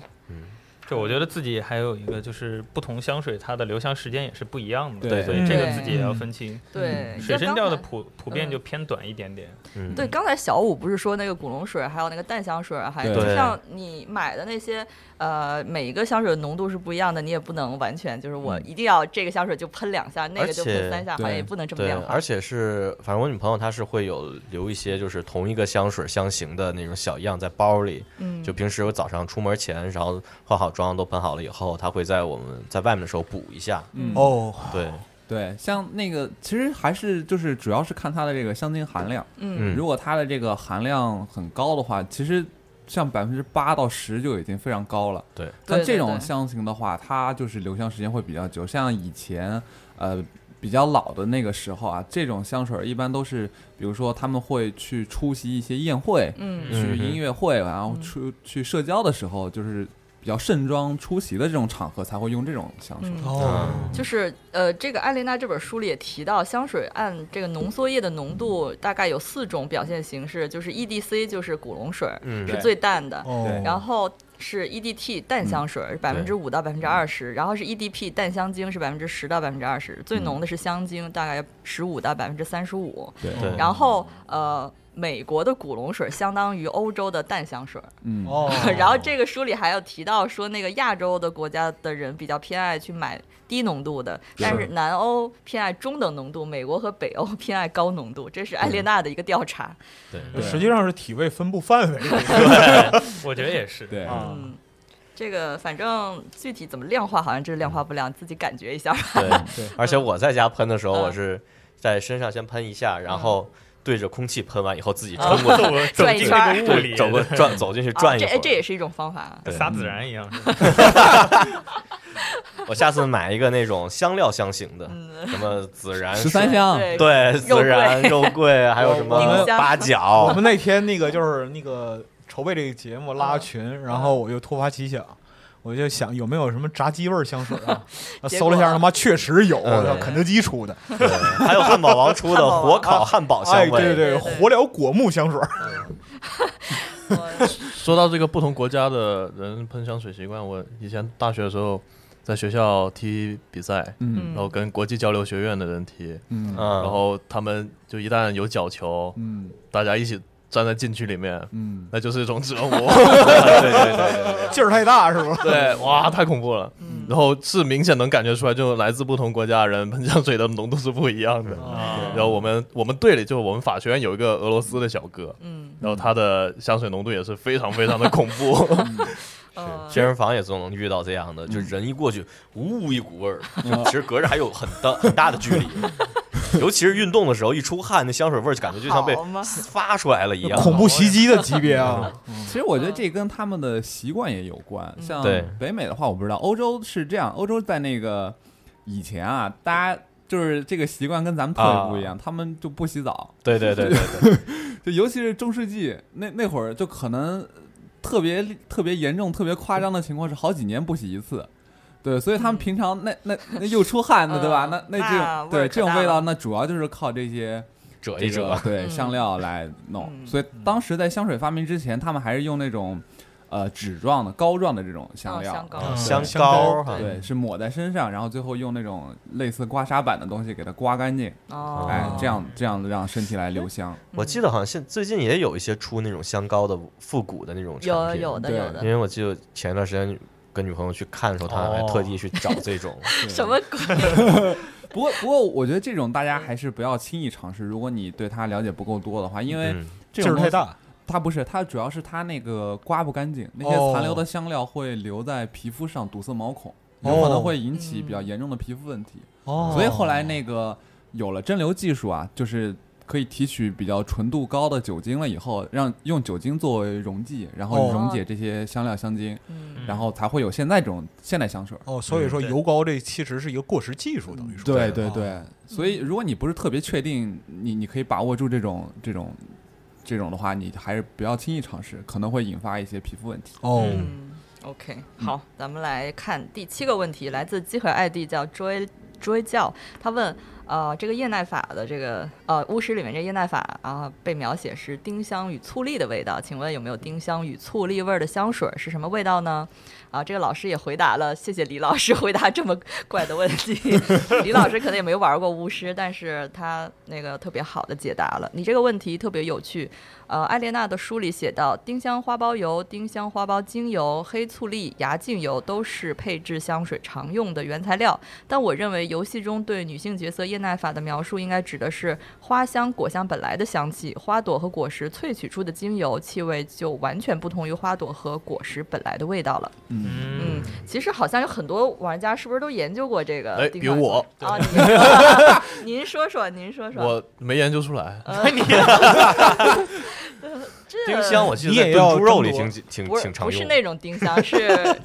Speaker 6: 对，我觉得自己还有一个就是不同香水它的留香时间也是不一样的，
Speaker 7: 对
Speaker 6: 所以这个
Speaker 2: 对
Speaker 6: 自己也要分清。嗯
Speaker 2: 对，
Speaker 6: 水
Speaker 2: 像
Speaker 6: 生
Speaker 2: 刚
Speaker 6: 调的
Speaker 2: 才
Speaker 6: 普普遍
Speaker 2: 嗯
Speaker 6: 就偏短一点点，
Speaker 4: 嗯，
Speaker 2: 对，刚才小五不是说那个古龙水，还有那个淡香水，啊还
Speaker 7: 对
Speaker 2: 就像你买的那些，呃，每一个香水的浓度是不一样的，你也不能完全就是我
Speaker 7: 嗯
Speaker 2: 一定要这个香水就喷两下，那
Speaker 4: 而
Speaker 2: 个就
Speaker 4: 且
Speaker 2: 喷三下，好像
Speaker 7: 对
Speaker 2: 也不能这么
Speaker 4: 对，
Speaker 2: 量化
Speaker 4: 而。且是，反正我女朋友她是会有留一些就是同一个香水香型的那种小样在包里，
Speaker 2: 嗯
Speaker 4: 就平时我早上出门前，然后化好妆都喷好了以后，她会在我们在外面的时候补一下。
Speaker 7: 嗯，
Speaker 3: 哦，
Speaker 4: 对，
Speaker 7: 对，像那个其实还是就是主要是看它的这个香精含量，
Speaker 2: 嗯
Speaker 4: 嗯，
Speaker 7: 如果它的这个含量很高的话，其实像百分之八到十就已经非常高了。
Speaker 4: 对，
Speaker 7: 但
Speaker 2: 对
Speaker 7: 这
Speaker 2: 对
Speaker 7: 种
Speaker 2: 对
Speaker 7: 香型的话，它就是留香时间会比较久。像以前，呃，比较老的那个时候啊，这种香水儿一般都是，比如说他们会去出席一些宴会、
Speaker 2: 嗯
Speaker 4: 嗯
Speaker 7: 去音乐会，然后
Speaker 2: 嗯
Speaker 7: 出去社交的时候，就是比较盛装出席的这种场合才会用这种香水儿。
Speaker 2: 嗯，
Speaker 3: 哦，
Speaker 2: 就是呃，这个艾琳娜这本书里也提到，香水按这个浓缩液的浓度大概有四种表现形式，就是 EDC 就是古龙水
Speaker 4: 嗯
Speaker 2: 是最淡的，
Speaker 3: 哦，
Speaker 2: 然后是 E EDT 淡香水
Speaker 7: 嗯
Speaker 2: 百分之五到百分之二十，然后是 E EDP 淡香精是百分之十到百分之
Speaker 7: 嗯
Speaker 2: 二十，最浓的是香精，大概十五到百分之三十五。
Speaker 7: 对
Speaker 4: 对
Speaker 2: 然后呃，美国的古龙水相当于欧洲的淡香水，，
Speaker 7: 嗯，
Speaker 3: 哦
Speaker 2: <laughs> 然后这个书里还有提到说，那个亚洲的国家的人比较偏爱去买低浓度的，但是南欧偏爱中等浓度，美国和北欧偏爱高浓度，这是艾列娜的一个调查。
Speaker 4: 对，
Speaker 3: 实际上是体味分布范围。
Speaker 6: 我觉得也是。
Speaker 7: 对，
Speaker 3: 啊
Speaker 2: 嗯，这个反正具体怎么量化，好像这量化不了，自己感觉一下。
Speaker 3: 啊
Speaker 4: 对，而且我在家喷的时候，
Speaker 2: 嗯
Speaker 4: 我是在身上先喷一下，然后对着空气喷完以后自己冲过
Speaker 6: 走
Speaker 4: 去，
Speaker 2: 啊
Speaker 6: 走
Speaker 2: 转一
Speaker 6: 进
Speaker 2: 圈儿
Speaker 6: 这个屋
Speaker 4: 对，
Speaker 6: 里，
Speaker 4: <laughs> 走过转走进去转
Speaker 2: 啊、
Speaker 4: 一
Speaker 2: 这
Speaker 4: 会
Speaker 2: 哎这
Speaker 4: 儿。
Speaker 2: 也是一种方法。啊
Speaker 6: 跟撒孜然一样。
Speaker 4: 我下次买一个那种香料香型的，
Speaker 2: 嗯，
Speaker 4: 什么孜然、
Speaker 7: 十三香，
Speaker 2: 对，
Speaker 4: 对，孜然、肉桂，还有什么
Speaker 2: 丁香
Speaker 4: 八
Speaker 3: 我 <laughs>
Speaker 4: 角，
Speaker 3: 们那天那个就是那个筹备这个节目
Speaker 2: 嗯
Speaker 3: 拉群，然后我就突发奇想。我就想有没有什么炸鸡味儿香水啊？
Speaker 2: <laughs>
Speaker 3: 啊
Speaker 2: 结
Speaker 3: 搜了一下，
Speaker 2: 果
Speaker 3: 他妈确实有，啊
Speaker 4: 嗯
Speaker 3: 叫肯德基出的。
Speaker 4: 对还有汉堡王出的火烤汉堡
Speaker 3: 哎，对
Speaker 4: 香
Speaker 3: 对对，
Speaker 4: 味，
Speaker 2: 对对
Speaker 3: 火燎果木香水。
Speaker 2: 我
Speaker 5: 说到这个不同国家的人喷香水习惯，我以前大学的时候在学校踢比赛，
Speaker 7: 嗯
Speaker 5: 然后跟国际交流学院的人踢，
Speaker 7: 嗯
Speaker 4: 嗯，
Speaker 5: 然后他们就一旦有角球，
Speaker 7: 嗯
Speaker 5: 大家一起站在禁区里面，
Speaker 7: 嗯，
Speaker 5: 那就是一种折磨。
Speaker 3: 嗯劲儿太大是吧？
Speaker 5: <laughs> 对，哇，太恐怖了。
Speaker 2: 嗯
Speaker 5: 然后是明显能感觉出来，就来自不同国家的人喷香水的浓度是不一样的。
Speaker 2: 嗯
Speaker 5: 然后我们我们队里就我们法学院有一个俄罗斯的小哥，
Speaker 2: 嗯
Speaker 5: 然后他的香水浓度也是非常非常的恐
Speaker 2: <laughs>
Speaker 5: 怖。
Speaker 2: 呃，
Speaker 4: 健身房也总能遇到这样的，就人一过去，呜一股味儿，就其实隔着还有很大很大的距离。 <laughs> 尤其是运动的时候，一出汗，那香水味儿感觉就像被
Speaker 2: 好嘛
Speaker 4: 发出来了一样。
Speaker 3: <laughs> 恐怖袭击的级别啊！
Speaker 7: 其实我觉得这跟他们的习惯也有关。像
Speaker 4: 对
Speaker 7: 北美的话，我不知道，欧洲是这样，欧洲在那个以前啊，大家就是这个习惯跟咱们特别不一样，他们就不洗澡，
Speaker 4: 对对对对对，
Speaker 7: 就尤其是中世纪那那会儿，就可能特别特别严重、特别夸张的情况是好几年不洗一次。对，所以他们平常那那那又出汗的，对吧？那
Speaker 2: 嗯
Speaker 7: 那这
Speaker 2: 那
Speaker 7: 种
Speaker 2: 味
Speaker 7: 对
Speaker 2: 儿可
Speaker 7: 这种
Speaker 2: 大
Speaker 7: 味
Speaker 2: 了
Speaker 7: 道，那主要就是靠这些
Speaker 4: 折
Speaker 7: 这
Speaker 4: 一折
Speaker 7: 个，对
Speaker 2: 嗯
Speaker 7: 香料来弄，
Speaker 2: 嗯
Speaker 7: 所以当时在香水发明之前，他们还是用那种呃纸状的膏状的这种香
Speaker 2: 哦
Speaker 7: 料，
Speaker 2: 香膏嗯
Speaker 3: 嗯
Speaker 4: 香
Speaker 3: 香
Speaker 4: 膏
Speaker 3: 膏
Speaker 4: 哈，
Speaker 7: 对，是抹在身上，然后最后用那种类似刮痧板的东西给它刮干净，
Speaker 2: 哦，
Speaker 7: 哎，这样这样让身体来留香。
Speaker 4: 我记得好像现最近也有一些出那种香膏的复古的那种产
Speaker 2: 有
Speaker 4: 品，
Speaker 2: 有的
Speaker 7: 对
Speaker 2: 有
Speaker 4: 因
Speaker 2: 的，
Speaker 4: 为我记得前一段时间跟女朋友去看的时候，她还特地去找这种。
Speaker 2: 什么鬼？
Speaker 7: <laughs> 不过不过，我觉得这种大家还是不要轻易尝试，如果你对它了解不够多的话，因为
Speaker 4: 嗯，
Speaker 7: 这
Speaker 3: 劲
Speaker 7: 种
Speaker 3: 儿太
Speaker 7: 东西
Speaker 3: 大，
Speaker 7: 它不是，它主要是它那个刮不干净，那
Speaker 3: 哦
Speaker 7: 些残留的香料会留在皮肤上堵塞毛孔，有
Speaker 3: 哦
Speaker 7: 可能会引起比较严重的皮肤问题。
Speaker 3: 哦
Speaker 7: 所以后来那个有了蒸馏技术啊，就是可以提取比较纯度高的酒精了以后，让用酒精作为溶剂，然
Speaker 3: 哦
Speaker 7: 后溶解这些香料香精，
Speaker 2: 嗯
Speaker 7: 然后才会有现在这种现代香水。
Speaker 3: 哦，所以说油膏这其实是一个过时技术，等于说
Speaker 7: 嗯
Speaker 3: 啊
Speaker 7: 对对对，所以如果你不是特别确定，你你可以把握住这种这种这种的话，你还是不要轻易尝试，可能会引发一些皮肤问题。
Speaker 3: 哦，
Speaker 2: 嗯，OK，好，咱们来看第七个问题，来自机核 ID 叫 Joy Joy 教，他问，呃，这个液耐法的这个呃巫师里面这液耐法啊、被描写是丁香与醋栗的味道，请问有没有丁香与醋栗味儿的香水是什么味道呢？啊，这个老师也回答了，谢谢李老师回答这么怪的问题。 <laughs> 李老师可能也没玩过巫师，但是他那个特别好的解答了你这个问题特别有趣。呃，艾列娜的书里写到，丁香花苞油、丁香花苞精油、黑醋栗、芽净油都是配置香水常用的原材料。但我认为，游戏中对女性角色叶奈法的描述，应该指的是花香、果香本来的香气，花朵和果实萃取出的精油气味就完全不同于花朵和果实本来的味道了。
Speaker 6: 嗯
Speaker 2: 嗯，其实好像有很多玩家是不是都研究过这个？
Speaker 5: 哎比如我
Speaker 2: 啊，您 <laughs> 您说说，您说呃说，
Speaker 5: 我没研究出来，
Speaker 2: 这
Speaker 4: 丁香我记得
Speaker 3: 你
Speaker 4: 在
Speaker 3: 也
Speaker 4: 炖
Speaker 3: 要
Speaker 4: 猪肉里
Speaker 3: 中国
Speaker 4: 挺挺
Speaker 2: 不是
Speaker 4: 挺常
Speaker 2: 不是
Speaker 4: 用，
Speaker 2: 那种丁香，是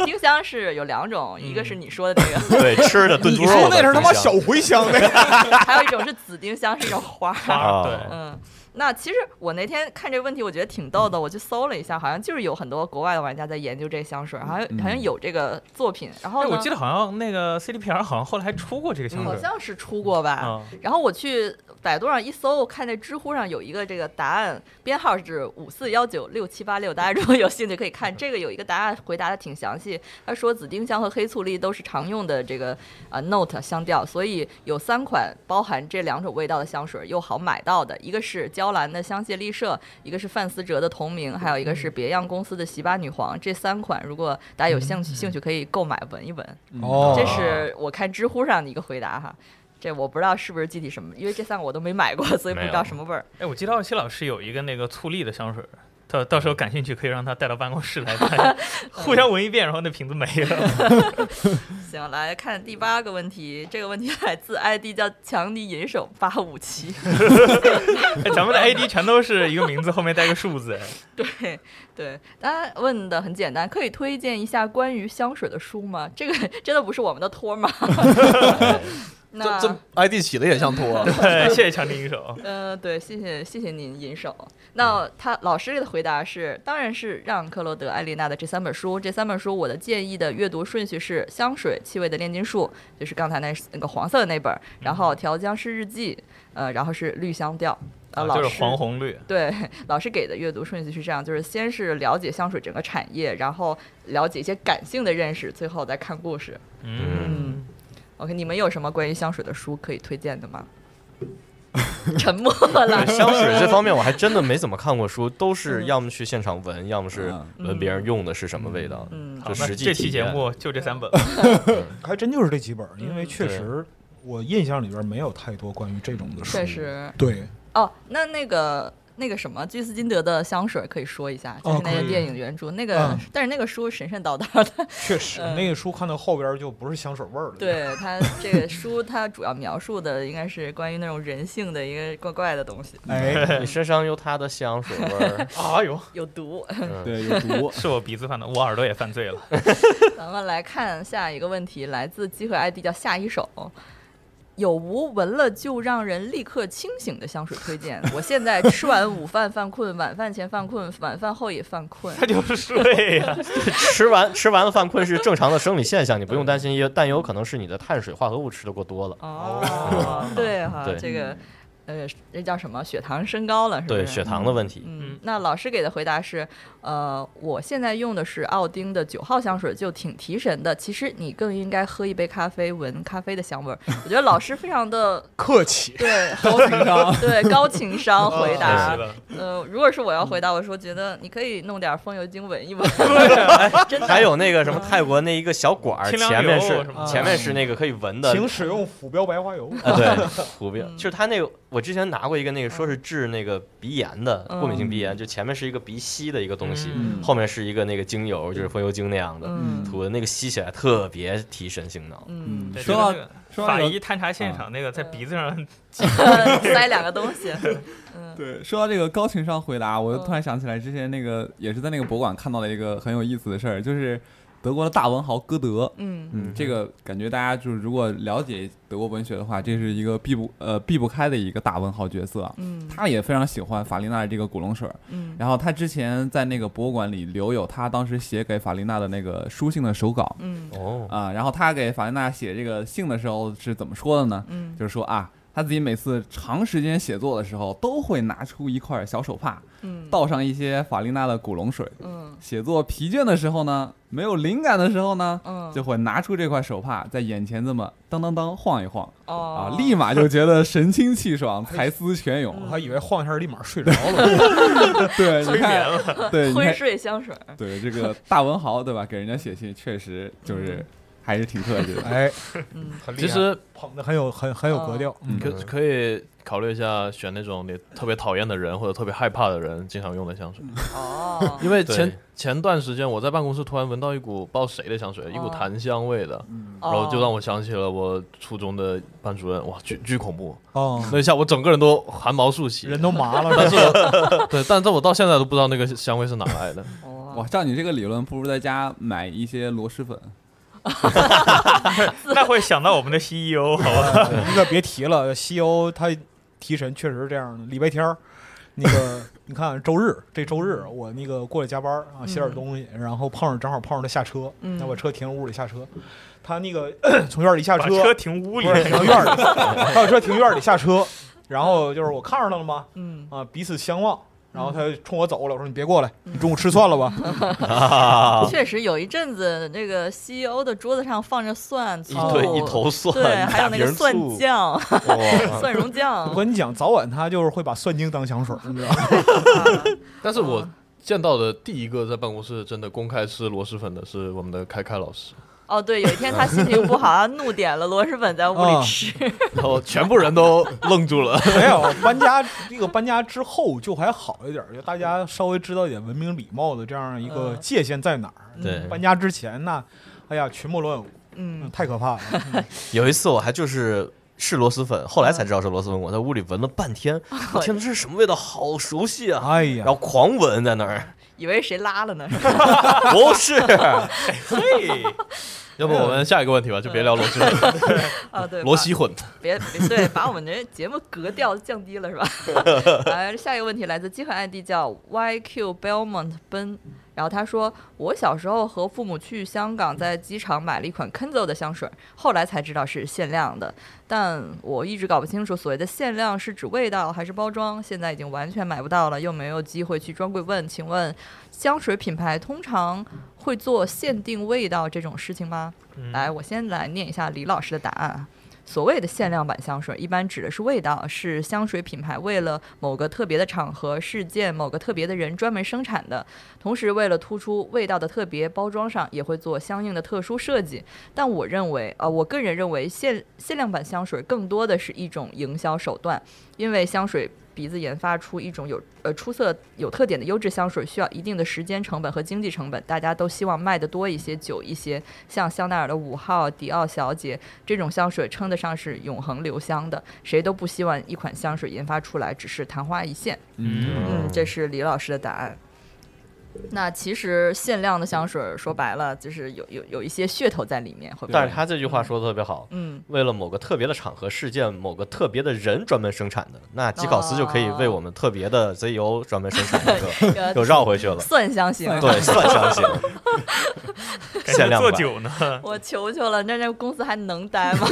Speaker 2: 丁香是有两种，一个 <laughs> 是你说的那
Speaker 4: 对吃的炖
Speaker 3: 你
Speaker 4: 猪
Speaker 3: 说
Speaker 4: 肉的
Speaker 3: 那是他妈
Speaker 4: 丁香
Speaker 3: 小茴香那个
Speaker 2: 个，还有一种是紫丁香，是一种花儿。
Speaker 4: 啊，
Speaker 6: 对
Speaker 2: 嗯，那其实我那天看这个问题，我觉得挺逗的，我去搜了一下，好像就是有很多国外的玩家在研究这香水，好像好像有这个作品，然后
Speaker 6: 哎，
Speaker 2: 呢
Speaker 6: 我记得好像那个 CDPR 好像后来还出过这个香
Speaker 2: 嗯好
Speaker 6: 水
Speaker 2: 像是出过吧，
Speaker 6: 啊，
Speaker 2: 然后我去百度上一搜，看那知乎上有一个这个答案编号是五四幺九六七八六，大家如果有兴趣可以看这个，有一个答案回答的挺详细。他说紫丁香和黑醋栗都是常用的这个啊 note 香调，所以有三款包含这两种味道的香水又好买到的，一个是娇兰的香榭丽舍，一个是范思哲的同名，还有一个是别样公司的喜巴女皇。这三款如果大家有兴趣兴趣可以购买闻一闻。
Speaker 3: 哦
Speaker 2: 这是我看知乎上的一个回答哈。这我不知道是不是具体什么，因为这三个我都没买过，所以不知道什么味儿。
Speaker 6: 哎，我记得奥奇老师有一个那个醋栗的香水儿，到到时候感兴趣可以让他带到办公室来，
Speaker 2: <laughs>
Speaker 6: 大家互相闻一遍，然后那瓶子没了。 <laughs>
Speaker 2: 行，来看第八个问题，这个问题来自 ID 叫强尼银手八五七。
Speaker 6: 哎咱们的 ID 全都是一个名字后面带个数字，哎 <laughs>
Speaker 2: <laughs> 对对，大家问的很简单，可以推荐一下关于香水的书吗？这个真的不是我们的托儿
Speaker 5: <laughs>
Speaker 2: 吗？那
Speaker 5: 这这 ID 起的也像托啊，
Speaker 6: 对，谢谢强力一手。
Speaker 2: 呃，对，谢谢谢谢您银手。那他老师的回答是，当然是让克罗德、艾丽娜的这三本书。这三本书我的建议的阅读顺序是《香水气味的炼金术》，就是刚才那那个黄色的那本儿，然后《调香师日记》，呃，然后是《绿香调》。啊，老
Speaker 6: 就是
Speaker 2: 师
Speaker 6: 黄红绿，
Speaker 2: 对，老师给的阅读顺序是这样，就是先是了解香水整个产业，然后了解一些感性的认识，最后再看故事。
Speaker 6: 嗯，
Speaker 2: 嗯，OK，你们有什么关于香水的书可以推荐的
Speaker 3: <laughs>
Speaker 2: 吗？沉默了。
Speaker 4: 香水这方面我还真的没怎么看过书，都是
Speaker 2: 嗯
Speaker 4: 要么去现场闻，要么是闻别人用的是什么味道，
Speaker 2: 嗯，
Speaker 6: 好
Speaker 4: 就，
Speaker 6: 那
Speaker 4: 实际
Speaker 6: 这期
Speaker 4: 体
Speaker 6: 节
Speaker 4: 验
Speaker 6: 目就这三本，
Speaker 3: 还真就是这几本儿，因为确
Speaker 4: 对
Speaker 3: 实我印象里边没有太多关于这种的书。
Speaker 2: 确，实。
Speaker 3: 对，
Speaker 2: 哦，那那个那个什么，居斯金德的香水可以说一下，就是
Speaker 3: 哦
Speaker 2: 那
Speaker 3: 可
Speaker 2: 个
Speaker 3: 以
Speaker 2: 电影原著，那个
Speaker 3: 嗯
Speaker 2: 但是那个书神神叨叨的，
Speaker 3: 确实
Speaker 2: 嗯
Speaker 3: 那个书看到后边就不是香水味儿了。，
Speaker 2: 对他这个书，他主要描述的应该是关于那种人性的一个怪怪的东西，
Speaker 3: 哎， <laughs>
Speaker 4: 你身上有它的香水味儿，
Speaker 6: 哎呦，。
Speaker 2: 有毒。
Speaker 7: 对，有毒
Speaker 6: 是我鼻子犯的，我耳朵也犯罪了。 <laughs>
Speaker 2: 咱们来看下一个问题，来自机会 ID 叫下一首。有无闻了就让人立刻清醒的香水推荐？我现在吃完午饭犯困，晚饭前犯困，晚饭后也犯困。
Speaker 6: 他就是睡
Speaker 7: <laughs>
Speaker 6: 呀、
Speaker 4: 吃完吃完了犯困是正常的生理现象，你不用担心，也但也有可能是你的碳水化合物吃的过多了，
Speaker 6: <laughs>
Speaker 2: 哦，对哈，
Speaker 4: 对
Speaker 2: 这个
Speaker 6: 嗯
Speaker 2: 呃，那叫什么？血糖升高了，是不是？
Speaker 4: 对血糖的问题。
Speaker 2: 嗯
Speaker 6: 嗯，
Speaker 2: 那老师给的回答是，呃，我现在用的是奥丁的九号香水，就挺提神的。其实你更应该喝一杯咖啡，闻咖啡的香味儿。我觉得老师非常的 <laughs>
Speaker 3: 客气。
Speaker 2: 对
Speaker 7: 高情商，
Speaker 2: <laughs> 对高情商回答
Speaker 6: 哦是。的，
Speaker 2: 呃，如果是我要回答，我说觉得你可以弄点风油精闻一闻。真的
Speaker 4: 还有那个什么泰国那一个小馆儿，
Speaker 6: 清凉
Speaker 4: 前面
Speaker 6: 油
Speaker 4: 是
Speaker 3: 嗯
Speaker 6: 什么
Speaker 4: 前面是那个可以闻的，
Speaker 3: 啊请使用浮标白花油。
Speaker 2: 嗯
Speaker 4: 啊对， <laughs> 虎标就是它那个，我之前拿过一个那个说是治那个鼻炎的过敏性鼻炎，就前面是一个鼻吸的一个东西，
Speaker 6: 嗯
Speaker 4: 后面是一个那个精油，就是风油精那样的，
Speaker 2: 嗯
Speaker 4: 涂的那个吸起来特别提神醒脑。
Speaker 2: 嗯，
Speaker 6: 对
Speaker 7: 说到
Speaker 6: 这个
Speaker 7: 说到
Speaker 6: 法
Speaker 7: 这个嗯
Speaker 6: 医探查现场那个在鼻子
Speaker 7: <laughs>
Speaker 6: 上，
Speaker 2: 呃塞两个东西。
Speaker 7: 对，说到这个高情商回答，我就
Speaker 2: 嗯
Speaker 7: 突然想起来之前那个也是在那个博物馆看到了一个很有意思的事儿，就是德国的大文豪歌德。
Speaker 2: 嗯
Speaker 7: 嗯，这个感觉大家就是如果了解德国文学的话，这是一个避不呃避不开的一个大文豪角色。啊
Speaker 2: 嗯
Speaker 7: 他也非常喜欢法丽娜的这个古龙水儿，
Speaker 2: 嗯
Speaker 7: 然后他之前在那个博物馆里留有他当时写给法丽娜的那个书信的手稿
Speaker 2: 嗯
Speaker 4: 哦，
Speaker 7: 啊、然后他给法丽娜写这个信的时候是怎么说的呢？
Speaker 2: 嗯
Speaker 7: 就是说啊，他自己每次长时间写作的时候，都会拿出一块小手帕，
Speaker 2: 嗯，
Speaker 7: 倒上一些法丽娜的古龙水。
Speaker 2: 嗯
Speaker 7: 写作疲倦的时候呢，没有灵感的时候呢，
Speaker 2: 嗯
Speaker 7: 就会拿出这块手帕，在眼前这么当当当晃一晃啊
Speaker 2: 哦，，
Speaker 7: 立马就觉得神清
Speaker 2: <laughs>
Speaker 7: 气爽，才思泉涌。
Speaker 2: 嗯
Speaker 3: 我还以为晃一下立马睡着了。
Speaker 7: 对，你看，对，你
Speaker 2: 昏
Speaker 7: 看，
Speaker 2: 睡香水儿。
Speaker 7: 对这个大文豪对吧？给人家写信，确实就是还是挺客气的。
Speaker 3: 哎，
Speaker 2: 嗯
Speaker 3: 很厉害
Speaker 5: 其实
Speaker 3: 捧的很有很很有格调。嗯
Speaker 5: 可可以考虑一下选那种你特别讨厌的人或者特别害怕的人经常用的香水，
Speaker 2: 哦，
Speaker 5: 因为
Speaker 4: 对
Speaker 5: 前前段时间我在办公室突然闻到一股不知道谁的香水，一股
Speaker 2: 哦
Speaker 5: 檀香味的，
Speaker 4: 嗯
Speaker 5: 然后就让我想起了我初中的班主任，哇，巨巨恐怖，
Speaker 3: 哦，
Speaker 4: 嗯
Speaker 5: 那一下我整个人都汗毛竖起。
Speaker 3: 人都麻了。但是
Speaker 5: <laughs> 对，但但我到现在都不知道那个香味是哪来
Speaker 4: <laughs>
Speaker 5: 的。
Speaker 7: 哇，
Speaker 2: 哦，
Speaker 7: 照你这个理论，不如在家买一些螺蛳粉。
Speaker 6: 那会想到我们的 E
Speaker 3: <laughs>
Speaker 6: CEO 好吧？
Speaker 3: 你可别提了，西欧它提神确实是这样的。礼拜天儿，那个你看周日这周日我那个过来加班儿啊，写点东西，然后碰上正好碰上他下车，
Speaker 2: 嗯
Speaker 3: 那我车停屋里下车，他那个 <coughs> 从院里下
Speaker 6: 把
Speaker 3: 车，
Speaker 6: 车停屋里
Speaker 3: 不，是停院 <laughs> 里，他有车停院里下车，然后就是我看上他了吗？
Speaker 2: 嗯
Speaker 3: 啊，彼此相望。然后他冲我走了，我说你别过来，你中午吃蒜了吧？
Speaker 2: 确实有一阵子，那个 CEO 的桌子上放着蒜
Speaker 4: 一
Speaker 2: 醋，
Speaker 4: 哦对一头蒜，
Speaker 2: 对，还有
Speaker 4: 大
Speaker 2: 那个
Speaker 4: 瓶
Speaker 2: 蒜
Speaker 4: 醋，
Speaker 2: 酱、
Speaker 4: 哇
Speaker 2: <laughs> 蒜蓉酱
Speaker 3: 我，跟你讲，早晚他就是会把蒜精当香水儿，你知道吗？
Speaker 5: 但是我见到的第一个在办公室真的公开吃螺蛳粉的是我们的开开老
Speaker 4: <laughs>
Speaker 5: 师，
Speaker 2: 哦，对，有一天他心情不好，他怒点了螺蛳粉在屋里
Speaker 3: 啊
Speaker 2: 吃。 <laughs>
Speaker 5: 然后全部人都愣住了。 <laughs>
Speaker 3: 没有搬家，这个搬家之后就还好一点儿，就大家稍微知道一点文明礼貌的这样一个
Speaker 2: 嗯
Speaker 3: 界限在哪儿。
Speaker 4: 对，
Speaker 3: 搬家之前那，哎呀，群魔乱舞，嗯
Speaker 2: 嗯，
Speaker 3: 太可怕了。
Speaker 4: 有一次我还就是是螺蛳粉，后来才知道是螺蛳粉，我在屋里闻了半天，我天哪，这是什么味道？好熟悉啊！
Speaker 3: 哎
Speaker 4: 然
Speaker 3: 呀
Speaker 4: 后，狂闻在那儿，
Speaker 2: 以为谁拉了呢？ <laughs>
Speaker 4: 不是，
Speaker 6: 嘿，
Speaker 5: 要不我们下一个问题吧，就别聊螺蛳
Speaker 4: <laughs>
Speaker 5: 粉，
Speaker 2: 啊，对，
Speaker 5: 螺
Speaker 2: 把
Speaker 5: 蛳粉。
Speaker 2: 别别对，把我们这节目格调降低了是吧？来，下一个问题来自机核 ID 叫 YQ Belmont 奔，然后他说：“我小时候和父母去香港，在机场买了一款 Kenzo 的香水，后来才知道是限量的，但我一直搞不清楚所谓的限量是指味道还是包装，现在已经完全买不到了，又没有机会去专柜问。请问，香水品牌通常会做限定味道这种事情吗？”来，我先来念一下李老师的答案啊。所谓的限量版香水，一般指的是味道，是香水品牌为了某个特别的场合、事件、某个特别的人专门生产的。同时，为了突出味道的特别，包装上也会做相应的特殊设计。但我认为，呃，我个人认为限限量版香水更多的是一种营销手段，因为香水。鼻子研发出一种有呃出色有特点的优质香水，需要一定的时间成本和经济成本。大家都希望卖得多一些、久一些。像香奈儿的五号、迪奥小姐这种香水，称得上是永恒留香的。谁都不希望一款香水研发出来只是昙花一现。
Speaker 6: 嗯，
Speaker 2: 嗯，这是李老师的答案。那其实限量的香水儿，说白了就是有有有一些噱头在里面，会不会？
Speaker 4: 但是他这句话说的特别好， <laughs>
Speaker 2: 嗯，
Speaker 4: 为了某个特别的场合、事件、某个特别的人专门生产的，那吉考斯就可以为我们特别的 CEO 专门生产一个，
Speaker 2: 呃
Speaker 4: 又绕回去了。
Speaker 2: 蒜香型。
Speaker 4: 对，算相信，
Speaker 6: 感
Speaker 4: 限
Speaker 6: 觉
Speaker 4: 量
Speaker 6: 做
Speaker 4: 版
Speaker 6: 酒呢， <laughs>
Speaker 2: 我求求了，那这公司还能待吗？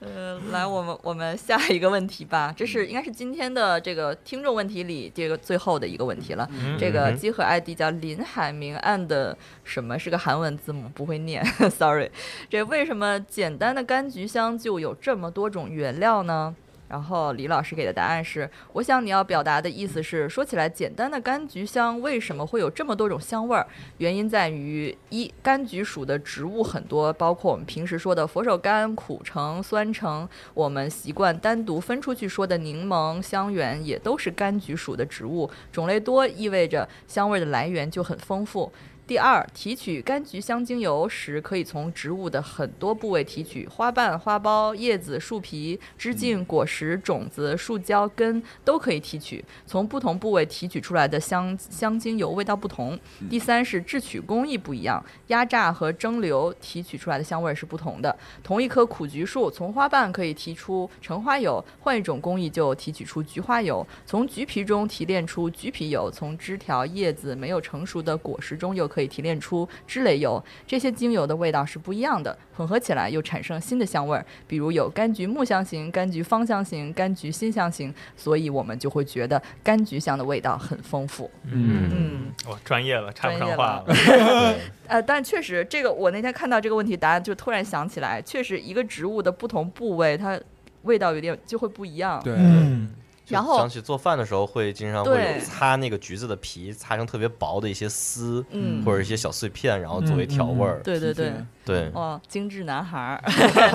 Speaker 2: 呃，来，我们我们下一个问题吧，这是应该是今天的这个听众问题里这个最后的一个问题了。这个集合 ID 叫林海明 and 什么是个韩文字母，不会念，sorry。这为什么简单的柑橘香就有这么多种原料呢？然后李老师给的答案是：我想你要表达的意思是，说起来简单的柑橘香为什么会有这么多种香味儿？原因在于一，柑橘属的植物很多，包括我们平时说的佛手柑、苦橙、酸橙，我们习惯单独分出去说的柠檬、香橼也都是柑橘属的植物，种类多意味着香味儿的来源就很丰富。第二，提取柑橘香精油时，可以从植物的很多部位提取，花瓣、花苞、叶子、树皮、枝茎、果实、种子、树胶、根都可以提取。从不同部位提取出来的香香精油味道不同。第三是制取工艺不一样，压榨和蒸馏提取出来的香味是不同的。同一棵苦菊树，从花瓣可以提出橙花油，换一种工艺就提取出菊花油；从橘皮中提炼出橘皮油，从枝条、叶子没有成熟的果实中又可以提炼出脂蕾油。这些精油的味道是不一样的，混合起来又产生新的香味儿，比如有柑橘木香型、柑橘芳香型、柑橘辛香型，所以我们就会觉得柑橘香的味道很丰富。
Speaker 4: 嗯，
Speaker 2: 嗯。
Speaker 6: 我专业了，插不
Speaker 2: 专
Speaker 6: 上
Speaker 2: 业
Speaker 6: 话
Speaker 2: 了
Speaker 6: 了。。
Speaker 2: 呃，但确实，这个我那天看到这个问题答案，就突然想起来，确实一个植物的不同部位，它味道有点就会不一样。
Speaker 7: 对，
Speaker 3: 嗯，
Speaker 4: 就
Speaker 2: 然后
Speaker 4: 想起做饭的时候会经常会
Speaker 2: 对
Speaker 4: 有擦那个橘子的皮，擦成特别薄的一些丝，
Speaker 2: 嗯
Speaker 4: 或者一些小碎片，然后作为调味儿。
Speaker 3: 嗯
Speaker 2: 对对对，
Speaker 4: 对，
Speaker 2: 哦，精致男孩 <laughs> 儿。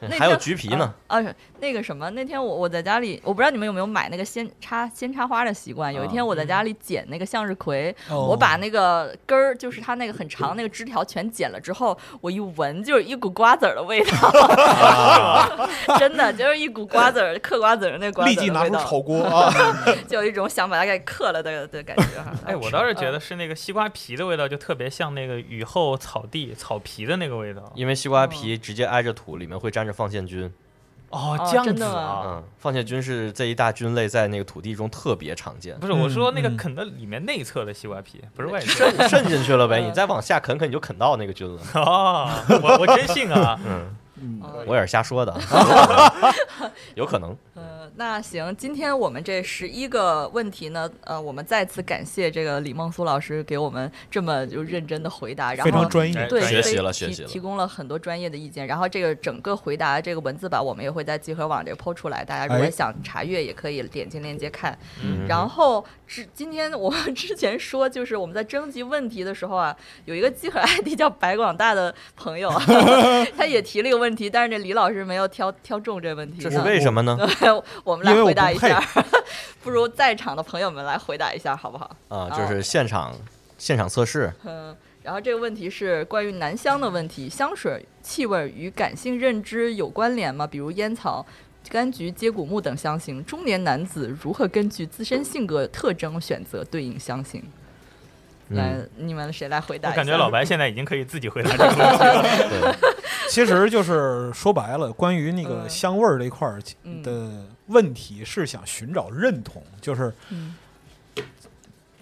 Speaker 2: 那
Speaker 4: 还有
Speaker 2: 天
Speaker 4: 橘皮呢。
Speaker 2: 啊，啊那个什么，那天我我在家里，我不知道你们有没有买那个鲜插鲜插花的习惯。
Speaker 3: 啊
Speaker 2: 有一天我在
Speaker 3: 嗯
Speaker 2: 家里捡那个向日葵，
Speaker 3: 哦
Speaker 2: 我把那个根儿，就是它那个很长那个枝条全剪了之后，我一闻就是一股瓜子儿的味道， <laughs> 真的就是一股瓜子儿嗑瓜子儿那瓜子
Speaker 3: 立
Speaker 2: 儿的味道。
Speaker 3: 即拿出炒锅啊！
Speaker 2: 就有一种想把它给刻了的的感觉哈
Speaker 7: <laughs>
Speaker 6: 哎，我倒是
Speaker 7: 嗯
Speaker 6: 觉得是那个西瓜皮的味道，就特别像那个雨后草地草皮的那个味道。
Speaker 4: 因为
Speaker 2: 哦
Speaker 4: 西瓜皮直接挨着土，里面会沾着放线菌。
Speaker 6: 哦
Speaker 2: 哦
Speaker 6: 这样
Speaker 2: 真
Speaker 6: 子
Speaker 2: 的吗。
Speaker 6: 啊
Speaker 4: 嗯，放线菌是这一大菌类在那个土地中特别常见
Speaker 2: <laughs>
Speaker 6: 不。是，我说那个
Speaker 3: 嗯嗯
Speaker 6: 啃的里面内侧的西瓜皮，不是外侧。
Speaker 4: 渗渗进去了
Speaker 2: 嗯
Speaker 4: 呗，你再往下啃啃，你就啃到那个菌了。！
Speaker 6: <laughs> 哦，我我真信啊
Speaker 4: 嗯，
Speaker 2: 嗯 <laughs>
Speaker 4: 我也是瞎说的，有可能。
Speaker 2: 呃，那行，今天我们这十一个问题呢，呃，我们再次感谢这个李梦苏老师给我们这么就认真的回答，然后
Speaker 3: 非常专业。
Speaker 6: 哎
Speaker 2: 对，
Speaker 4: 学
Speaker 2: 所以
Speaker 4: 习了
Speaker 2: 提
Speaker 4: 学习了
Speaker 2: 提供了很多专业的意见。然后这个整个回答这个文字版，我们也会在集合网这个抛出来，大家如果
Speaker 3: 哎
Speaker 2: 想查阅，也可以点进链接看。
Speaker 4: 嗯
Speaker 2: 然后之今天我 <laughs> 之前说，就是我们在征集问题的时候啊，有一个集合 ID 叫白广大的朋友啊， <laughs> 他也提了一个问题，但是这李老师没有挑挑中这问题，嗯
Speaker 4: 这是为什么呢？
Speaker 2: 么？ <laughs> 我们
Speaker 3: 因为
Speaker 2: 来
Speaker 3: 我
Speaker 2: 回答
Speaker 3: 不
Speaker 2: 一下，不如在场的朋友们来回答一下，好不好？
Speaker 4: 啊，就是现场现场测试，
Speaker 2: 嗯，然后这个问题是关于男香的问题，香水气味与感性认知有关联吗？比如烟草、柑橘、接骨木等香型，中年男子如何根据自身性格特征选择对应香型？
Speaker 3: 嗯
Speaker 2: 来，你们谁来回答一
Speaker 6: 我
Speaker 2: 下？
Speaker 6: 感觉老白现在已经可以自己回答
Speaker 7: <laughs>
Speaker 6: 这个问题了。
Speaker 3: 其实就是说白了，关于那个
Speaker 2: 嗯
Speaker 3: 香味儿这一块儿
Speaker 2: 嗯
Speaker 3: 的问题，是想寻找认同，就是
Speaker 2: 嗯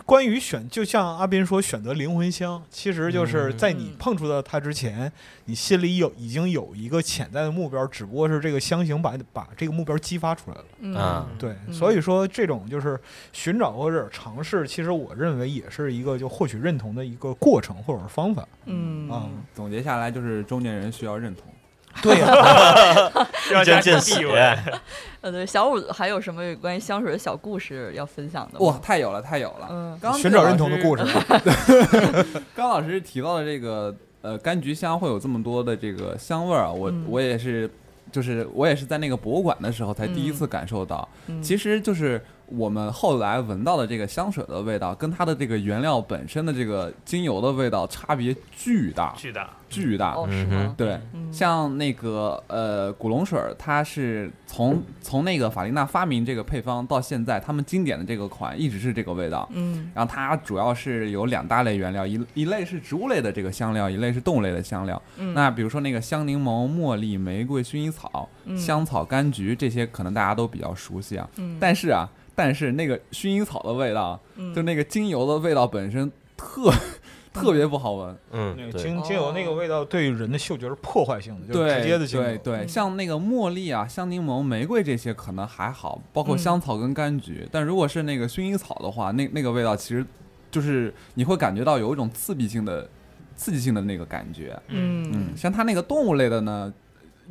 Speaker 3: 关于选，就像阿斌说，选择灵魂香，其实就是在你
Speaker 2: 嗯
Speaker 3: 碰触到它之前，你心里有已经有一个潜在的目标，只不过是这个香型把把这个目标激发出来了。
Speaker 2: 嗯
Speaker 4: 啊，
Speaker 6: <laughs>
Speaker 3: 对，
Speaker 2: 嗯
Speaker 3: 所以说这种就是寻找或者尝试，其实我认为也是一个就获取认同的一个过程或者是方
Speaker 7: <laughs>
Speaker 3: 法。啊
Speaker 2: 嗯，
Speaker 7: 总结下来就是中年人需要认同。
Speaker 3: 对呀、 <laughs>
Speaker 6: 要
Speaker 4: 一针
Speaker 6: 加
Speaker 4: 见
Speaker 6: 进
Speaker 4: 血
Speaker 6: 地位，
Speaker 2: 呃，对，小五还有什么有关于香水的小故事要分享的吗？
Speaker 7: 哇，太有了，太有了！
Speaker 2: 嗯
Speaker 7: 刚刚
Speaker 3: 寻找认同的故
Speaker 7: 事。
Speaker 3: 事。
Speaker 7: 刚老师提到的这个呃柑橘香会有这么多的这个香味儿啊，我、
Speaker 2: 嗯
Speaker 7: 我也是，就是我也是在那个博物馆的时候才第一次感受到，
Speaker 2: 嗯
Speaker 7: 其实就是我们后来闻到的这个香水的味道，跟它的这个原料本身的这个精油的味道差别巨大，
Speaker 6: 巨大。
Speaker 7: 巨大。
Speaker 2: 哦，是
Speaker 4: 嗯哼
Speaker 2: 吗？
Speaker 7: 对，
Speaker 2: 嗯
Speaker 7: 像那个呃古龙水儿，它是从从那个法琳娜发明这个配方到现在，他们经典的这个款一直是这个味道。
Speaker 2: 嗯
Speaker 7: 然后它主要是有两大类原料，一一类是植物类的这个香料，一类是动物类的香料。
Speaker 2: 嗯，
Speaker 7: 那比如说那个香柠檬、茉莉、玫瑰、薰衣草、
Speaker 2: 嗯
Speaker 7: 香草、柑橘这些，可能大家都比较熟悉啊。
Speaker 2: 嗯
Speaker 7: 但是啊，但是那个薰衣草的味道，
Speaker 2: 嗯
Speaker 7: 就那个精油的味道本身特 <laughs> 特别不好闻。
Speaker 4: 嗯，对，
Speaker 3: 精精油那个味道对人的嗅觉是破坏性的，就是
Speaker 7: 对，
Speaker 3: 直接的精油。
Speaker 7: 对对，
Speaker 2: 嗯
Speaker 7: 像那个茉莉啊、香柠檬、玫瑰这些可能还好，包括
Speaker 2: 嗯
Speaker 7: 香草跟柑橘。但如果是那个薰衣草的话，那那个味道其实就是你会感觉到有一种刺激性的、刺激性的那个感觉。
Speaker 2: 嗯
Speaker 7: 嗯，像它那个动物类的呢，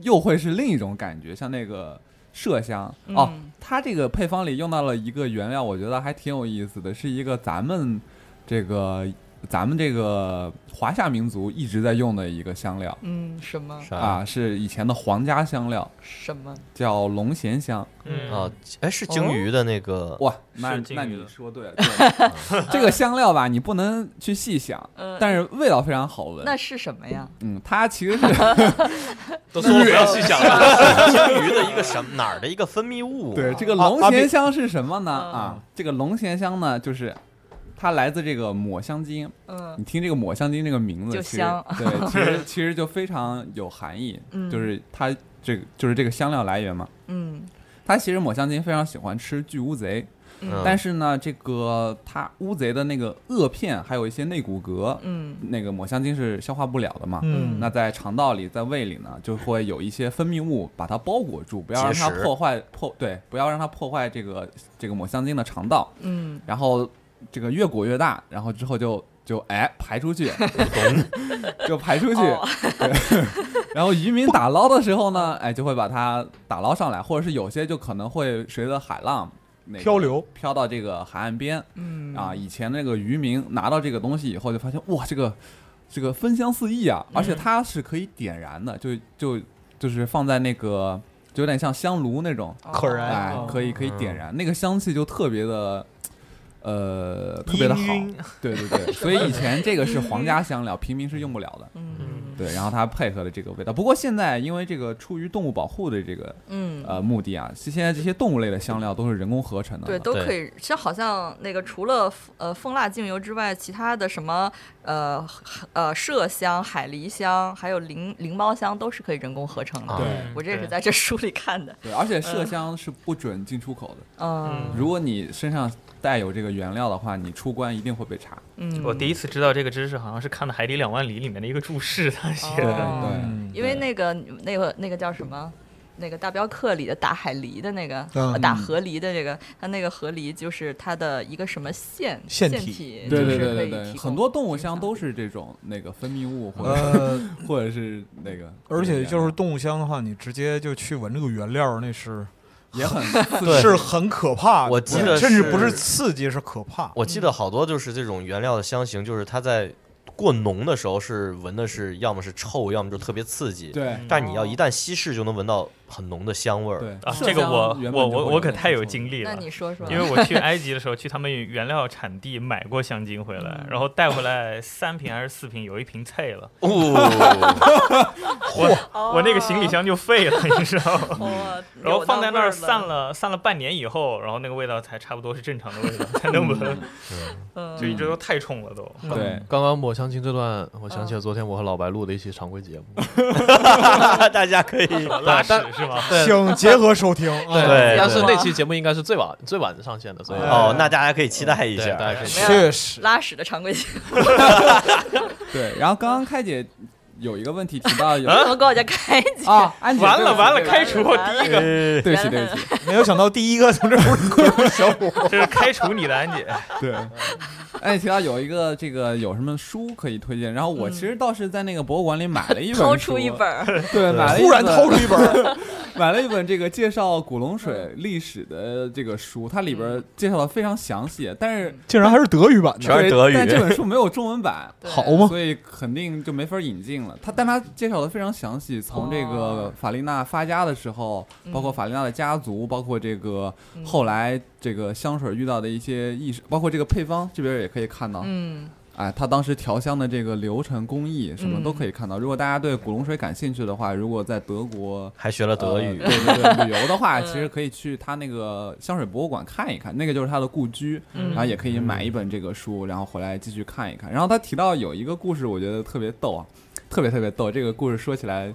Speaker 7: 又会是另一种感觉，像那个麝香、哦
Speaker 2: 嗯，
Speaker 7: 它这个配方里用到了一个原料，我觉得还挺有意思的，是一个咱们这个咱们这个华夏民族一直在用的一个香料。
Speaker 2: 嗯什么
Speaker 4: 啥
Speaker 7: 啊，是呃以前的皇家香料，
Speaker 2: 什么
Speaker 7: 叫龙涎香。
Speaker 6: 嗯
Speaker 4: 啊，哎，是
Speaker 2: 哦
Speaker 4: 鲸鱼的那个，
Speaker 7: 哇，那
Speaker 6: 是鲸
Speaker 7: 那
Speaker 6: 鱼
Speaker 7: 你
Speaker 6: 的
Speaker 7: 说对了，对了 <laughs> 这个香料吧，你不能去细想，
Speaker 2: 嗯
Speaker 7: 但是味道非常好闻。
Speaker 2: 那是什么呀？
Speaker 7: 嗯，它
Speaker 2: <laughs>
Speaker 7: 其实是
Speaker 4: 都说不要细想了，鲸鱼的一个什么哪儿的一个分泌物，
Speaker 7: 对这个
Speaker 3: 啊
Speaker 7: 龙
Speaker 3: 啊
Speaker 7: 涎
Speaker 3: 别
Speaker 7: 香是什么呢？
Speaker 2: 嗯
Speaker 7: 啊，这个龙涎香呢，就是它来自这个抹香鲸。
Speaker 2: 嗯
Speaker 7: 你听这个抹香鲸这个名字，
Speaker 2: 就
Speaker 7: 其实
Speaker 2: 香
Speaker 7: 对，其
Speaker 2: <laughs>
Speaker 7: 实其实就非常有含义，
Speaker 2: 嗯
Speaker 7: 就是它这个就是这个香料来源嘛。
Speaker 2: 嗯
Speaker 7: 它其实抹香鲸非常喜欢吃巨乌贼，
Speaker 4: 嗯，
Speaker 7: 但是呢，这个它乌贼的那个颚片，还有一些内骨骼，
Speaker 2: 嗯
Speaker 7: 那个抹香鲸是消化不了的嘛。
Speaker 3: 嗯，
Speaker 7: 那在肠道里，在胃里呢，就会有一些分泌物把它包裹住，不要让它
Speaker 4: 结石
Speaker 7: 破坏破对，不要让它破坏这个这个抹香鲸的肠道，
Speaker 2: 嗯
Speaker 7: 然后这个越裹越大，然后之后就就哎排出去， <laughs> 就排出去，
Speaker 2: 哦
Speaker 7: <laughs> 然后渔民打捞的时候呢，哎就会把它打捞上来，或者是有些就可能会随着海浪、那个
Speaker 3: 漂流
Speaker 7: 漂到这个海岸边，
Speaker 2: 嗯
Speaker 7: 啊，以前那个渔民拿到这个东西以后，就发现哇，这个这个芬香四溢
Speaker 2: 嗯
Speaker 7: 啊，而且它是可以点燃的，就就就是放在那个就有点像香炉那种，
Speaker 3: 可燃
Speaker 7: 哎
Speaker 3: 哦，
Speaker 7: 可以可以点燃，那个香气就特别的。呃，特
Speaker 6: 氤
Speaker 7: 别的好，
Speaker 6: 氲
Speaker 7: <laughs> 对对对，所以以前这个是皇家香料，平民是用不了的。
Speaker 2: 嗯
Speaker 7: 对，然后它配合了这个味道。不过现在因为这个出于动物保护的这个
Speaker 2: 嗯
Speaker 7: 呃目的啊，现在这些动物类的香料都是人工合成的了。
Speaker 2: 对，都可以。其实好像那个除了呃蜂蜡精油之外，其他的什么呃呃麝香、海狸香，还有灵灵猫香，都是可以人工合成的。
Speaker 4: 啊，
Speaker 7: 嗯
Speaker 3: 对
Speaker 2: 我这也是
Speaker 6: 对
Speaker 2: 在这书里看的。
Speaker 7: 对，而且麝香是不准进出口的。
Speaker 2: 嗯
Speaker 7: 如果你身上带有这个原料的话，你出关一定会被查。
Speaker 2: 嗯，
Speaker 6: 我第一次知道这个知识，好像是看的《海底两万里》里面的一个注释，他写
Speaker 2: 哦
Speaker 6: 的。
Speaker 7: 对
Speaker 3: 嗯
Speaker 2: 因为那个那个那个叫什么？那个大镖客里的打海狸的那个，
Speaker 7: 啊
Speaker 3: 嗯
Speaker 2: 呃打河狸的这个，它那个河狸就是它的一个什么腺
Speaker 3: 腺体
Speaker 2: 体，
Speaker 7: 对
Speaker 2: 就
Speaker 7: 对
Speaker 2: 是
Speaker 7: 对
Speaker 2: 可
Speaker 7: 对
Speaker 2: 以
Speaker 7: 对，
Speaker 2: 提供
Speaker 7: 很多动物箱都是这种那个分泌物，或者、
Speaker 3: 呃，
Speaker 7: 或者是那个，
Speaker 3: 而且就是动物箱的话，你直接就去闻这个原料，那 <laughs> 是
Speaker 7: 也很
Speaker 4: 对
Speaker 3: 是很可怕的。
Speaker 4: 我记得
Speaker 3: 甚至
Speaker 4: 是
Speaker 3: 不是刺激，是可怕。
Speaker 4: 我
Speaker 7: 嗯
Speaker 4: 记得好多就是这种原料的香型，就是它在过浓的时候是闻的是要么是臭，要么就特别刺激。，
Speaker 7: 对
Speaker 4: 但你要一旦稀释，就能闻到很浓的香味儿。
Speaker 7: 对
Speaker 6: 啊，
Speaker 7: 麝
Speaker 6: 这个
Speaker 7: 香
Speaker 6: 我
Speaker 7: 原本
Speaker 6: 我
Speaker 7: 就
Speaker 6: 我
Speaker 7: 会
Speaker 6: 我可
Speaker 7: 那
Speaker 6: 太有
Speaker 7: 种
Speaker 6: 经历
Speaker 2: 那
Speaker 6: 了。
Speaker 2: 你说说，
Speaker 6: 因为我去埃及的时候，去他们原料产地买过香精回
Speaker 2: 嗯
Speaker 6: 来，然后带回来三瓶还是四瓶，有一瓶碎了，
Speaker 5: <laughs>
Speaker 4: 哦，
Speaker 6: 我那个行李箱就废了，你知道吗？
Speaker 2: <laughs> 哦，
Speaker 6: 然后放在那儿
Speaker 2: 散
Speaker 6: 散，了散了半年以后，然后那个味道才差不多是正常的味道，才能闻，
Speaker 2: 嗯
Speaker 6: 就一直都太冲了都。
Speaker 7: 对，
Speaker 5: 刚刚抹香鲸这段，我想起了昨天我和老白录的一期常规节目，
Speaker 4: 大家可以
Speaker 6: <laughs> 拉屎是吗？
Speaker 3: 请结合收听。啊
Speaker 4: 对
Speaker 5: 但是那期节目应该是最晚最晚上线的，所以
Speaker 4: 哦，那大家可以期待一
Speaker 5: 嗯
Speaker 4: 啊
Speaker 5: 对大
Speaker 4: 下
Speaker 5: 家。可以
Speaker 2: 没有
Speaker 3: 确实，
Speaker 2: 拉屎的常规性，
Speaker 7: 对。然后刚刚开姐有一个问题提到有
Speaker 2: 怎么 <laughs> 跟我家开机？
Speaker 7: <laughs> 啊，安姐
Speaker 6: 啊完了
Speaker 7: 对不起
Speaker 6: 完了，
Speaker 7: 对不起
Speaker 6: 开除我第一个，
Speaker 4: 呃
Speaker 7: 对不起对
Speaker 2: <laughs>
Speaker 7: 不起，
Speaker 3: 没有想到第一个 <laughs> 从这屋里过来的小伙。
Speaker 6: 这是开除你的安姐。
Speaker 7: 对，安姐提到有一个这个有什么书可以推荐，然后我其实倒是在那个博物馆里买了一本，
Speaker 2: 嗯 <laughs> 掏出一，本
Speaker 7: <laughs>
Speaker 2: 儿，
Speaker 7: 对，买了一
Speaker 3: 突然
Speaker 7: 本
Speaker 3: 掏出一本，
Speaker 7: 买了一本这个介绍古龙
Speaker 2: 嗯
Speaker 7: 水历史的这个书，它里边介绍的非常详细，但是
Speaker 3: <laughs> 竟然还是德语版
Speaker 4: 全
Speaker 3: 的，
Speaker 7: 对
Speaker 4: 是德语
Speaker 7: 但这本书没有中文版，
Speaker 2: <laughs> 对
Speaker 3: 好吗？
Speaker 7: 所以肯定就没法引进了。他但他介绍的非常详细，从这个
Speaker 2: 哦嗯
Speaker 7: 法丽娜发家的时候，包括法丽娜的家族，包括这个后来这个香水遇到的一些意识，包括这个配方，这边也可以看到。
Speaker 2: 嗯，
Speaker 7: 哎，他当时调香的这个流程、工艺什么都可以看到。如果大家对古龙水感兴趣的话，如果在德国。
Speaker 4: 还学了德语
Speaker 7: 呃，对对对，旅游的
Speaker 2: 嗯
Speaker 7: 话，其实可以去他那个香水博物馆看一看，那个就是他的故居，
Speaker 2: 嗯
Speaker 7: 然后也可以买一本这个书，然后回来继续看一看。然后他提到有一个故事，我觉得特别逗啊，特别特别逗。这个故事说起来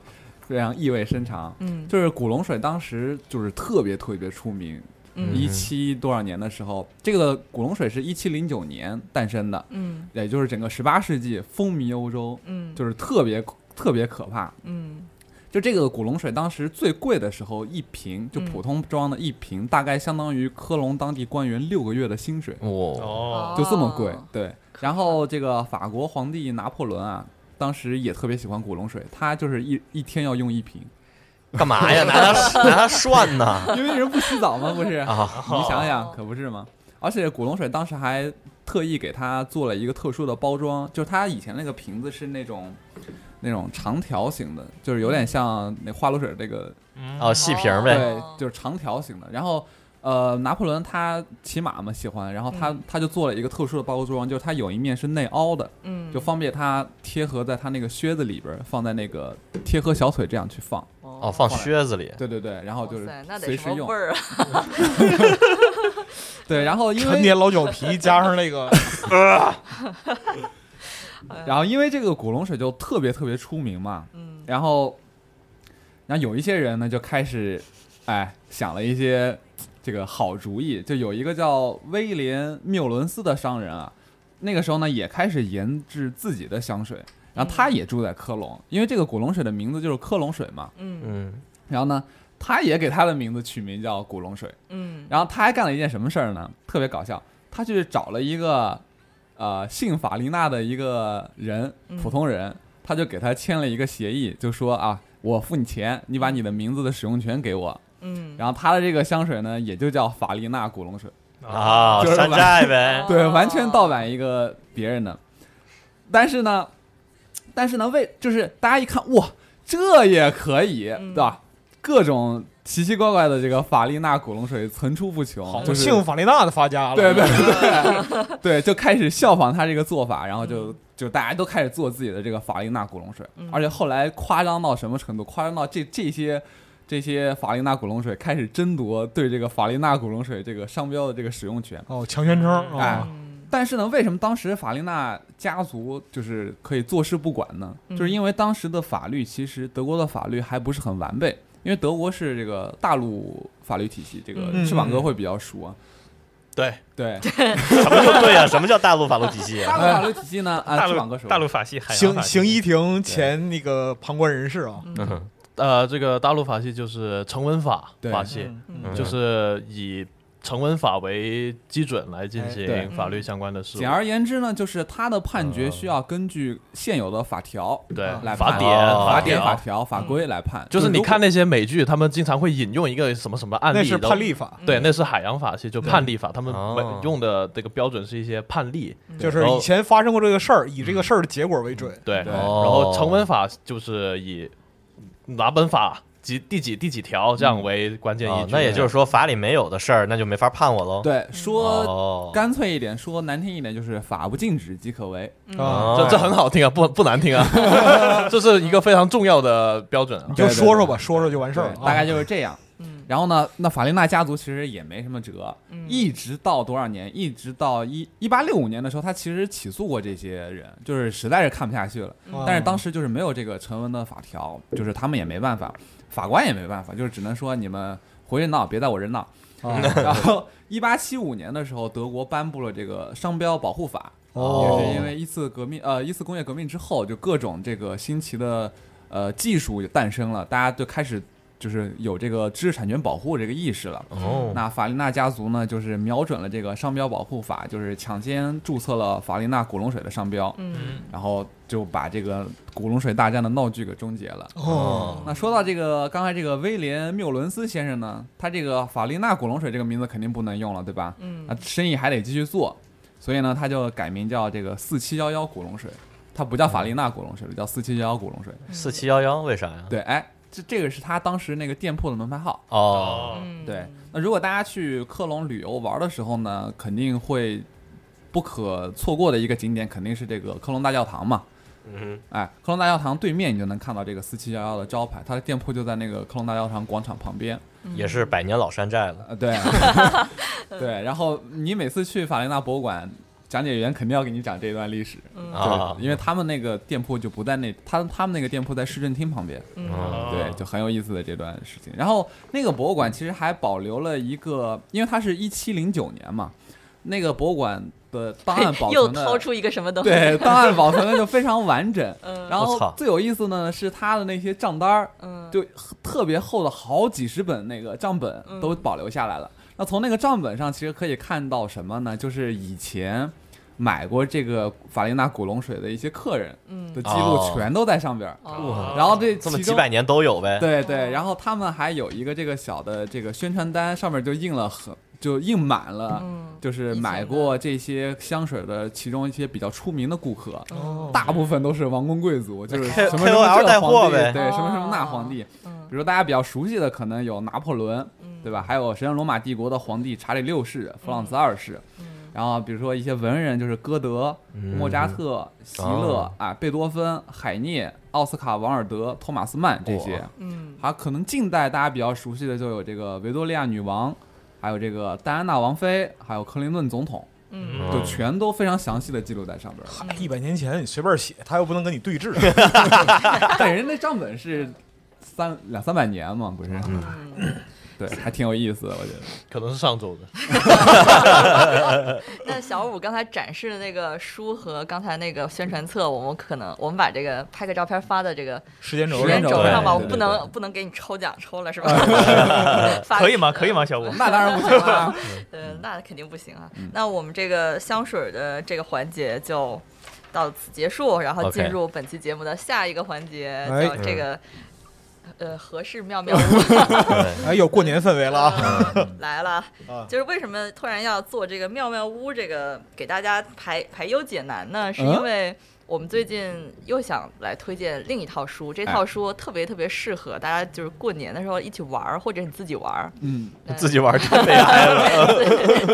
Speaker 7: 非常意味深长，
Speaker 2: 嗯
Speaker 7: 就是古龙水当时就是特别特别出名，
Speaker 2: 嗯
Speaker 7: 一七多少年的时候，这个古龙水是一七零九年诞生的，
Speaker 2: 嗯
Speaker 7: 也就是整个十八世纪风靡欧洲，
Speaker 2: 嗯
Speaker 7: 就是特别特别可怕。
Speaker 2: 嗯
Speaker 7: 就这个古龙水当时最贵的时候，一瓶就普通装的一瓶，大概相当于科隆当地官员六个月的薪水，
Speaker 4: 哦，
Speaker 6: 哦，
Speaker 7: 就这么贵。对，然后这个法国皇帝拿破仑啊，当时也特别喜欢古龙水，他就是一一天要用一瓶，
Speaker 5: 呃
Speaker 4: 干嘛呀？拿它拿它涮呢？
Speaker 7: 因为人不洗澡嘛，不是？
Speaker 4: 啊，
Speaker 7: 你想想，可不是吗？而且古龙水当时还特意给它做了一个特殊的包装，就是它以前那个瓶子是那种那种长条形的，就是有点像那花露水这个
Speaker 4: 哦，细
Speaker 5: <laughs>
Speaker 4: 瓶儿呗。
Speaker 7: 对，就是长条形的。然后，呃，拿破仑他骑马嘛，喜欢，然后他、他就做了一个特殊的包装，就是它有一面是内凹的，
Speaker 2: 嗯，
Speaker 7: 就方便他贴合在他那个靴子里边儿，放在那个贴合小腿这样去放。
Speaker 4: 哦，放靴子里。
Speaker 7: 对对对，然后就是
Speaker 2: 哇塞那得
Speaker 7: 随
Speaker 2: 什
Speaker 7: 时
Speaker 2: 么
Speaker 7: 用
Speaker 2: 味。儿啊？
Speaker 7: 对，然后因
Speaker 3: 陈
Speaker 7: 为
Speaker 3: 年老酒皮加上那 <laughs> 个，
Speaker 7: 然后因为这个古龙水就特别特别出名嘛，
Speaker 2: 嗯
Speaker 7: 然后，然后有一些人呢就开始，哎，想了一些这个好主意。就有一个叫威廉缪伦斯的商人啊，那个时候呢也开始研制自己的香水。然后他也住在科隆，因为这个古龙水的名字就是科隆水嘛。
Speaker 2: 嗯
Speaker 4: 嗯，
Speaker 7: 然后呢，他也给他的名字取名叫古龙水。
Speaker 2: 嗯
Speaker 7: 然后他还干了一件什么事儿呢？特别搞笑，他去找了一个呃姓法琳娜的一个人，普通人，他就给他签了一个协议，就说啊，我付你钱，你把你的名字的使用权给我。
Speaker 2: 嗯，
Speaker 7: 然后他的这个香水呢，也就叫法琳娜古龙水，
Speaker 6: 哦
Speaker 4: 啊，
Speaker 7: 就是
Speaker 4: 山
Speaker 5: <laughs>
Speaker 4: 寨呗。
Speaker 7: 对，完全
Speaker 2: 哦
Speaker 7: 盗版一个别人的。但是呢，但是呢，为就是大家一看，哇，这也可以，对吧？各种奇奇怪怪的这个法丽娜古龙水层出不穷，就是
Speaker 3: 幸法丽娜的发家了。
Speaker 7: 对对对对对，就开始效仿他这个做法，然后
Speaker 3: 嗯
Speaker 7: 就就大家都开始做自己的这个法琳娜古龙水，而且后来夸张到什么程度？夸张到这这些。这些法琳娜古龙水开始争夺对这个法琳娜古龙水这个商标的这个使用权，
Speaker 3: 哦，强宣称
Speaker 7: 哎
Speaker 3: 啊，，
Speaker 2: 嗯
Speaker 7: 但是呢，为什么当时法琳娜家族就是可以坐视不管呢？
Speaker 3: 嗯
Speaker 7: 就是因为当时的法律，其实德国的法律还不是很完备，因为德国是这个大陆法律体系，这个
Speaker 3: 嗯
Speaker 7: 翅膀哥会比较熟啊。
Speaker 5: 对
Speaker 7: 对，
Speaker 4: 什么叫对呀？什么叫大陆法律体系
Speaker 7: 大
Speaker 4: 啊？
Speaker 7: 陆法律体系
Speaker 5: 哎
Speaker 7: 呢，啊，
Speaker 6: 大
Speaker 7: 翅膀哥
Speaker 6: 陆
Speaker 7: 熟。
Speaker 6: 大陆法系海洋
Speaker 3: 行
Speaker 6: 法系
Speaker 3: 行医庭前那个旁观人士啊，
Speaker 4: 嗯
Speaker 5: 呃，这个大陆法系就是成文法
Speaker 7: 对
Speaker 5: 法系，
Speaker 3: 嗯
Speaker 4: 嗯
Speaker 5: 就是以成文法为基准来进
Speaker 7: 哎对嗯
Speaker 5: 行法律相关的事务
Speaker 7: 简。而言之呢，就是他的判决需要根据现有的法条
Speaker 5: 嗯对
Speaker 7: 来，
Speaker 5: 法
Speaker 7: 判
Speaker 5: 典、
Speaker 4: 哦
Speaker 7: 法
Speaker 5: 法
Speaker 7: 典、法条、法规来判。
Speaker 5: 就是你
Speaker 7: 如果
Speaker 5: 看那些美剧，他们经常会引用一个什么什么案例，
Speaker 3: 那是
Speaker 5: 然后
Speaker 3: 判例法，
Speaker 2: 嗯
Speaker 5: 对，那是海洋法系，就判例法，他们
Speaker 4: 哦
Speaker 5: 本用的这个标准是一些判例，
Speaker 2: 嗯
Speaker 3: 就是以前发生过这个事儿，以这个事儿的结果为准。
Speaker 5: 对，
Speaker 7: 对
Speaker 5: 然后成文法就是以哪本法几第几第几条这样为关键依
Speaker 4: 哦
Speaker 5: 据，
Speaker 4: 那也就是说法里没有的事儿，那就没法判我喽。
Speaker 7: 对说
Speaker 4: 哦，
Speaker 7: 干脆一点，说难听一点，就是法不禁止即可为。
Speaker 3: 啊，
Speaker 5: 这这很好听啊，不不难听啊，这是一个非常重要的标准啊
Speaker 3: 你。就说说吧，说说就完事儿
Speaker 7: 对
Speaker 3: 了。啊
Speaker 7: 大概就是这样。
Speaker 2: 嗯
Speaker 7: 然后呢，那法琳娜家族其实也没什么辙，
Speaker 3: 嗯
Speaker 2: 嗯
Speaker 7: 一直到多少年，一直到一一八六五年的时候，他其实起诉过这些人，就是实在是看不下去了。
Speaker 3: 啊
Speaker 7: 但是当时就是没有这个成文的法条，就是他们也没办法，法官也没办法，就是只能说你们回去闹，别在我这闹。然后，一八七五年的时候，德国颁布了这个商标保护法，
Speaker 3: 哦
Speaker 7: 也是因为一次革命，呃，一次工业革命之后，就各种这个新奇的呃技术诞生了，大家就开始就是有这个知识产权保护这个意识了。
Speaker 2: 嗯
Speaker 4: 哦，
Speaker 7: 那法琳娜家族呢，就是瞄准了这个商标保护法，就是抢先注册了法琳娜古龙水的商标，
Speaker 2: 嗯，
Speaker 7: 然后就把这个古龙水大战的闹剧给终结了。嗯
Speaker 3: 哦，
Speaker 7: 那说到这个，刚才这个威廉缪伦斯先生呢，他这个法琳娜古龙水这个名字肯定不能用了，对吧？
Speaker 2: 嗯
Speaker 6: 啊
Speaker 7: 那生意还得继续做，所以呢，他就改名叫这个四七幺幺古龙水，他不叫法琳娜古龙水了，叫四七幺幺古龙水。
Speaker 4: 四七幺幺为啥呀？
Speaker 7: 对，哎，这这个是他当时那个店铺的门牌号。
Speaker 4: 哦，
Speaker 7: 对，那如果大家去科隆旅游玩的时候呢，肯定会不可错过的一个景点，肯定是这个科隆大教堂嘛。
Speaker 4: 嗯
Speaker 7: 哎，科隆大教堂对面你就能看到这个四七幺幺的招牌，它的店铺就在那个科隆大教堂广场旁边。
Speaker 5: 嗯
Speaker 4: 哼，也是百年老山寨了。
Speaker 7: 呃，
Speaker 4: <laughs>
Speaker 7: 对，对。然后你每次去法琳娜博物馆，讲解员肯定要给你讲这段历史，
Speaker 4: 啊
Speaker 7: 对，因为他们那个店铺就不在那，他他们那个店铺在市政厅旁边，
Speaker 6: 哦啊
Speaker 4: 嗯
Speaker 7: 对，就很有意思的这段事情。然后那个博物馆其实还保留了一个，因为它是一七零九年嘛，那个博物馆的档案保
Speaker 2: <laughs> 又
Speaker 7: 存的
Speaker 2: 掏出嗯一个什么东西，
Speaker 7: 对，档案保存的就非常
Speaker 2: <laughs>
Speaker 7: 完整。然
Speaker 4: 我
Speaker 7: 后
Speaker 4: 操
Speaker 7: 最有意思呢是它的那些账单儿，
Speaker 2: 嗯
Speaker 7: 就特别厚的好几十本那个账本
Speaker 2: 嗯
Speaker 7: 都保留下来了。那从那个账本上其实可以看到什么呢？就是以前买过这个法琳娜古龙水的一些客人
Speaker 2: 嗯
Speaker 7: 的记录
Speaker 4: 哦
Speaker 7: 全都在上边儿。
Speaker 2: 哦
Speaker 6: 哦
Speaker 4: 哇
Speaker 7: 然后这
Speaker 4: 这么
Speaker 7: 其
Speaker 4: 几
Speaker 7: 中
Speaker 4: 百年都有呗。 <laughs>
Speaker 7: 对对，然后他们还有一个这个小的这个宣传单，上面就印了很就印满了，
Speaker 2: 嗯
Speaker 7: 就是买过这些香水的其中一些比较出名的顾客，大部分都是王公贵族，就是
Speaker 4: K-
Speaker 7: 什么什么
Speaker 4: KOL 带
Speaker 7: 这
Speaker 4: 货
Speaker 7: 皇帝，
Speaker 4: 呗
Speaker 7: 对，什么什么那皇帝，比如大家比较熟悉的可能有拿破仑，对吧？还有神圣罗马帝国的皇帝查理六世、弗朗茨二世。然后，比如说一些文人，就是歌德、莫扎特、席勒
Speaker 4: 嗯哦
Speaker 7: 啊、贝多芬、海涅、奥斯卡·王尔德、托马斯曼这些
Speaker 4: 哇，
Speaker 2: 嗯
Speaker 7: 还有可能近代大家比较熟悉的就有这个维多利亚女王，还有这个戴安娜王妃，还有克林顿总统，
Speaker 2: 嗯
Speaker 7: 就全都非常详细的记录在上边儿。
Speaker 3: 一百年前你随便写，他又不能跟你对
Speaker 7: <laughs>
Speaker 3: 峙。
Speaker 7: 但人家账本是三两三百年嘛，不是？
Speaker 2: 嗯
Speaker 7: 对，还挺有意思的，我觉得。
Speaker 5: 可能是上周的，
Speaker 2: 那小五刚才展示的那个书和刚才那个宣传册，我们可能我们把这个拍个照片发到这个
Speaker 3: 时间轴
Speaker 2: 时间
Speaker 7: 轴
Speaker 2: 轴上吧，
Speaker 7: 对
Speaker 2: 我不
Speaker 7: 对
Speaker 2: 能不能给你抽奖抽
Speaker 6: <laughs>
Speaker 2: 了是吧？发
Speaker 6: 可以吗？可以吗，小五？
Speaker 7: 嗯那当然不行了。嗯
Speaker 2: 呃，那肯定不行啊。那我们这个香水的这个环节就到此结束，然后
Speaker 4: OK
Speaker 2: 进入本期节目的下一个环节，
Speaker 3: 哎
Speaker 2: 叫这个呃合适妙妙屋
Speaker 7: <laughs>
Speaker 3: 哎，有过年氛围了啊！
Speaker 7: 嗯
Speaker 2: 呃来了
Speaker 3: 啊。
Speaker 2: <laughs> 就是为什么突然要做这个妙妙屋这个给大家排排忧解难呢？是因
Speaker 7: 嗯
Speaker 2: 为。我们最近又想来推荐另一套书，这
Speaker 7: 哎
Speaker 2: 套书特别特别适合大家，就是过年的时候一起玩儿，或者你自己玩
Speaker 7: <laughs>
Speaker 2: 儿，
Speaker 7: 嗯，
Speaker 4: 自
Speaker 2: <laughs>
Speaker 4: 己玩儿太悲哀了。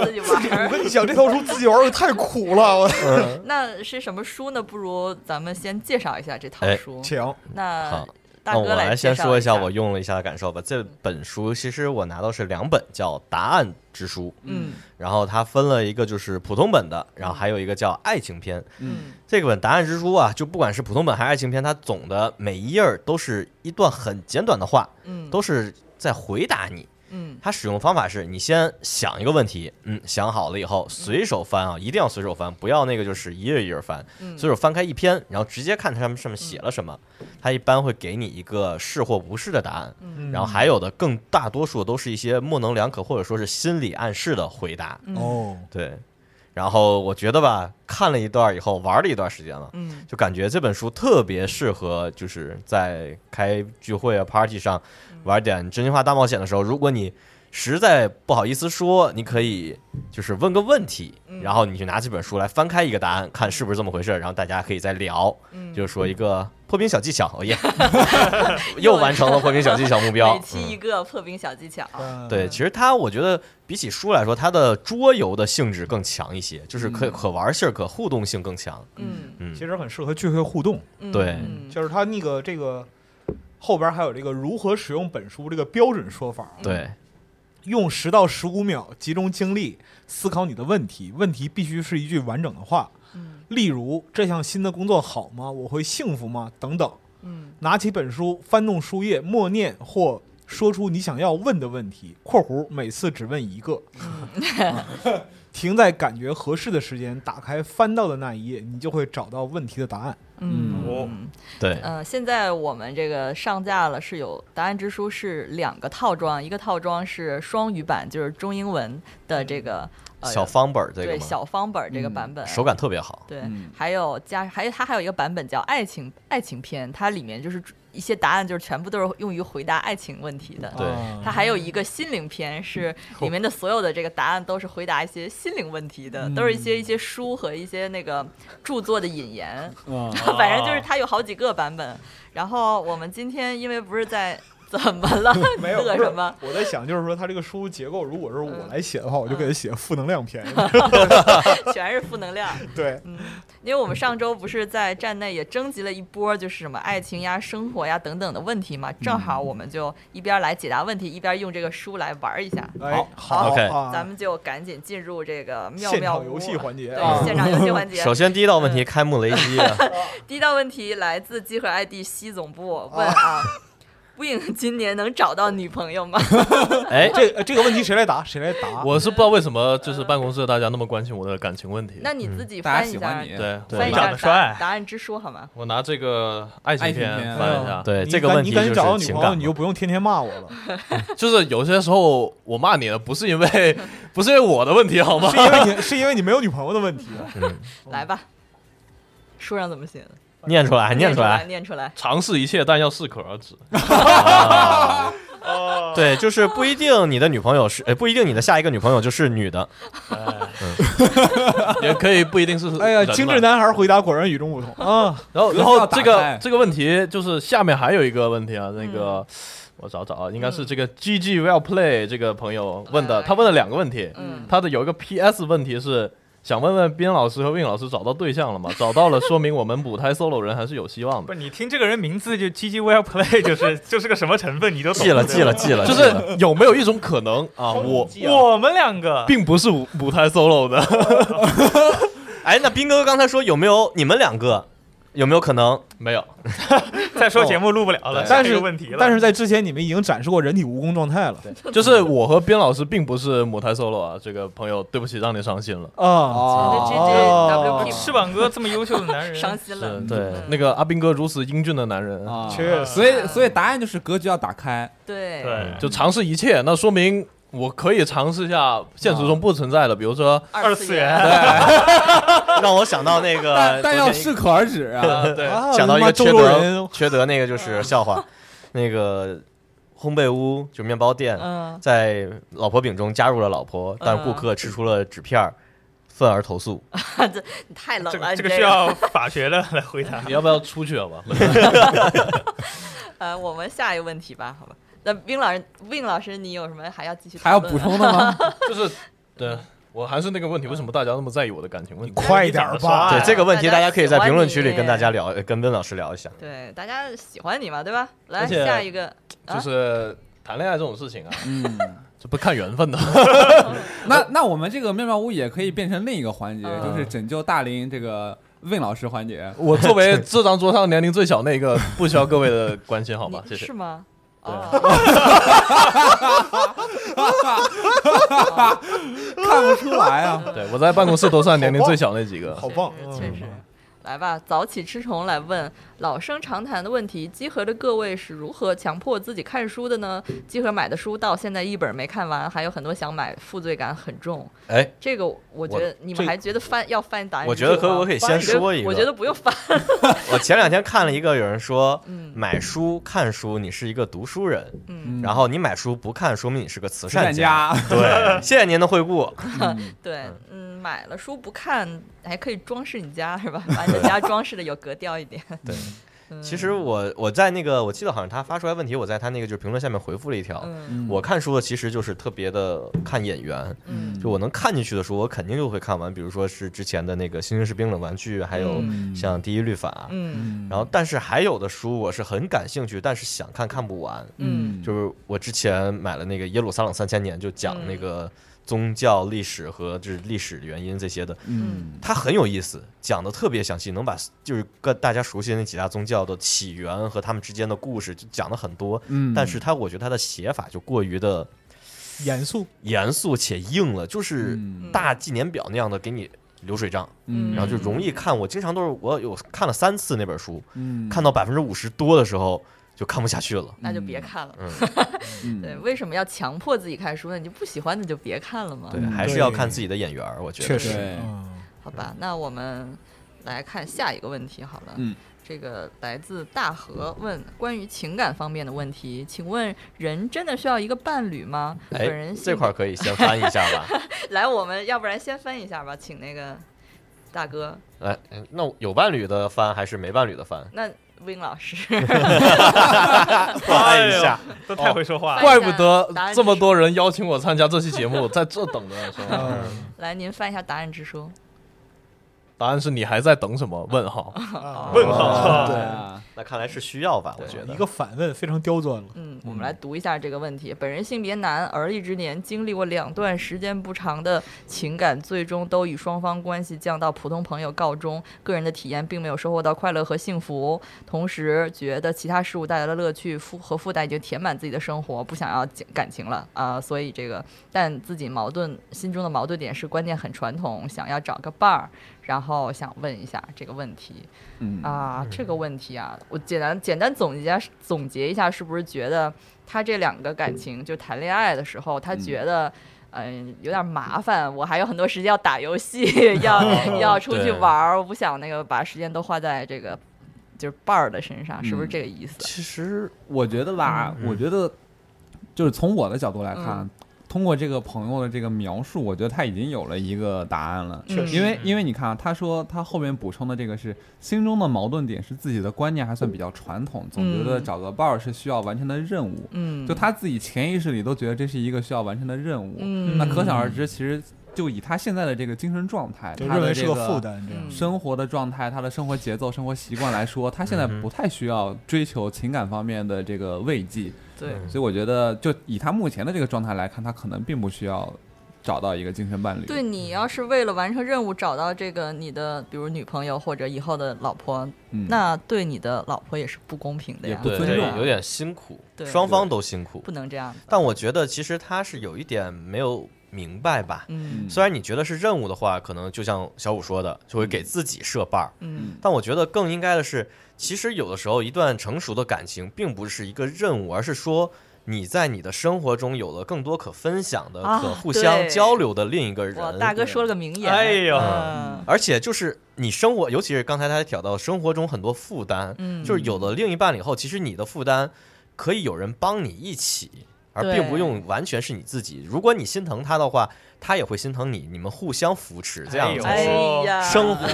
Speaker 2: 自己玩儿
Speaker 3: 我。跟你讲，这套书自己玩儿太苦了，我
Speaker 7: 嗯
Speaker 3: <laughs>
Speaker 2: 那是什么书呢？不如咱们先介绍一下这套
Speaker 4: 哎
Speaker 2: 书。
Speaker 3: 请
Speaker 2: 那
Speaker 4: 好
Speaker 2: 大
Speaker 4: 那我
Speaker 2: 哥
Speaker 4: 来
Speaker 2: 介
Speaker 4: 啊先
Speaker 2: 绍
Speaker 4: 说
Speaker 2: 一嗯
Speaker 4: 下我用了一下的感受吧。这本书其实我拿到是两本，叫《答案之书》，
Speaker 2: 嗯
Speaker 4: 然后它分了一个就是普通本的，然后还有一个叫爱情篇。
Speaker 2: 嗯
Speaker 4: 这个本《答案之书》啊，就不管是普通本还是爱情篇，它总的每一页儿都是一段很简短的话，
Speaker 2: 嗯
Speaker 4: 都是在回答你。
Speaker 2: 嗯
Speaker 4: 它使用方法是你先想一个问题，嗯，想好了以后随手翻啊，一定要随手翻，不要那个就是一页一页翻，
Speaker 2: 嗯
Speaker 4: 随手翻开一篇，然后直接看它上面上面写了什么，它一般会给你一个是或不是的答案，
Speaker 3: 嗯
Speaker 4: 然后还有的更大多数都是一些模棱两可或者说是心理暗示的回答，
Speaker 3: 哦，
Speaker 4: 对。然后我觉得吧，看了一段以后，玩了一段时间了，
Speaker 2: 嗯
Speaker 4: 就感觉这本书特别适合，就是在开聚会啊、party 上
Speaker 2: 嗯
Speaker 4: 玩点真心话大冒险的时候，如果你实在不好意思说，你可以就是问个问题，
Speaker 2: 嗯
Speaker 4: 然后你就拿这本书来翻开一个答案，看是不是这么回事儿，然后大家可以再聊，
Speaker 2: 嗯，
Speaker 4: 就是说一个破冰小技巧，哦耶，
Speaker 2: <laughs>
Speaker 4: 又完成了破冰小技巧目标嗯
Speaker 2: 每。期一个破冰小技巧，
Speaker 3: 嗯
Speaker 4: 对，其实它我觉得比起书来说，它的桌游的性质更强一些，就是可可玩性、可互动性更强。
Speaker 2: 嗯，
Speaker 4: 嗯
Speaker 3: 其，实很适合聚会互动，
Speaker 2: 嗯
Speaker 4: 对
Speaker 2: 嗯
Speaker 3: 就是它那个这个后边还有这个如何使用本书这个标准说法，
Speaker 4: 对，
Speaker 3: 用十到十五秒集中精力思考你的问题，问题必须是一句完整的话，
Speaker 2: 嗯
Speaker 3: 例如这项新的工作好吗？我会幸福吗？等等。
Speaker 2: 嗯
Speaker 3: 拿起本书，翻动书页，默念或说出你想要问的问题（括弧每次只问一个）
Speaker 2: 嗯
Speaker 3: 啊停在感觉合适的时间，打开翻到的那一页，你就会找到问题的答案。
Speaker 5: 哦
Speaker 2: 嗯。
Speaker 4: 对，
Speaker 2: 嗯，现在我们这个上架了，是有《答案之书》是两个套装，一个套装是双语版，就是中英文的这个、呃、
Speaker 4: 嗯小方本儿这个
Speaker 2: 对
Speaker 4: 吗？嗯
Speaker 2: 小方本儿这个版本，
Speaker 4: 手感特别好。
Speaker 2: 对，
Speaker 7: 嗯
Speaker 2: 还有加还有它还有一个版本叫爱情爱情篇，它里面就是一些答案就是全部都是用于回答爱情问题的。
Speaker 4: 对
Speaker 3: 啊
Speaker 2: 它还有一个心灵篇，是里面的所有的这个答案都是回答一些心灵问题的，都是一些一些书和一些那个著作的引言。
Speaker 7: 嗯，
Speaker 2: <laughs> 反正就是它有好几个版本。然后我们今天因为不是在 <laughs> 怎么了，
Speaker 3: 没有
Speaker 2: 乐
Speaker 3: 不是
Speaker 2: 什么？
Speaker 3: <laughs> 我在想，就是说它这个书结构，如果是我来写的话，我就给它写负能量篇。
Speaker 2: 嗯全是负能量。
Speaker 3: <laughs> 对，
Speaker 2: 嗯，因为我们上周不是在站内也征集了一波，就是什么爱情呀、生活呀等等的问题嘛，正好我们就一边来解答问题，一边用这个书来玩一下。
Speaker 3: 哎，
Speaker 4: 好，OK
Speaker 3: 啊
Speaker 2: 咱们就赶紧进入这个妙
Speaker 3: 现
Speaker 2: 妙
Speaker 3: 场
Speaker 2: 屋
Speaker 3: 游戏环节啊
Speaker 2: 对，现场游戏环节。
Speaker 4: <laughs> 首先第一道问题，开幕雷击啊，
Speaker 2: 第一道问题来自集合 ID 西总部，问 <laughs> 啊，Win 今年能找到女朋友吗？
Speaker 4: 哎，
Speaker 3: 这呃这个问题谁来答？谁来答？
Speaker 5: 我是不知道为什么，就是办公室大家那么关心我的感情问题。
Speaker 2: <laughs> 呃那你自己
Speaker 7: 大家
Speaker 2: 翻一
Speaker 7: 喜
Speaker 2: 下
Speaker 7: 欢，你，
Speaker 5: 对，
Speaker 2: 翻
Speaker 5: 我
Speaker 2: 一
Speaker 5: 拿
Speaker 2: 下
Speaker 6: 长得帅
Speaker 2: 答答案之书好吗？
Speaker 5: 我拿这个爱情
Speaker 7: 爱情
Speaker 5: 片
Speaker 7: 片
Speaker 5: 翻
Speaker 2: 哦
Speaker 5: 一下。
Speaker 3: <laughs>
Speaker 4: 对
Speaker 3: 你
Speaker 4: 这个
Speaker 3: 赶
Speaker 4: 问
Speaker 3: 你
Speaker 4: 题
Speaker 3: 赶紧
Speaker 4: 就
Speaker 3: 找到
Speaker 4: 是
Speaker 3: 女
Speaker 4: 情
Speaker 3: 朋友，
Speaker 4: 感
Speaker 3: 你
Speaker 4: 嘛
Speaker 3: 就。不用天天骂我了，
Speaker 5: 就是有些时候我骂你了，不是因为 <laughs> 不是因为我的问题好吗
Speaker 3: 是？因为你是因为你没有女朋友的问题。啊
Speaker 4: 嗯，
Speaker 2: 来吧，书上怎么写的？
Speaker 4: 念出来，啊念
Speaker 2: 念
Speaker 4: 出来。
Speaker 2: 念出来。
Speaker 5: 尝试一切，但要适可而
Speaker 7: <laughs>
Speaker 5: 止。
Speaker 4: 啊对，就是不一定你的女朋友是，哎，不一定你的下一个女朋友就是女的。
Speaker 5: 也可以不一定是
Speaker 3: 哎呀，
Speaker 5: 人嘛啊
Speaker 3: 精致男孩回答果然与众不同啊！
Speaker 5: 然后
Speaker 7: 格局
Speaker 5: 然
Speaker 7: 要
Speaker 5: 后
Speaker 7: 打
Speaker 5: 这个
Speaker 7: 开嗯
Speaker 5: 这个问题就是下面还有一个问题啊，那个、我找找啊，应该是这个 G G Well Play 这个朋友问的，
Speaker 2: 哎
Speaker 5: 他问了两个问题，
Speaker 2: 嗯
Speaker 5: 他的有一个 P S 问题是。想问问边老师和 Win 老师找到对象
Speaker 2: <laughs>
Speaker 5: 了吗？找到了，说明我们母胎 solo 人还是有希望的。
Speaker 6: 不是你听这个人名字就 G G Well Play，就是就是个什么成分你都懂
Speaker 4: 记了，记了，。记了。
Speaker 5: 就
Speaker 4: 记了
Speaker 5: 是有没有一种可能啊，我
Speaker 6: 对吧我们两个
Speaker 5: 并不是母母胎 solo 的，
Speaker 4: 哎，那斌哥刚才说有没有你们两个有没有可能？
Speaker 5: 没有，
Speaker 6: 再说节目录不了了，
Speaker 3: 但
Speaker 6: 哎这
Speaker 3: 是
Speaker 6: 个问题了。
Speaker 3: 但是在之前你们已经展示过人体蜈蚣状态了
Speaker 5: 就是我和边老师并不是母胎 solo 啊，这个朋友，对不起，让你伤心了。
Speaker 3: 啊！
Speaker 2: 这这 WP
Speaker 6: 翅膀哥这么优秀的男人，
Speaker 2: 伤心了。
Speaker 5: 是
Speaker 4: 对
Speaker 5: 那个阿斌哥如此英俊的男人，
Speaker 7: 啊，
Speaker 3: 确实，
Speaker 7: 所以所以答案就是格局要打开，
Speaker 2: 对，
Speaker 6: 对，
Speaker 5: 就尝试一切，那说明我可以尝试一下现实中不存在的，比如说，
Speaker 2: 二
Speaker 6: 次
Speaker 2: 元。
Speaker 6: 元，
Speaker 4: 让我想到那个
Speaker 7: 但，但要
Speaker 4: 昨天
Speaker 7: 适可而止啊。
Speaker 5: 对，
Speaker 3: 啊
Speaker 4: 想到一
Speaker 3: 他妈
Speaker 4: 个
Speaker 3: 周
Speaker 4: 缺
Speaker 3: 州人
Speaker 4: 德，缺德那个就是笑话，那个烘焙屋就面包 <laughs> 店，
Speaker 2: 嗯，
Speaker 4: 在老婆饼中加入了老婆，但顾客吃出了纸片儿，愤而投诉。
Speaker 2: 你太冷
Speaker 6: 这
Speaker 2: 了，
Speaker 6: 个
Speaker 2: 你
Speaker 6: 这个需要 <laughs> 法学的来回
Speaker 2: 啊
Speaker 6: 答。
Speaker 5: 你要不要出去
Speaker 2: <laughs>
Speaker 5: 好吧？
Speaker 2: 呃，我们下一个问题吧，好吧。那冰老师，Win 老师，你有什么还要继续？
Speaker 7: 还要补？充的吗？
Speaker 5: 就是，对我还是那个
Speaker 2: 啊
Speaker 5: 问题，为什么大家那么在意我的感情问题？
Speaker 3: 快点儿吧！
Speaker 4: 对这个问题，
Speaker 2: 呃嗯大
Speaker 4: 大
Speaker 2: 家
Speaker 4: 家可以在
Speaker 2: 喜欢
Speaker 4: 评论区里
Speaker 2: 你
Speaker 4: 跟大家聊，呃跟温老师聊一下。
Speaker 2: 对，大家喜欢你嘛，对吧？来
Speaker 5: 而且
Speaker 2: 下一个，啊
Speaker 5: 就是谈恋爱这种事情啊，
Speaker 7: 嗯，
Speaker 5: 这不看缘
Speaker 2: <laughs>
Speaker 5: 分的。
Speaker 7: 那那我们这个妙妙屋也可以变成另一个环节，
Speaker 2: 嗯
Speaker 7: 就是拯救大林这个魏老师环节。
Speaker 5: 我作为这张桌上年龄最小那个，不需要各位的关心，好吧？谢
Speaker 2: 你
Speaker 5: 谢
Speaker 2: 是。吗？哦，
Speaker 7: 看不出来啊。
Speaker 5: 对我在办公室都算年龄最小那几个。
Speaker 3: 好棒，
Speaker 2: 确实。来吧，早起吃虫来问老生常谈的问题：集合的各位是如何强迫自己看书的呢？集合买的书到现在一本没看完，还有很多想买，负罪感很重。
Speaker 4: 哎，
Speaker 2: 这个我觉得你
Speaker 3: 这
Speaker 2: 们还觉得翻要翻答案
Speaker 4: 我
Speaker 2: 是
Speaker 4: 觉得
Speaker 2: 哎这个
Speaker 4: 可
Speaker 2: 吗
Speaker 4: 我可以先
Speaker 2: 我觉得
Speaker 4: 说一个
Speaker 2: 我觉得不用翻。
Speaker 4: 我前两天看了一个，有人说
Speaker 2: 嗯
Speaker 4: 买书看书，你是一个读书人，
Speaker 2: <laughs> 嗯，
Speaker 4: 然后你买书不看，说明你是个慈善
Speaker 7: 善
Speaker 4: 家。
Speaker 7: 家，
Speaker 4: <laughs> 对，谢谢您的惠顾。
Speaker 2: 对，嗯，买了书不看，还可以装饰你家
Speaker 4: <laughs>
Speaker 2: 是吧？把你的家装饰的有格调一点。
Speaker 4: 对
Speaker 2: 嗯，
Speaker 4: 其实我我在那个我记得好像他发出来问题，我在他那个就是评论下面回复了一条。
Speaker 2: 嗯
Speaker 4: 我看书的其实就是特别的看眼缘，
Speaker 2: 嗯
Speaker 4: 就我能看进去的书，我肯定就会看完。比如说是之前的那个《新式冰冷玩具》，还有
Speaker 2: 嗯
Speaker 4: 像《第一律法》
Speaker 2: 嗯
Speaker 4: 然后但是还有的书我是很感兴趣，但是想看看不完。
Speaker 2: 嗯
Speaker 4: 就是我之前买了那个《耶路撒冷三千年》，就讲那
Speaker 7: 嗯
Speaker 4: 个宗教历史和就是历史原因这些的，
Speaker 7: 嗯
Speaker 4: 它很有意思，讲的特别详细，能把就是各大家熟悉的那几大宗教的起源和他们之间的故事就讲的很多。
Speaker 7: 嗯
Speaker 4: 但是它我觉得它的写法就过于的
Speaker 3: 严肃，
Speaker 4: 严肃且硬了，就是
Speaker 7: 嗯
Speaker 4: 大纪年表那样的给你流水账，
Speaker 7: 嗯
Speaker 4: 然后就容易看。我经常都是我有看了三次那本书，
Speaker 7: 嗯
Speaker 4: 看到百分之五十多的时候就看不下去了。
Speaker 2: 那就别看了。
Speaker 4: 嗯，
Speaker 2: 对，为什么要强迫自己看书呢？你就不喜欢的就别看了嘛。
Speaker 4: 对，还是要看自己的眼缘儿，我觉得
Speaker 3: 确实
Speaker 7: 对，
Speaker 3: 嗯
Speaker 2: 好吧，那我们来看下一个问题好了。
Speaker 7: 嗯，
Speaker 2: 这个来自大河问关于情感方面的问题，请问人真的需要一个伴侣吗？
Speaker 4: 哎
Speaker 2: 本人，性
Speaker 4: 这块儿可以先翻一下吧。
Speaker 2: <laughs> 来，我们要不然先翻一下吧，请那个大哥，
Speaker 4: 来，嗯那有伴侣的翻还是没伴侣的翻？
Speaker 2: 那 Win 老师，
Speaker 4: 翻一
Speaker 6: 哎
Speaker 4: 下，
Speaker 6: 呦，都太会说话了。
Speaker 5: 怪不得这么多人邀请我参加这期节目， <laughs> 我在这等着呢。是吧
Speaker 3: 嗯
Speaker 2: <laughs> 来您翻一下答案之书。
Speaker 5: 答案是你还在等什么？问号。
Speaker 6: 问
Speaker 7: 嗯
Speaker 6: 号，
Speaker 7: 啊对，
Speaker 4: 那看来是需要吧？我觉
Speaker 3: 啊一
Speaker 4: 得
Speaker 3: 个反问非常刁钻了，
Speaker 2: 嗯，我们来读一下这个问题。本人性别男，而立之年，经历过两段时间不长的情感，最终都以双方关系降到普通朋友告终。个人的体验并没有收获到快乐和幸福，同时觉得其他事物带来的乐趣附和附带已经填满自己的生活，不想要感感情了啊、所以这个，但自己矛盾心中的矛盾点是观念很传统，想要找个伴儿，然后想问一下这个问题。
Speaker 7: 嗯
Speaker 2: 啊，这个问题啊，我简单简单总结一下总结一下，是不是觉得他这两个感情，就谈恋爱的时候，他觉得。嗯，有点麻烦，我还有很多时间要打游戏， <laughs>
Speaker 7: <laughs>
Speaker 2: 要要出去
Speaker 4: 对
Speaker 2: 玩儿，我不想那个把时间都花在这个就是伴儿的身上，是不是
Speaker 7: 嗯
Speaker 2: 这个意思？
Speaker 7: 其实我觉得吧，我觉得就是从我的角度来看，
Speaker 2: 嗯
Speaker 7: 通过这个朋友的这个描述，我觉得他已经有了一个答案了。
Speaker 2: 确实嗯
Speaker 7: 因为因为你看啊，他说他后面补充的这个是心中的矛盾点是自己的观念还算比较传统，总觉得
Speaker 2: 嗯
Speaker 7: 找个伴儿是需要完成的任务。
Speaker 2: 嗯，
Speaker 7: 就他自己潜意识里都觉得这是一个需要完成的任务。
Speaker 2: 嗯，
Speaker 7: 那可想而知，其实就以他现在的这个精神状态，
Speaker 3: 就
Speaker 7: 他
Speaker 3: 认
Speaker 7: 的
Speaker 3: 为
Speaker 7: 这
Speaker 3: 是负担，这样
Speaker 2: 嗯
Speaker 7: 生活的状态、他的生活节奏、生活习惯来说，他现在不太需要追求情感方面的这个慰藉，
Speaker 2: 对，
Speaker 7: 所以我觉得，就以他目前的这个状态来看，他可能并不需要找到一个精神伴侣。
Speaker 2: 对你要是为了完成任务找到这个你的，比如女朋友或者以后的老婆，
Speaker 7: 嗯，
Speaker 2: 那对你的老婆也是不公平的
Speaker 7: 也
Speaker 2: 呀，
Speaker 7: 不
Speaker 4: 对
Speaker 7: 尊重
Speaker 4: 有点辛苦，
Speaker 2: 对
Speaker 4: 双方都辛苦
Speaker 2: 不。能这样的。
Speaker 4: 但我觉得其实他是有一点没有明白吧。
Speaker 2: 嗯
Speaker 4: 虽然你觉得是任务的话，可能就像小五说的，就会给自己设伴儿。
Speaker 2: 嗯
Speaker 4: 但我觉得更应该的是，其实有的时候一段成熟的感情，并不是一个任务，而是说你在你的生活中有了更多可分享的、
Speaker 2: 啊
Speaker 4: 可互相
Speaker 2: 对
Speaker 4: 交流的另一个
Speaker 2: 哇，
Speaker 4: 人。
Speaker 2: 大哥说了个名言，
Speaker 6: 哎呦
Speaker 2: 嗯
Speaker 4: 而且就是你生活，尤其是刚才他还挑到生活中很多负担，
Speaker 2: 嗯
Speaker 4: 就是有了另一半了以后，其实你的负担可以有人帮你一起，而
Speaker 2: 对
Speaker 4: 并不用完全是你自己。如果你心疼他的话，他也会心疼你，你们互相扶持，这样
Speaker 6: 呦
Speaker 4: 才
Speaker 2: 哎
Speaker 4: 是
Speaker 2: 呀，
Speaker 4: 生活。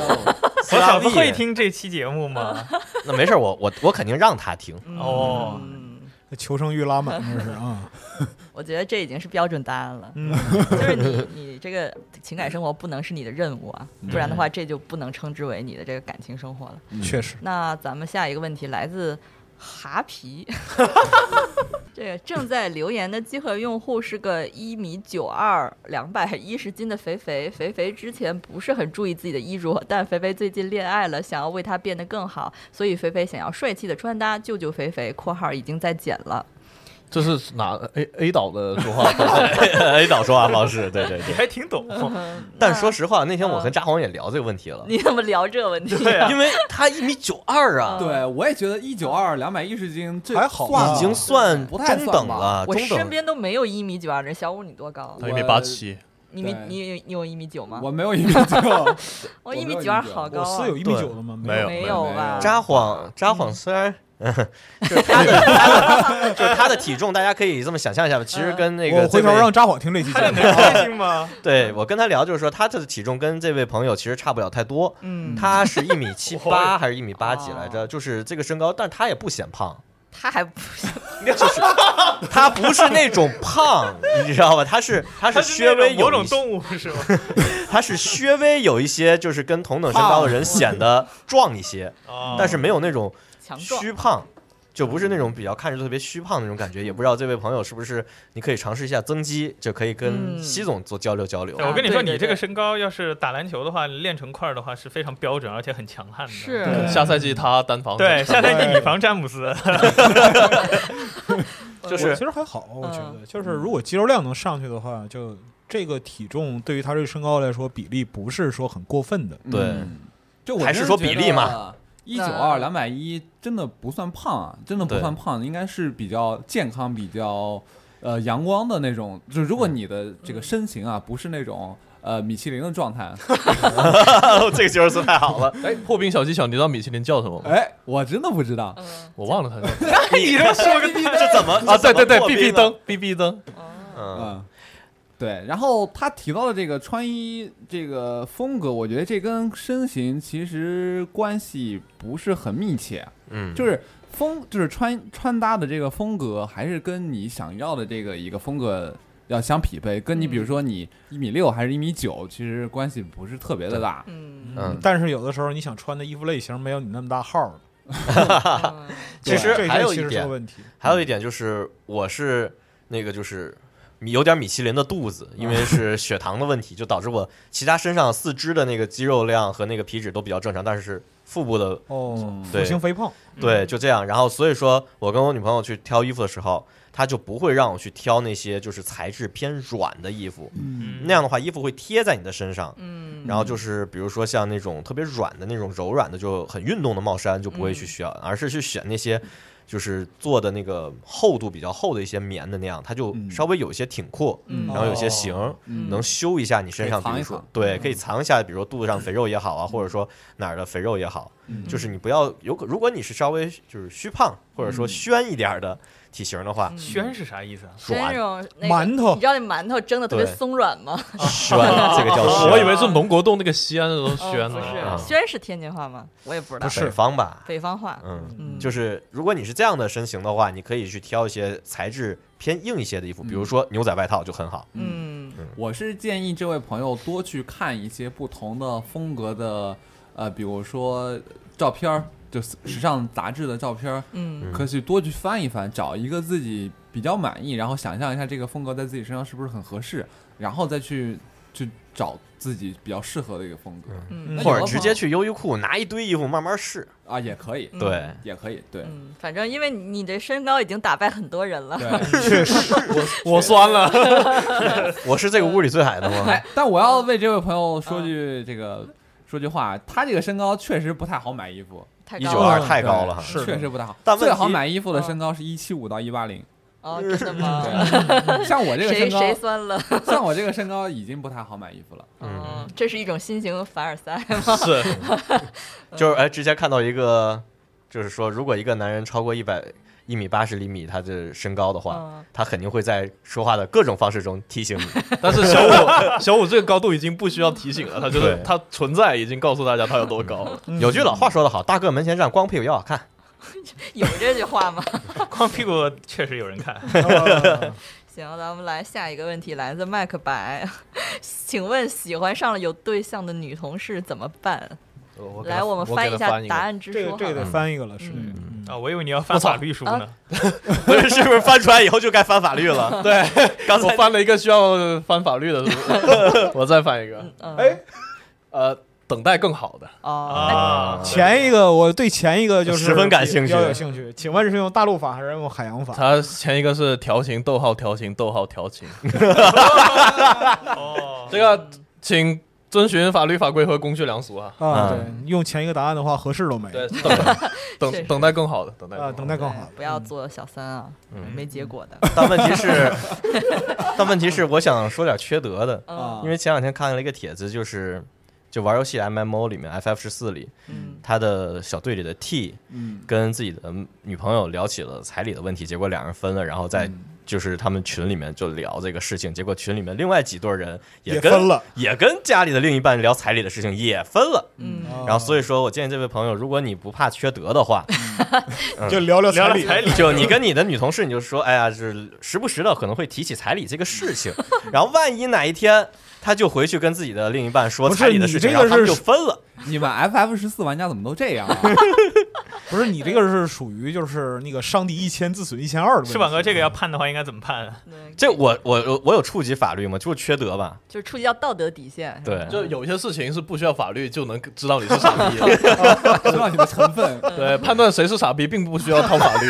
Speaker 6: 我嫂子会听这期节目吗？
Speaker 4: 那没事儿，我我我肯定让他听。
Speaker 6: 哦，
Speaker 2: 嗯，
Speaker 3: 求生欲拉满，这是啊，
Speaker 2: 我觉得这已经是标准答案了，
Speaker 3: 嗯
Speaker 2: 就是你 <laughs> 你这个情感生活不能是你的任务啊，不然的话这就不能称之为你的这个感情生活了。
Speaker 3: 确实，
Speaker 2: 那咱们下一个问题来自哈皮，这个正在留言的集合用户是个一米九二、两百一十斤的肥肥。肥肥之前不是很注意自己的衣着，但肥肥最近恋爱了，想要为他变得更好，所以肥肥想要帅气的穿搭，救救肥肥（括号已经在减了）。
Speaker 5: 这是哪 A A 岛的说
Speaker 4: <laughs>
Speaker 5: 话方式？
Speaker 4: A 导哎说话方式，对对
Speaker 6: 你
Speaker 4: 对。
Speaker 6: 还挺懂，
Speaker 4: <laughs>
Speaker 2: 嗯
Speaker 6: <laughs>
Speaker 4: 但说实话，那天我
Speaker 6: 嗯
Speaker 4: 跟扎黄也聊这个问题了，
Speaker 2: 你怎么聊这问题？啊嗯
Speaker 4: 因为他一米九二啊，
Speaker 7: 对，我也觉得一九二两百一十斤，这
Speaker 3: 还好
Speaker 7: 算
Speaker 6: 嗯
Speaker 4: 已经算
Speaker 7: 不太
Speaker 4: 中
Speaker 7: 算
Speaker 4: 等
Speaker 7: 吧
Speaker 4: 了，
Speaker 2: 我
Speaker 4: 中
Speaker 2: 身
Speaker 4: 等。
Speaker 2: 边都没有一米九二的，小五你多高？啊
Speaker 5: 他一米八七，
Speaker 2: 你米
Speaker 7: 对
Speaker 2: 你你有一米九 <laughs> 吗？
Speaker 7: 我没有一米九，
Speaker 2: 我
Speaker 7: 没
Speaker 2: 一
Speaker 7: 有
Speaker 2: 米
Speaker 7: 1.92
Speaker 2: 九二，好高
Speaker 3: 我
Speaker 2: 啊
Speaker 3: 司！有一米九的吗？
Speaker 5: 没有
Speaker 2: 没
Speaker 5: 没
Speaker 2: 有
Speaker 7: 有
Speaker 2: 吧？
Speaker 4: 扎谎，
Speaker 6: 嗯
Speaker 4: 扎谎虽然，就是他的，他的 <laughs> 就是他的体重，大家可以这么想象一下，
Speaker 6: 嗯
Speaker 4: 其实跟那个
Speaker 3: 我回
Speaker 4: 这
Speaker 3: 头
Speaker 4: 位
Speaker 3: 让扎谎听这期
Speaker 6: 他这
Speaker 3: 节目。
Speaker 6: 能开心吗？
Speaker 4: 对我跟他聊，就是说他的体重跟这位朋友其实差不了太多，
Speaker 2: 嗯，
Speaker 4: 他是一米
Speaker 6: <laughs>
Speaker 4: 七八还是一米八几
Speaker 2: 哦
Speaker 4: 来着？就是这个身高，但他也不显胖，
Speaker 2: 他还不是 <laughs>
Speaker 4: 就是他不是那种胖，你知道吧？他是他
Speaker 6: <laughs> 他
Speaker 4: 是
Speaker 6: 是
Speaker 4: 稍
Speaker 6: 那
Speaker 4: 微
Speaker 6: 种某
Speaker 4: 有
Speaker 6: 种
Speaker 4: 一些，
Speaker 6: 动物是吗？ <laughs>
Speaker 4: 他是稍微有一些，就是跟同等身高的人显得壮一 <laughs> 些，
Speaker 6: 啊
Speaker 4: 但是没有那种
Speaker 2: 强壮。
Speaker 4: 虚胖，就不是那种比较看着特别虚胖的那种感觉。也不知道这位朋友是不是，你可以尝试一下增肌，就可以跟
Speaker 2: 嗯
Speaker 4: 西总做交流交流。
Speaker 6: 对我跟你
Speaker 2: 啊
Speaker 6: 说，
Speaker 2: 对对
Speaker 6: 你这
Speaker 2: 对
Speaker 6: 个身高要是打篮球的话，练成块儿的话是非常标准，而且很强悍的。
Speaker 2: 是嗯
Speaker 5: 对下赛季他单防
Speaker 6: 对，下赛季以防詹姆斯。
Speaker 4: 就
Speaker 3: 我
Speaker 4: 是
Speaker 3: 其实还好，我觉得就是如果肌肉量能上去的话，就这个体重对于他这个身高来说，比例不是说很过分的。
Speaker 4: 对 <laughs>
Speaker 7: 嗯，就我
Speaker 4: 还是说比例嘛。
Speaker 7: 一九二两百一真的不算胖啊，真的不
Speaker 4: 对
Speaker 7: 算胖，应该是比较健康、比较呃阳光的那种。就如果你的这个身形啊，不是那种呃米其林的状
Speaker 4: <laughs>
Speaker 7: 态，
Speaker 4: 哦这个形容词太好了，
Speaker 5: 哎，破冰小技巧，你知道米其林叫什么吗？
Speaker 4: 呃
Speaker 7: 哎，我真的不知道。
Speaker 2: 嗯
Speaker 5: 我忘了他叫什么
Speaker 4: <laughs> 你这说个 <laughs> 这怎么
Speaker 5: 啊，对对对，B B，
Speaker 4: 这怎么破冰呢
Speaker 5: 灯，B B 灯，
Speaker 4: 嗯，
Speaker 7: <laughs> 嗯，对。然后他提到的这个穿衣这个风格，我觉得这跟身形其实关系不是很密切，啊
Speaker 4: 嗯
Speaker 7: 就是风就是穿穿搭的这个风格，还是跟你想要的这个一个风格。要相匹配，跟
Speaker 2: 嗯
Speaker 7: 你比如说你一米六还是一米九，其实关系不是特别的
Speaker 2: <laughs>
Speaker 7: 大。
Speaker 2: 嗯，
Speaker 4: 嗯，
Speaker 3: 但是有的时候你想穿的衣服类型没有你那么大号儿，
Speaker 2: 嗯
Speaker 4: 其实
Speaker 3: 这
Speaker 4: 还有
Speaker 3: 这其实
Speaker 4: 一
Speaker 3: 是个
Speaker 4: 点，
Speaker 3: 问题。
Speaker 4: 还有一点就是，我是那个就是米有点米其林的肚子，因为是血糖的问题，就导致我其他身上四肢的那个肌肉量和那个皮脂都比较正常，但是腹部的
Speaker 3: 哦，
Speaker 4: 嗯对
Speaker 3: 腹型肥胖，
Speaker 4: 对就这样。然后所以说我跟我女朋友去挑衣服的时候，她就不会让我去挑那些就是材质偏软的衣服，
Speaker 6: 嗯
Speaker 4: 那样的话衣服会贴在你的身上。
Speaker 2: 嗯，
Speaker 4: 然后就是比如说像那种特别软的那种柔软的就很运动的帽衫就不
Speaker 7: 嗯
Speaker 4: 会去选，而是去选那些就是做的那个厚度比较厚的一些棉的那样，它就
Speaker 7: 嗯
Speaker 4: 稍微有一些挺阔，
Speaker 2: 嗯
Speaker 4: 然后有些型。
Speaker 7: 嗯
Speaker 4: 能修一下你身上，
Speaker 7: 可以藏
Speaker 4: 比如
Speaker 7: 一
Speaker 4: 说
Speaker 7: 藏嗯
Speaker 4: 对，可以藏一下，比如说肚子上肥肉也好啊，或者说哪儿的肥肉也好，
Speaker 7: 嗯
Speaker 4: 就是你不要有可，如果你是稍微就是虚胖或者说
Speaker 7: 嗯
Speaker 4: 宣一点儿的体型的话，
Speaker 6: 宣是啥意思啊？
Speaker 2: 是那
Speaker 4: 软
Speaker 2: 种那个
Speaker 3: 馒头
Speaker 2: 你知道那馒头蒸的特别
Speaker 4: 对
Speaker 2: 松软吗？
Speaker 7: 嗯
Speaker 4: 宣这个
Speaker 7: <laughs>
Speaker 4: 叫
Speaker 5: 我
Speaker 4: 宣，
Speaker 5: 我以为是龙国洞那个西安的都
Speaker 2: 哦
Speaker 5: 宣
Speaker 2: 不
Speaker 5: 的，
Speaker 2: 是，轩是天津话吗？我也不知道，
Speaker 4: 北方吧，
Speaker 2: 北方话。
Speaker 4: 嗯。
Speaker 2: 嗯，
Speaker 4: 就是如果你是这样的身形的话，你可以去挑一些材质偏硬一些的衣服，比如说牛仔外套就很好。
Speaker 2: 嗯
Speaker 7: 我是建议这位朋友多去看一些不同的风格的，呃，比如说照片儿，就是时尚杂志的照片儿，
Speaker 2: 嗯
Speaker 7: 可以多去翻一翻，找一个自己比较满意，然后想象一下这个风格在自己身上是不是很合适，然后再去去找自己比较适合的一个风格
Speaker 2: 嗯
Speaker 7: 那有的
Speaker 4: 或者
Speaker 7: 朋
Speaker 4: 直接去优衣库拿一堆衣服慢慢试，
Speaker 7: 啊，也可以，
Speaker 2: 嗯
Speaker 4: 对，
Speaker 7: 也可以，对。
Speaker 2: 嗯，反正因为你的身高已经打败很多人了。
Speaker 7: 对，
Speaker 5: 我酸了，
Speaker 4: 我是这个屋里最矮的
Speaker 2: <laughs>
Speaker 4: 吗？
Speaker 7: 哎，但我要为这位朋友说句这个说句话，他这个身高确实不太好买衣服，
Speaker 2: 太
Speaker 4: 一
Speaker 2: 高
Speaker 4: 九
Speaker 2: 了
Speaker 4: 二太高了哈。
Speaker 3: 是的
Speaker 7: 确实不太好。
Speaker 4: 但问题
Speaker 7: 最好买衣服的身高是一七五到一八零，
Speaker 2: 哦，真的吗？
Speaker 7: <laughs> 对，啊像我这个
Speaker 2: 谁
Speaker 7: 身
Speaker 2: 谁
Speaker 7: 高，
Speaker 2: 酸了？
Speaker 7: 像我这个身高已经不太好买衣服了。
Speaker 2: 嗯，这是一种新型凡尔赛。
Speaker 4: 啊
Speaker 5: 是
Speaker 2: 嗯
Speaker 4: 就是哎，之前看到一个，就是说如果一个男人超过一百一米八十厘米，他的身高的话
Speaker 2: 嗯，
Speaker 4: 他肯定会在说话的各种方式中
Speaker 2: <laughs>
Speaker 4: 提醒你。
Speaker 5: 但是
Speaker 4: <laughs>
Speaker 5: 小五小五这个高度已经不需要提醒了，他就是
Speaker 4: 对嗯
Speaker 5: 他存在已经告诉大家他有多高
Speaker 4: <laughs>
Speaker 5: 了。
Speaker 4: 有句老话说得好，大个门前站，光屁股要好看。
Speaker 2: 有这句话吗？
Speaker 6: 光屁股确实有人看。
Speaker 3: 哦
Speaker 2: 行，咱们来下一个问题，来自麦克白，请问喜欢上了有对象的女同事怎么办？
Speaker 5: 我给他
Speaker 2: 来，我们
Speaker 5: 我
Speaker 2: 翻
Speaker 5: 给
Speaker 2: 一
Speaker 5: 他
Speaker 2: 下
Speaker 5: 一
Speaker 2: 答
Speaker 5: 个，
Speaker 2: 案之
Speaker 3: 这
Speaker 2: 书
Speaker 3: 个这个
Speaker 2: 哈。
Speaker 3: 得翻译个了，是的。
Speaker 2: 嗯
Speaker 3: 嗯
Speaker 6: 啊，我以为你要翻法律书呢。
Speaker 4: <laughs> 不是，是不是翻出来以后就该翻法
Speaker 2: <laughs>
Speaker 4: 律了？
Speaker 5: 对，
Speaker 4: <laughs> 刚
Speaker 5: 我
Speaker 4: 才 <laughs>
Speaker 5: 翻了一个需要翻法律的，我再翻一个，
Speaker 2: 嗯，
Speaker 3: 哎
Speaker 5: 呃，等待更好的。
Speaker 2: 哦，
Speaker 6: 啊，
Speaker 3: 前一个我对前一个就是
Speaker 4: 十分感兴趣
Speaker 3: 比较有兴趣。请问是用大陆法还是用海洋法？啊
Speaker 5: 他前一个是调情，逗号调情，逗号调情，
Speaker 6: 哦，
Speaker 5: 这个请遵循法律法规和公序良俗啊。
Speaker 3: 啊，
Speaker 4: 嗯
Speaker 3: 对，用前一个答案的话，合适都没。
Speaker 5: <laughs> 对，等
Speaker 2: 是
Speaker 5: 等等待更好的，等待更好
Speaker 3: 啊，
Speaker 5: 的
Speaker 3: 等待更好
Speaker 2: 对。不要做小三啊，
Speaker 4: 嗯
Speaker 2: 没结果的。
Speaker 4: <laughs> 但问题是，但问题是，我想说点缺德的，
Speaker 2: 嗯
Speaker 4: 因为前两天看了一个帖子，就是就玩游戏 MMO 里面 FF 十四里，
Speaker 2: 嗯，
Speaker 4: 他的小队里的 T
Speaker 3: 嗯
Speaker 4: 跟自己的女朋友聊起了彩礼的问题，结果两人分了，然后在
Speaker 2: 嗯
Speaker 4: 就是他们群里面就聊这个事情，结果群里面另外几对人
Speaker 3: 也
Speaker 4: 跟
Speaker 3: 分了
Speaker 4: 也跟家里的另一半聊彩礼的事情也分了。
Speaker 2: 嗯，
Speaker 3: 啊
Speaker 4: 然后所以说我建议这位朋友，如果你不怕缺德的话，
Speaker 3: 就聊聊彩
Speaker 6: 聊
Speaker 3: 礼
Speaker 6: 聊彩礼，
Speaker 4: 就你跟你的女同事，你就说，哎呀，是时不时的可能会提起彩礼这个
Speaker 3: <laughs>
Speaker 4: 事情，然后万一哪一天她就回去跟自己的另一半说
Speaker 3: 不是
Speaker 4: 彩礼的事情，
Speaker 3: 你这个
Speaker 4: 然后他们
Speaker 3: 是
Speaker 4: 就分了。
Speaker 7: 你们 FF 十四玩家怎么都这样啊？ <laughs>
Speaker 3: 不是你这个是属于就是那个上帝一千自损一千二的问题
Speaker 6: 翅膀哥这个要判的话，应该怎么判啊？
Speaker 2: 对，
Speaker 4: 这我我我有触及法律吗？就是缺德吧？
Speaker 2: 就是触及到道德底线。是吧
Speaker 4: 对，
Speaker 5: 就有些事情是不需要法律就能知道你是傻 <laughs> 逼的，
Speaker 7: 知道你的成分， <laughs>
Speaker 5: 对，判断谁是傻逼并不需要套法 <laughs> 律。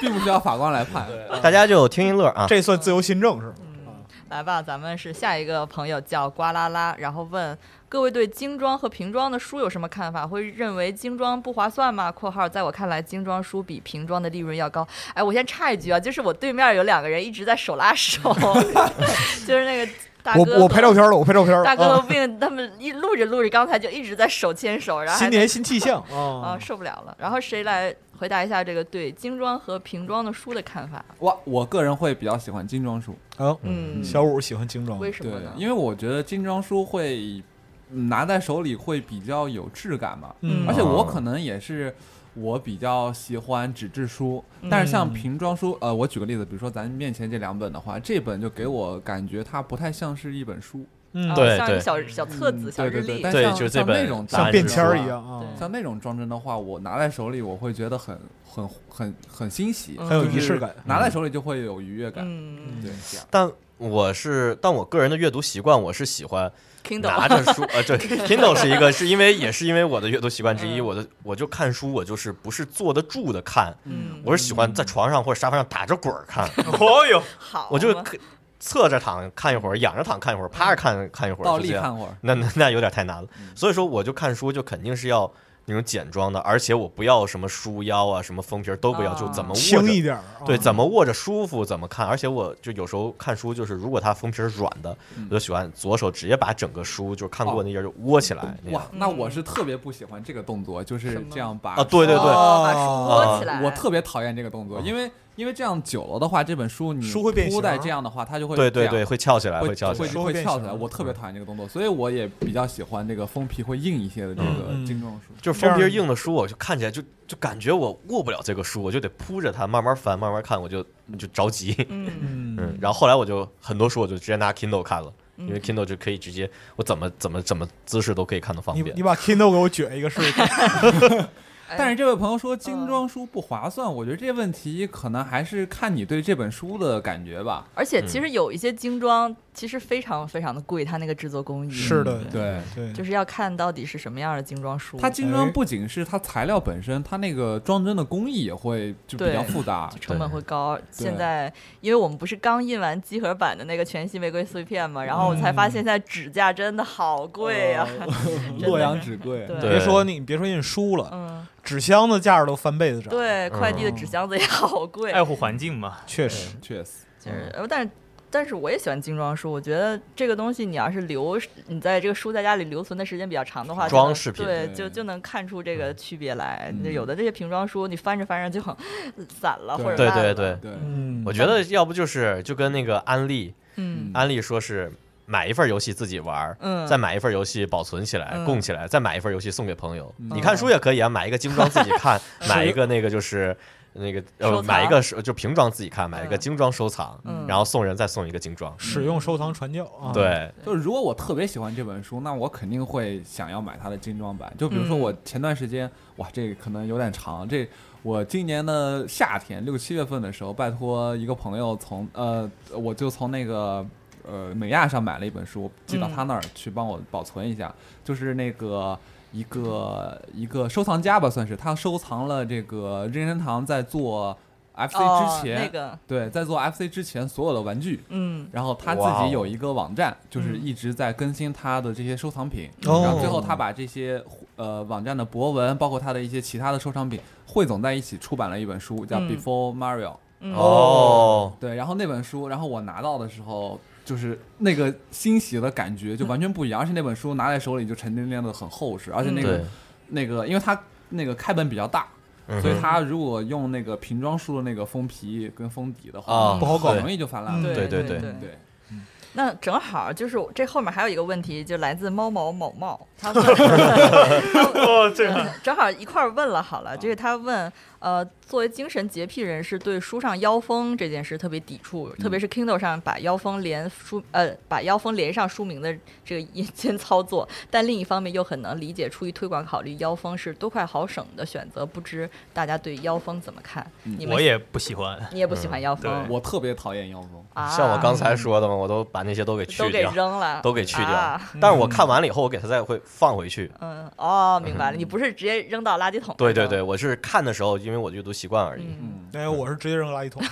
Speaker 7: 并不需要法官来判。
Speaker 4: 大家就听一乐啊。
Speaker 3: 这算自由新政是吗？
Speaker 2: 来吧，咱们是下一个朋友叫瓜啦啦，然后问各位对精装和平装的书有什么看法？会认为精装不划算吗？（括号在我看来，精装书比平装的利润要高。）哎，我先插一句啊，就是我对面有两个人一直在手拉手， <laughs> 就是那个大哥
Speaker 3: 我我
Speaker 2: 和
Speaker 3: 拍照片了，我拍照片了。
Speaker 2: 大哥
Speaker 3: 啊
Speaker 2: 和病，他们一录着录着，刚才就一直在手牵手，然后还
Speaker 3: 新
Speaker 2: 在
Speaker 3: 年新
Speaker 2: <laughs>
Speaker 3: 气象
Speaker 2: 啊
Speaker 3: 啊！
Speaker 2: 受不了了。然后谁来回答一下这个对精装和平装的书的看法？
Speaker 7: 我我个人会比较喜欢精装书，
Speaker 3: 啊，
Speaker 2: 嗯，
Speaker 3: 小五喜欢精装，
Speaker 2: 为什
Speaker 7: 对
Speaker 2: 么呢，？
Speaker 7: 因为我觉得精装书会嗯拿在手里会比较有质感嘛，
Speaker 3: 嗯
Speaker 7: 而且
Speaker 2: 哦
Speaker 7: 我可能也是。我比较喜欢纸质书，
Speaker 2: 嗯
Speaker 7: 但是像平装书，呃，我举个例子，比如说咱面前这两本的话，这本就给我感觉它不太像是一本书，
Speaker 3: 嗯
Speaker 2: 啊，
Speaker 4: 对
Speaker 2: 像
Speaker 4: 对
Speaker 2: 个小小册子、
Speaker 7: 嗯
Speaker 2: 小日
Speaker 7: 对对
Speaker 2: 历
Speaker 7: 对，但
Speaker 4: 对
Speaker 7: 像
Speaker 4: 就是这
Speaker 7: 像
Speaker 4: 本
Speaker 7: 那种
Speaker 4: 像
Speaker 7: 大
Speaker 3: 便
Speaker 7: 纸
Speaker 3: 签儿
Speaker 7: 书啊
Speaker 3: 一样啊，
Speaker 2: 对
Speaker 7: 像那种装帧的话，我拿在手里，我会觉得很很很很欣喜，
Speaker 2: 嗯
Speaker 3: 很有
Speaker 7: 就是
Speaker 3: 仪式感。
Speaker 7: 拿在手里就会有愉悦感。
Speaker 2: 嗯
Speaker 7: 对，这样
Speaker 4: 但我是，但我个人的阅读习惯，我是喜欢
Speaker 2: ，Kindle
Speaker 4: 拿着书，呃，
Speaker 2: <laughs>
Speaker 4: 对，Kindle 是一个，是因为也是因为我的阅读习惯之一，
Speaker 2: 嗯
Speaker 4: 我的我就看书，我就是不是坐得住的看，
Speaker 2: 嗯
Speaker 4: 我是喜欢在床上或者沙发上打着滚
Speaker 3: <laughs>
Speaker 4: 儿看，
Speaker 6: 哦哟，
Speaker 2: 好，
Speaker 4: 我就可侧着躺看一会儿，仰着躺看一会儿，趴
Speaker 7: 嗯
Speaker 4: 着看看一会儿，
Speaker 7: 倒
Speaker 4: 就
Speaker 7: 立
Speaker 4: 这样
Speaker 7: 看会儿，
Speaker 4: 那那那有点太难了。
Speaker 7: 嗯
Speaker 4: 所以说，我就看书就肯定是要那种简装的，而且我不要什么书腰啊，什么封皮儿都不要，
Speaker 2: 啊
Speaker 4: 就怎么握
Speaker 3: 轻一
Speaker 4: 着。
Speaker 3: 点儿啊，
Speaker 7: 嗯
Speaker 4: 对，怎么握着舒服怎么看，而且我就有时候看书，就是如果它封皮儿软的，
Speaker 7: 嗯
Speaker 4: 我就喜欢左手直接把整个书就是看过那页儿就窝起来那样。
Speaker 7: 哦哇，那
Speaker 2: 嗯
Speaker 7: 我是特别不喜欢这个动作，就是这样把
Speaker 4: 啊，对对对，
Speaker 2: 哦把书
Speaker 4: 啊
Speaker 2: 裹起来，
Speaker 7: 我特别讨厌这个动作，因为因为这样久了的话，这本书你
Speaker 3: 书会变形
Speaker 7: 铺在这样的话，它就会
Speaker 4: 对对
Speaker 7: 这
Speaker 4: 对，
Speaker 7: 样
Speaker 4: 会翘起来，
Speaker 7: 会
Speaker 4: 会翘起
Speaker 7: 会
Speaker 4: 来。
Speaker 3: 书会
Speaker 7: 会
Speaker 3: 变
Speaker 7: 翘
Speaker 3: 形
Speaker 7: 起来，我特别讨厌这个动作，所以我也比较喜欢这个封皮会硬一些的这个
Speaker 3: 嗯
Speaker 7: 精装书。
Speaker 4: 就是
Speaker 3: 这
Speaker 4: 封皮儿
Speaker 3: 样
Speaker 4: 硬的书，我就看起来就就感觉我握不了这个书，我就得铺着它慢慢翻，慢慢看，我就就着急。
Speaker 2: 嗯
Speaker 3: 嗯，
Speaker 4: 嗯，然后后来我就很多书我就直接拿 Kindle 看了，因为
Speaker 2: 嗯
Speaker 4: Kindle 就可以直接我怎么怎么怎么姿势都可以看得方
Speaker 3: 你
Speaker 4: 便
Speaker 3: 你。把 Kindle 给我卷一个试
Speaker 2: <laughs>
Speaker 3: 试，
Speaker 2: 哎
Speaker 7: 但是这位朋友
Speaker 2: 嗯
Speaker 7: 说精装书不划算，我觉得这问题可能还是看你对这本书的感觉吧。
Speaker 2: 而且其实有一些精装其实非常非常的贵，它那个制作工艺
Speaker 3: 是的
Speaker 2: 嗯
Speaker 7: 对，
Speaker 3: 对，
Speaker 2: 就是要看到底是什么样的精装书，
Speaker 7: 它精装不仅是它材料本身，它那个装帧的工艺也会就比较复杂。
Speaker 2: 成本会高。现在因为我们不是刚印完集合版的那个全息玫瑰碎片嘛，然后我才发现现在指价真的好贵啊，
Speaker 7: 洛阳纸贵，
Speaker 2: 对
Speaker 3: 别说你别说印书了，
Speaker 2: 嗯，
Speaker 3: 纸箱子价儿都翻倍的涨，
Speaker 2: 对，快递的纸箱子也好贵，啊
Speaker 6: 爱护环境嘛，
Speaker 3: 确实，
Speaker 7: 确实。
Speaker 2: 就是，
Speaker 4: 嗯
Speaker 2: 呃但是但是我也喜欢精装书，我觉得这个东西你要是留，你在这个书在家里留存的时间比较长的话，就
Speaker 4: 装
Speaker 2: 能
Speaker 4: 饰品嗯
Speaker 2: 对，
Speaker 7: 对
Speaker 2: 就就能看出这个区别来。
Speaker 7: 嗯
Speaker 2: 就有的这些瓶装书，你翻着翻着就 <laughs> 散了，或者
Speaker 4: 对
Speaker 2: 烂
Speaker 4: 对
Speaker 2: 了，
Speaker 4: 对，
Speaker 7: 对，
Speaker 3: 嗯
Speaker 4: 我觉得要不就是就跟那个安利，
Speaker 2: 嗯
Speaker 4: 安利说是买一份游戏自己玩儿，
Speaker 2: 嗯
Speaker 4: 再买一份游戏保存起来
Speaker 2: 嗯
Speaker 4: 供起来，再买一份游戏送给朋友。你看书也可以啊，买一个精装自己
Speaker 2: <laughs>
Speaker 4: 看，买一个那个就是。那个
Speaker 2: 收
Speaker 4: 呃，
Speaker 2: 藏
Speaker 4: 买一个是就瓶装自己看，买一个
Speaker 2: 嗯
Speaker 4: 精装收藏，
Speaker 2: 嗯
Speaker 4: 然后送人再送一个精装。
Speaker 3: 使用收藏传教啊，，
Speaker 4: 对，
Speaker 7: 就是如果我特别喜欢这本书，那我肯定会想要买它的精装版。就比如说
Speaker 2: 嗯
Speaker 7: 我前段时间，哇，这个可能有点长。这我今年的夏天六七月份的时候，拜托一个朋友从呃，我就从那个呃美亚上买了一本书，寄到
Speaker 2: 嗯
Speaker 7: 他那儿去帮我保存一下，就是那个。一个一个收藏家吧，算是他收藏了这个任天堂在做 FC
Speaker 2: 哦
Speaker 7: 之前，
Speaker 2: 那个，
Speaker 7: 对，在做 FC 之前所有的玩具，
Speaker 2: 嗯，
Speaker 7: 然后他自
Speaker 4: 哇哦
Speaker 7: 己有一个网站，就是
Speaker 2: 嗯
Speaker 7: 一直在更新他的这些收藏品，
Speaker 3: 哦
Speaker 7: 然后最后他把这些呃网站的博文，包括他的一些其他的收藏品汇总在一起，出版了一本书，叫《
Speaker 2: 嗯
Speaker 7: Before Mario》。
Speaker 2: 嗯
Speaker 4: 哦，
Speaker 7: 对，然后那本书，然后我拿到的时候，就是那个欣喜的感觉就完全不一样，而且那本书拿在手里就沉甸甸的很厚实，而且那个、
Speaker 4: 对，
Speaker 7: 那个，因为它那个开本比较大，
Speaker 4: 嗯
Speaker 7: 所以
Speaker 4: 哼
Speaker 7: 它如果用那个瓶装书的那个封皮跟封底的话，
Speaker 4: 啊
Speaker 3: 不好搞
Speaker 7: 很容易就泛滥了。
Speaker 4: 对
Speaker 2: 对对
Speaker 4: 对
Speaker 7: 嗯对，
Speaker 2: 那正好就是我这后面还有一个问题，就来自猫毛某茂，他
Speaker 4: <laughs>
Speaker 2: 问，
Speaker 6: 哦，这个
Speaker 2: 嗯正好一块儿问了好了，就是他问，呃，作为精神洁癖人士，对书上妖风这件事特别抵触，特
Speaker 4: 嗯
Speaker 2: 别是 Kindle 上把妖风连书呃把妖风连上书名的这个阴 <laughs> 间操作，但另一方面又很能理解，出于推广考虑，妖风是多快好省的选择，不知大家对妖风怎么看？
Speaker 4: 嗯
Speaker 2: 你们
Speaker 6: 我也不喜欢。
Speaker 2: 你也不喜欢妖风、
Speaker 6: 嗯对
Speaker 7: 我特别讨厌妖风。
Speaker 2: 啊？
Speaker 4: 像我刚才说的嘛，我都把那些都给去
Speaker 2: 都给
Speaker 4: 掉，
Speaker 2: 扔了，
Speaker 4: 都给去掉
Speaker 2: 啊。
Speaker 4: 但是我看完了以后，我给它再会放回去。
Speaker 2: 嗯，哦，明白了，你不是直接扔到垃圾桶？
Speaker 4: 对对对，。我是看的时候，因为我阅读习惯而已。
Speaker 2: 嗯，
Speaker 3: 哎，我是直接扔垃圾桶。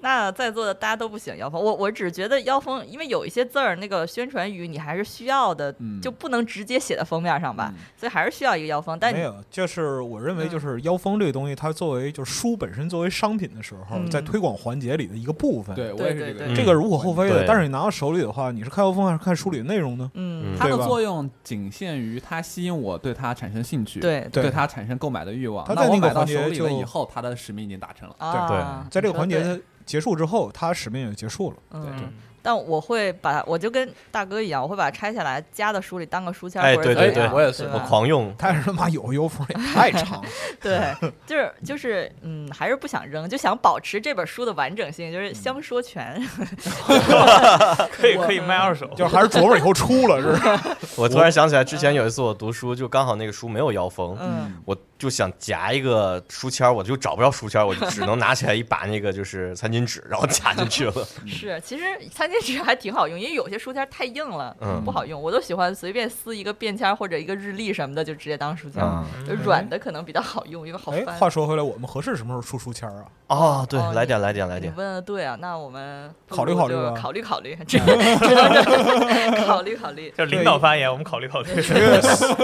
Speaker 2: 那在座的大家都不喜欢妖风，我我只觉得妖风，因为有一些字儿，那个宣传语你还是需要的，
Speaker 7: 嗯
Speaker 2: 就不能直接写在封面上吧，
Speaker 7: 嗯
Speaker 2: 所以还是需要一个妖风。但嗯
Speaker 3: 没有，就是我认为就是妖风这个东西，它作为就是书本身作为商品的时候，
Speaker 2: 嗯
Speaker 3: 在推广环节里的一个部分。
Speaker 7: 对，我
Speaker 2: 对
Speaker 7: 也是
Speaker 2: 对
Speaker 7: 这个嗯
Speaker 2: 对
Speaker 7: 意
Speaker 3: 这
Speaker 7: 思。
Speaker 3: 个是无可厚非的
Speaker 4: 嗯对。
Speaker 3: 但是你拿到手里的话，你是看妖风还是看书里的内容呢？
Speaker 2: 嗯，
Speaker 4: 嗯
Speaker 7: 它
Speaker 3: 对
Speaker 7: 的
Speaker 3: 吧
Speaker 7: 作用仅限于它吸引我对它产生兴趣，
Speaker 2: 对
Speaker 3: 对
Speaker 7: 它产生购买的欲望。
Speaker 3: 它在
Speaker 7: 那我
Speaker 3: 那个
Speaker 7: 买到
Speaker 3: 环节
Speaker 7: 手里了
Speaker 3: 就
Speaker 7: 以后，它的使命已经达成了。
Speaker 2: 啊，
Speaker 3: 在这个
Speaker 2: 你说
Speaker 3: 环节
Speaker 2: 对
Speaker 3: 它结束之后，它使命也结束了。
Speaker 2: 嗯
Speaker 7: 对，
Speaker 2: 但我会把，我就跟大哥一样，我会把它拆下来夹到书里当个书签儿
Speaker 4: 哎
Speaker 2: 或者
Speaker 4: 对
Speaker 2: 怎么
Speaker 4: 对
Speaker 2: 样。
Speaker 4: 对，
Speaker 5: 我也是
Speaker 2: 对
Speaker 4: 我
Speaker 2: 吧
Speaker 4: 狂用。
Speaker 3: 但是他妈有妖风也太长了，
Speaker 2: 对，就是就是，嗯，还是不想扔，就想保持这本书的完整性，
Speaker 7: 嗯
Speaker 2: 就是相说全。
Speaker 6: 可以可以卖二手， <laughs>
Speaker 3: 就是还是琢磨以后出了，是不是？
Speaker 4: 我突然想起来，之前有一次我读书，就刚好那个书没有腰封，
Speaker 2: 嗯，
Speaker 4: 我就想夹一个书签儿，我就找不着书签儿，我就只能拿起来一把那个就是餐巾纸，然后夹进去了。
Speaker 2: 是，其实餐巾纸还挺好用，因为有些书签儿太硬了，
Speaker 4: 嗯
Speaker 2: 不好用。我都喜欢随便撕一个便签儿或者一个日历什么的，就直接当书签儿。
Speaker 4: <laughs> 啊
Speaker 2: 就软的可能比较好用，因为好
Speaker 3: 哎，
Speaker 2: 翻
Speaker 3: 话。说回来，我们合适什么时候出书签儿啊？
Speaker 4: 哦，对
Speaker 2: 哦，
Speaker 4: 来点来点来
Speaker 2: 你
Speaker 4: 点，
Speaker 2: 问的对啊，那我们不
Speaker 3: <laughs> 考虑
Speaker 2: 如
Speaker 3: 考虑
Speaker 2: 就
Speaker 3: 吧
Speaker 2: 考虑考
Speaker 3: <laughs>
Speaker 2: 虑，只能只能这 <laughs> 考虑考虑。
Speaker 6: 就领导发言，我们考
Speaker 3: <laughs>
Speaker 6: 虑考虑。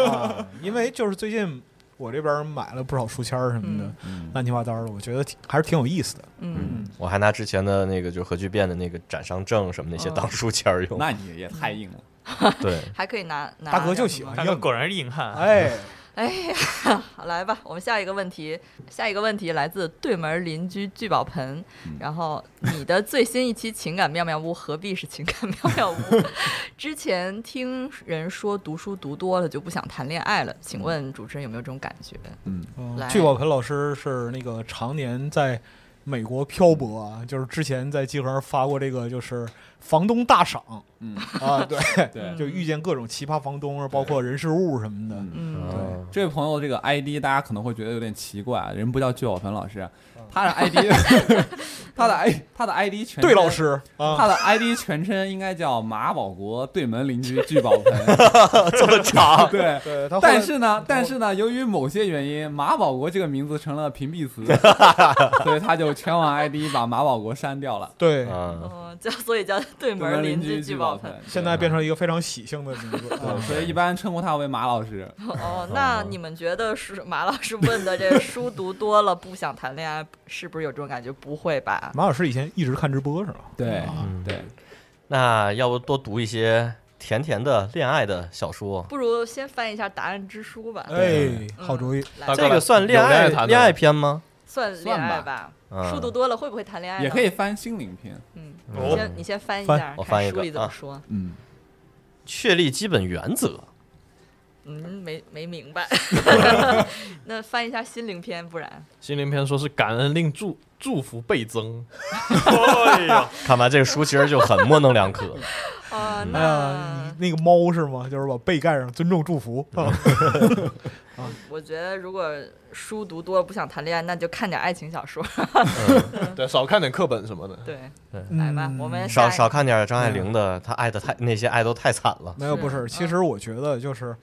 Speaker 3: 啊，因为就是最近我这边买了不少书签儿什么的，
Speaker 4: 嗯
Speaker 3: 乱七八糟的，我觉得挺还是挺有意思的。
Speaker 2: 嗯，
Speaker 4: 我还拿之前的那个就是核聚变的那个展商证什么那些
Speaker 2: 哦
Speaker 4: 当书签儿用。
Speaker 7: 那你也太硬 <laughs> 了。
Speaker 4: 对，
Speaker 2: 还可以拿拿。
Speaker 3: 大哥就喜欢
Speaker 6: 大哥
Speaker 3: 硬，
Speaker 6: 果然是硬汉，啊
Speaker 2: <laughs>
Speaker 3: 哎，
Speaker 2: 哎呀，好来吧，我们下一个问题，下一个问题来自对门邻居聚宝盆。然后你的最新一期《情感妙妙屋》何必是情感妙妙屋？ <laughs> 之前听人说读书读多了就不想谈恋爱了，请问主持人有没有这种感觉？
Speaker 3: 嗯
Speaker 2: 来
Speaker 3: 聚宝盆老师是那个常年在美国漂泊啊，就是之前在集合上发过这个就是房东大赏，
Speaker 7: 嗯
Speaker 3: 啊，对，
Speaker 7: 对
Speaker 3: 就遇见各种奇葩房东，包括人事物什么的。
Speaker 7: 嗯
Speaker 2: 嗯
Speaker 4: 哦
Speaker 7: 这位朋友这个 ID 大家可能会觉得有点奇怪啊，人不叫聚宝盆老师，啊
Speaker 3: 嗯
Speaker 7: 他的
Speaker 3: <laughs>
Speaker 7: ID，他的 I 他的 ID 全
Speaker 3: 对，
Speaker 7: 称
Speaker 3: 老。师啊，
Speaker 7: 他的 ID 全称应该叫马保国对门邻居聚宝盆，，
Speaker 3: <laughs>
Speaker 4: 这么长
Speaker 7: <laughs> 对，
Speaker 3: 对他后来
Speaker 7: 但是呢，但是呢，由于某些原因，马保国这个名字成了屏蔽
Speaker 3: <laughs>
Speaker 7: 词，所以他就全网 ID 把马保国删掉了。
Speaker 3: 对，
Speaker 4: 嗯，
Speaker 2: 哦，叫所以叫对
Speaker 7: 对
Speaker 2: 门
Speaker 7: 门
Speaker 2: 邻
Speaker 7: 居
Speaker 2: 聚
Speaker 7: 宝
Speaker 2: 宝盆。，
Speaker 3: 现在变成了一个非常喜庆的名字。
Speaker 7: 对，
Speaker 3: 啊
Speaker 7: 所以一般称呼他为马老师。
Speaker 2: <laughs> 哦，那你们觉得是马老师问的这书读多了不想谈恋爱，是不是有这种感觉？不会吧？
Speaker 3: 马老师以前一直看直播是吧？
Speaker 7: 对
Speaker 4: 嗯
Speaker 7: 对，
Speaker 4: 那要不多读一些甜甜的恋爱的小说？
Speaker 2: 不如先翻一下答案之书吧，
Speaker 3: 哎
Speaker 4: 对，
Speaker 3: 好主意。
Speaker 2: 来
Speaker 5: 大哥
Speaker 4: 这个算恋
Speaker 5: 有恋
Speaker 4: 爱
Speaker 5: 爱谈的
Speaker 4: 恋爱片吗？
Speaker 2: 算恋爱吧。
Speaker 4: 嗯
Speaker 2: 书读多了会不会谈恋爱呢？
Speaker 7: 也可以翻心灵片。
Speaker 2: 嗯，你
Speaker 4: 哦
Speaker 2: 先你先翻一
Speaker 3: 翻
Speaker 2: 下，
Speaker 4: 我翻
Speaker 2: 看
Speaker 4: 一
Speaker 2: 书
Speaker 4: 个
Speaker 2: 里怎么
Speaker 4: 啊
Speaker 2: 说。
Speaker 7: 嗯，
Speaker 4: 确立基本原则。
Speaker 2: 嗯，没没明白。那翻一下心灵篇，不然
Speaker 5: 心灵篇说是感恩令祝祝福倍增，
Speaker 3: 哎
Speaker 6: <laughs> 哎
Speaker 2: <laughs>
Speaker 4: 看完这个书，其实就很模棱两可。
Speaker 2: 啊，呀，
Speaker 3: 哎呀
Speaker 2: 那，
Speaker 3: 那个猫是吗？就是把背盖上，尊重祝福。啊
Speaker 2: 我觉得如果书读多了不想谈恋爱，那就看点爱情小说。
Speaker 5: 对，少看点课本什么的。
Speaker 2: <laughs> 对，<laughs>
Speaker 3: 嗯
Speaker 2: 来吧，我们
Speaker 4: 少
Speaker 2: 下一
Speaker 4: 少看点张爱玲的，她爱的太那些爱都太惨了。
Speaker 3: 没有不
Speaker 2: 嗯
Speaker 3: 是，其实我觉得就是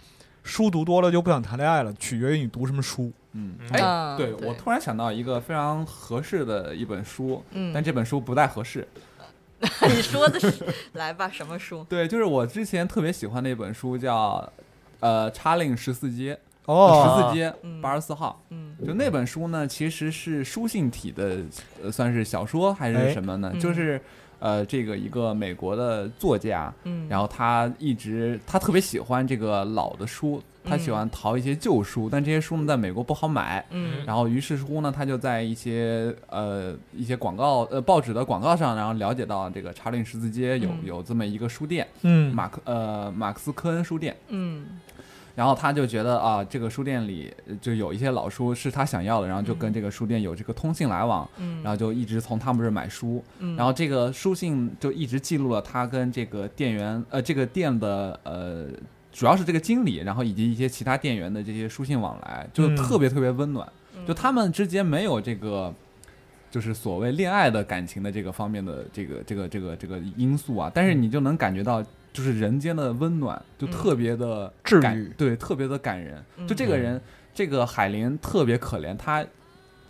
Speaker 3: 书读多了就不想谈恋爱了，取决于你读什么书。嗯，
Speaker 7: 哎，
Speaker 2: 嗯，
Speaker 7: 对我突然想到一个非常合适的一本书，
Speaker 2: 嗯
Speaker 7: 但这本书不太合适。
Speaker 2: <laughs> 你说的是来吧，什么书？
Speaker 7: 对，就是我之前特别喜欢的一本书叫。呃，插令十四街，
Speaker 3: 哦，
Speaker 7: 十四街
Speaker 2: 嗯
Speaker 7: 八十四号，
Speaker 2: 嗯
Speaker 7: 就那本书呢，其实是书信体的，呃，算是小说还
Speaker 3: 哎
Speaker 7: 是什么呢？
Speaker 2: 嗯
Speaker 7: 就是，呃，这个一个美国的作家，
Speaker 2: 嗯，
Speaker 7: 然
Speaker 2: 后
Speaker 7: 后他一直他特别喜欢这个老的书，他喜欢淘一些旧书，但这些书呢在美国不好买。
Speaker 2: 嗯
Speaker 7: 然后于是乎呢，他就在一些呃一些广告呃报纸的广告上，然后了解到这个查令十字街有
Speaker 2: 嗯
Speaker 7: 有这么一个书店，
Speaker 3: 嗯，
Speaker 7: 马克呃马克思科恩书店。
Speaker 2: 嗯
Speaker 7: 然后他就觉得啊，这个书店里呃就有一些老书是他想要的，然后就跟这个书店有这个通信来往，
Speaker 2: 嗯，
Speaker 7: 然后就一直从他们这儿买书。
Speaker 2: 嗯
Speaker 7: 然后这个书信就一直记录了他跟这个店员，呃，这个店的呃，主要是这个经理，然后以及一些其他店员的这些书信往来，就
Speaker 3: 嗯
Speaker 7: 特别特别温暖。
Speaker 2: 嗯
Speaker 7: 就他们之间没有这个，就是所谓恋爱的感情的这个方面的这个这个这个这个因素啊，但是你就能感觉到。就是人间的温暖，就
Speaker 2: 嗯
Speaker 7: 特别的
Speaker 3: 治
Speaker 7: 感
Speaker 3: 愈
Speaker 7: 对，特别的感人。就这
Speaker 2: 嗯
Speaker 7: 个人，这个海林特别可怜，他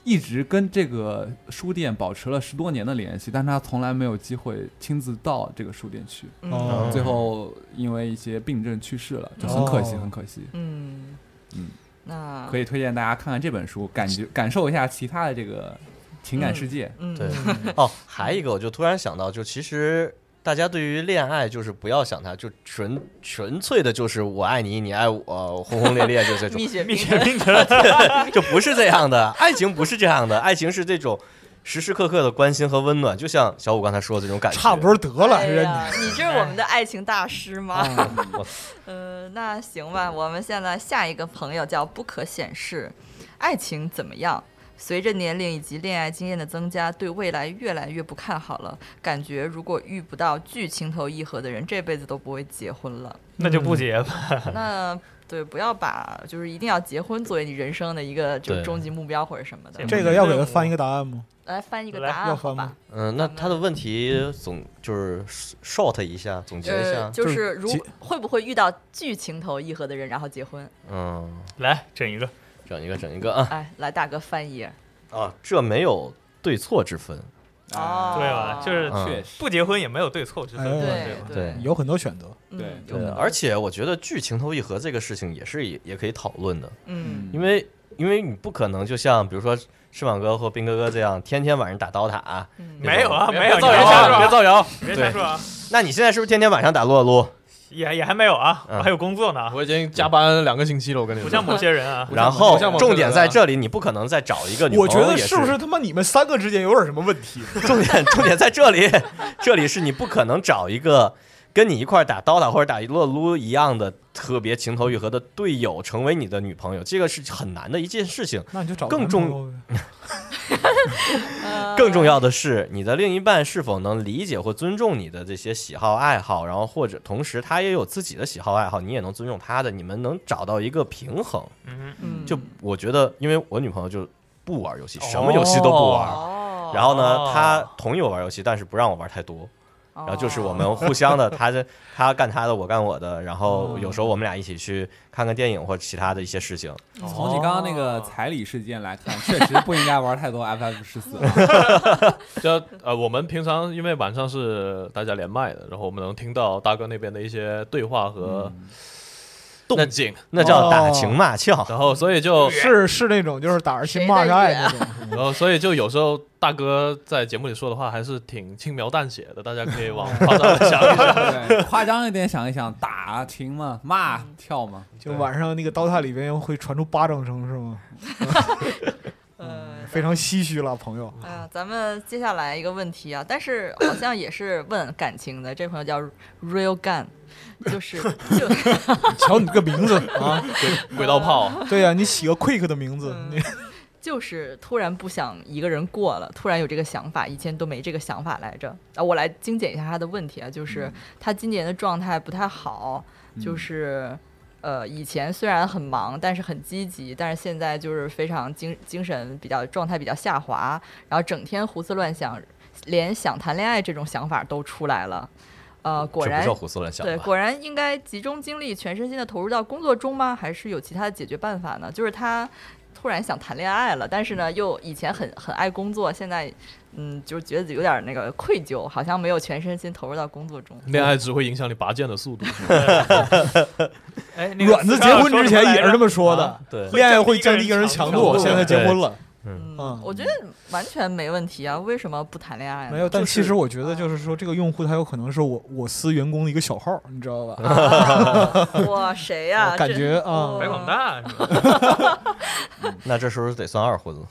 Speaker 7: 一直跟这个书店保持了十多年的联系，但是他从来没有机会亲自到这个书店去。
Speaker 2: 嗯
Speaker 3: 哦
Speaker 7: 最后因为一些病症去世了，就很可
Speaker 2: 哦
Speaker 7: 惜，很可惜。
Speaker 2: 嗯
Speaker 7: 嗯，
Speaker 2: 那
Speaker 7: 可以推荐大家看看这本书，感觉感受一下其他的这个情感世界。
Speaker 2: 嗯
Speaker 4: 对，哦，还有一个，我就突然想到，就其实大家对于恋爱，就是不要想它，就纯纯粹的，就是我爱你，你爱我，轰轰烈烈，就这种 <laughs>
Speaker 2: 蜜，雪
Speaker 6: 蜜
Speaker 2: 冰
Speaker 6: 雪
Speaker 2: 城，
Speaker 6: 冰城，
Speaker 4: 就不是这样的。爱情不是这样的，爱情是这种时时刻刻的关心和温暖，就像小五刚才说的这种感觉。
Speaker 3: 差不多得了，
Speaker 2: 哎
Speaker 3: 人家哎
Speaker 2: 呀，你就是我们的爱情大师吗？ <laughs>
Speaker 4: 我
Speaker 2: 呃，那行吧，我们现在下一个朋友叫不可显示，爱情怎么样？随着年龄以及恋爱经验的增加，对未来越来越不看好了。感觉如果遇不到巨情投意合的人，这辈子都不会结婚
Speaker 3: <laughs>
Speaker 2: 了。
Speaker 6: 那就不结吧。
Speaker 2: 那对，不要把就是一定要结婚作为你人生的一个就是
Speaker 4: 对
Speaker 2: 终极目标或者什么的。
Speaker 6: 嗯
Speaker 3: 这个要给他翻一个答案吗？
Speaker 2: 来翻一个
Speaker 6: 来
Speaker 2: 答
Speaker 3: 要
Speaker 2: 案好
Speaker 3: 翻
Speaker 2: 吧
Speaker 3: 吗？
Speaker 4: 嗯，那他的问题总就是 short 一下，总结一
Speaker 2: 呃，
Speaker 4: 下，
Speaker 2: 就
Speaker 3: 就是是
Speaker 2: 如
Speaker 3: 结
Speaker 2: 会不会遇到巨情投意合的人，然后结婚？
Speaker 4: 嗯，
Speaker 6: <laughs> 来整一个，
Speaker 4: 整一个，整一个啊
Speaker 2: 哎，来大哥翻页。
Speaker 4: 啊，这没有对错之分，
Speaker 7: 啊
Speaker 2: 哦，
Speaker 6: 对吧？就是
Speaker 4: 嗯
Speaker 7: 确实，
Speaker 6: 不结婚也没有对错之
Speaker 3: 哎
Speaker 6: 分嘛，
Speaker 2: 对
Speaker 6: 吧？
Speaker 4: 对
Speaker 3: 有很多选择，
Speaker 7: 对
Speaker 2: 嗯
Speaker 4: 对，而且我觉得剧情投意合这个事情也是也也可以讨论的，
Speaker 2: 嗯
Speaker 4: 因为因为你不可能就像比如说翅膀哥或兵哥哥这样天天晚上打刀塔，
Speaker 2: 嗯
Speaker 4: 对
Speaker 6: 没有啊，
Speaker 5: 别
Speaker 6: 没
Speaker 5: 别
Speaker 6: 有，你
Speaker 5: 造
Speaker 6: 别
Speaker 5: 谣
Speaker 6: 瞎
Speaker 5: 啊，
Speaker 6: 说，
Speaker 5: 别，造谣！
Speaker 6: 别瞎说啊，
Speaker 4: 那你现在是不是天天晚上打撸啊撸？
Speaker 6: 也也还没有啊，
Speaker 4: 嗯
Speaker 6: 我还有工作呢，
Speaker 5: 我已经加班两个星期了，我跟你
Speaker 6: 不
Speaker 5: 说。
Speaker 6: 像某些人啊，
Speaker 4: 然后重点在这里，你不可能再找一个女朋
Speaker 3: 我
Speaker 4: 友，
Speaker 3: 觉得
Speaker 4: 也
Speaker 3: 是不是他妈你们三个之间有点什么问题？
Speaker 4: 重
Speaker 2: <laughs>
Speaker 4: 点重点在这里，这里是你不可能找一个跟你一块儿打刀塔或者打撸啊撸一样的特别情投意合的队友成为你的女朋友，这个是很难的一件事情。
Speaker 3: 那你就找
Speaker 4: 更
Speaker 3: 男朋友呗
Speaker 2: 呃
Speaker 4: 更重要的是，你的另一半是否能理解或尊重你的这些喜好爱好，然后或者同时他也有自己的喜好爱好，你也能尊重他的，你们能找到一个平衡。
Speaker 2: <laughs>
Speaker 6: 嗯，
Speaker 2: 嗯
Speaker 4: 就我觉得，因为我女朋友就不玩游戏，什么游戏都不玩。
Speaker 2: 哦，
Speaker 4: 然后呢
Speaker 6: 哦，
Speaker 4: 她同意我玩游戏，但是不让我玩太多。
Speaker 2: 然
Speaker 4: 然
Speaker 2: 哦
Speaker 4: 后就是我们互相的，她这她干她的，我干我的。然后有时候我们俩一起去看看电影或者其他的一些事情。
Speaker 7: 从你刚刚那个彩礼事件来看， <laughs> 确实不应该玩太多 FF 十四。
Speaker 5: <laughs> 这呃，我们平常因为晚上是大家连麦的，然后我们能听到大哥那边的一些对话和动静，
Speaker 4: 嗯那叫打情骂俏。
Speaker 5: 然后所以就是
Speaker 3: 是那种就是打着情骂着爱那种，
Speaker 5: 然后所以就有时候大哥在节目里说的话还是挺轻描淡写的，大家可以往夸张的想一想。
Speaker 7: 对，夸张一点想一想，打情嘛，骂跳嘛，
Speaker 3: 就晚上那个刀塔里边会传出巴掌声是吗？
Speaker 2: 呃，
Speaker 4: 嗯
Speaker 3: 非常唏嘘了，朋友。
Speaker 2: 哎呀，咱们接下来一个问题啊，但是好像也是问感情的，这朋友叫 Real Gun，就是就
Speaker 3: <laughs> 瞧你这个名字啊，
Speaker 5: 鬼刀炮，
Speaker 3: 哦对呀、你起个 quick 的名字，
Speaker 2: 嗯
Speaker 3: 你
Speaker 2: 就是突然不想一个人过了，突然有这个想法，以前都没这个想法来着。啊，我来精简一下他的问题啊，就是他今年的状态不太好，就是呃，以前虽然很忙，但是很积极，但是现在就是非常精精神比较状态比较下滑，然后整天胡思乱想，连想谈恋爱这种想法都出来了。呃，果
Speaker 4: 这不
Speaker 2: 然
Speaker 4: 叫胡思乱想
Speaker 2: 对，
Speaker 4: 吧？
Speaker 2: 果然应该集中精力，全身心的投入到工作中吗？还是有其他的解决办法呢？就是他突然想谈恋爱了，但是呢，又以前很很爱工作，现在嗯，就是觉得有点那个愧疚，好像没有全身心投入到工作
Speaker 3: 嗯
Speaker 2: 中。
Speaker 5: 恋爱只会影响你拔剑的速度。
Speaker 6: 哎，那个
Speaker 3: 阮子结婚之前也是这么说的
Speaker 6: 啊，
Speaker 4: 对，
Speaker 3: 恋爱会降低一个人强度，
Speaker 6: 对
Speaker 3: 现在结婚了，
Speaker 2: 嗯
Speaker 3: 嗯，
Speaker 2: 我觉得完全没问题啊，为什么不谈恋爱呢？
Speaker 3: 没有。但
Speaker 2: 就
Speaker 3: 其
Speaker 2: 是
Speaker 3: 实我觉得就是说，这个用户他有可能是我我司员工的一个小号，你知道吧？
Speaker 2: <laughs> 啊哇，谁呀、
Speaker 3: 感
Speaker 2: 这
Speaker 3: 觉啊
Speaker 2: 嗯
Speaker 6: 白广大是
Speaker 3: <laughs>
Speaker 6: 吧？
Speaker 4: 那这时候得算二婚了。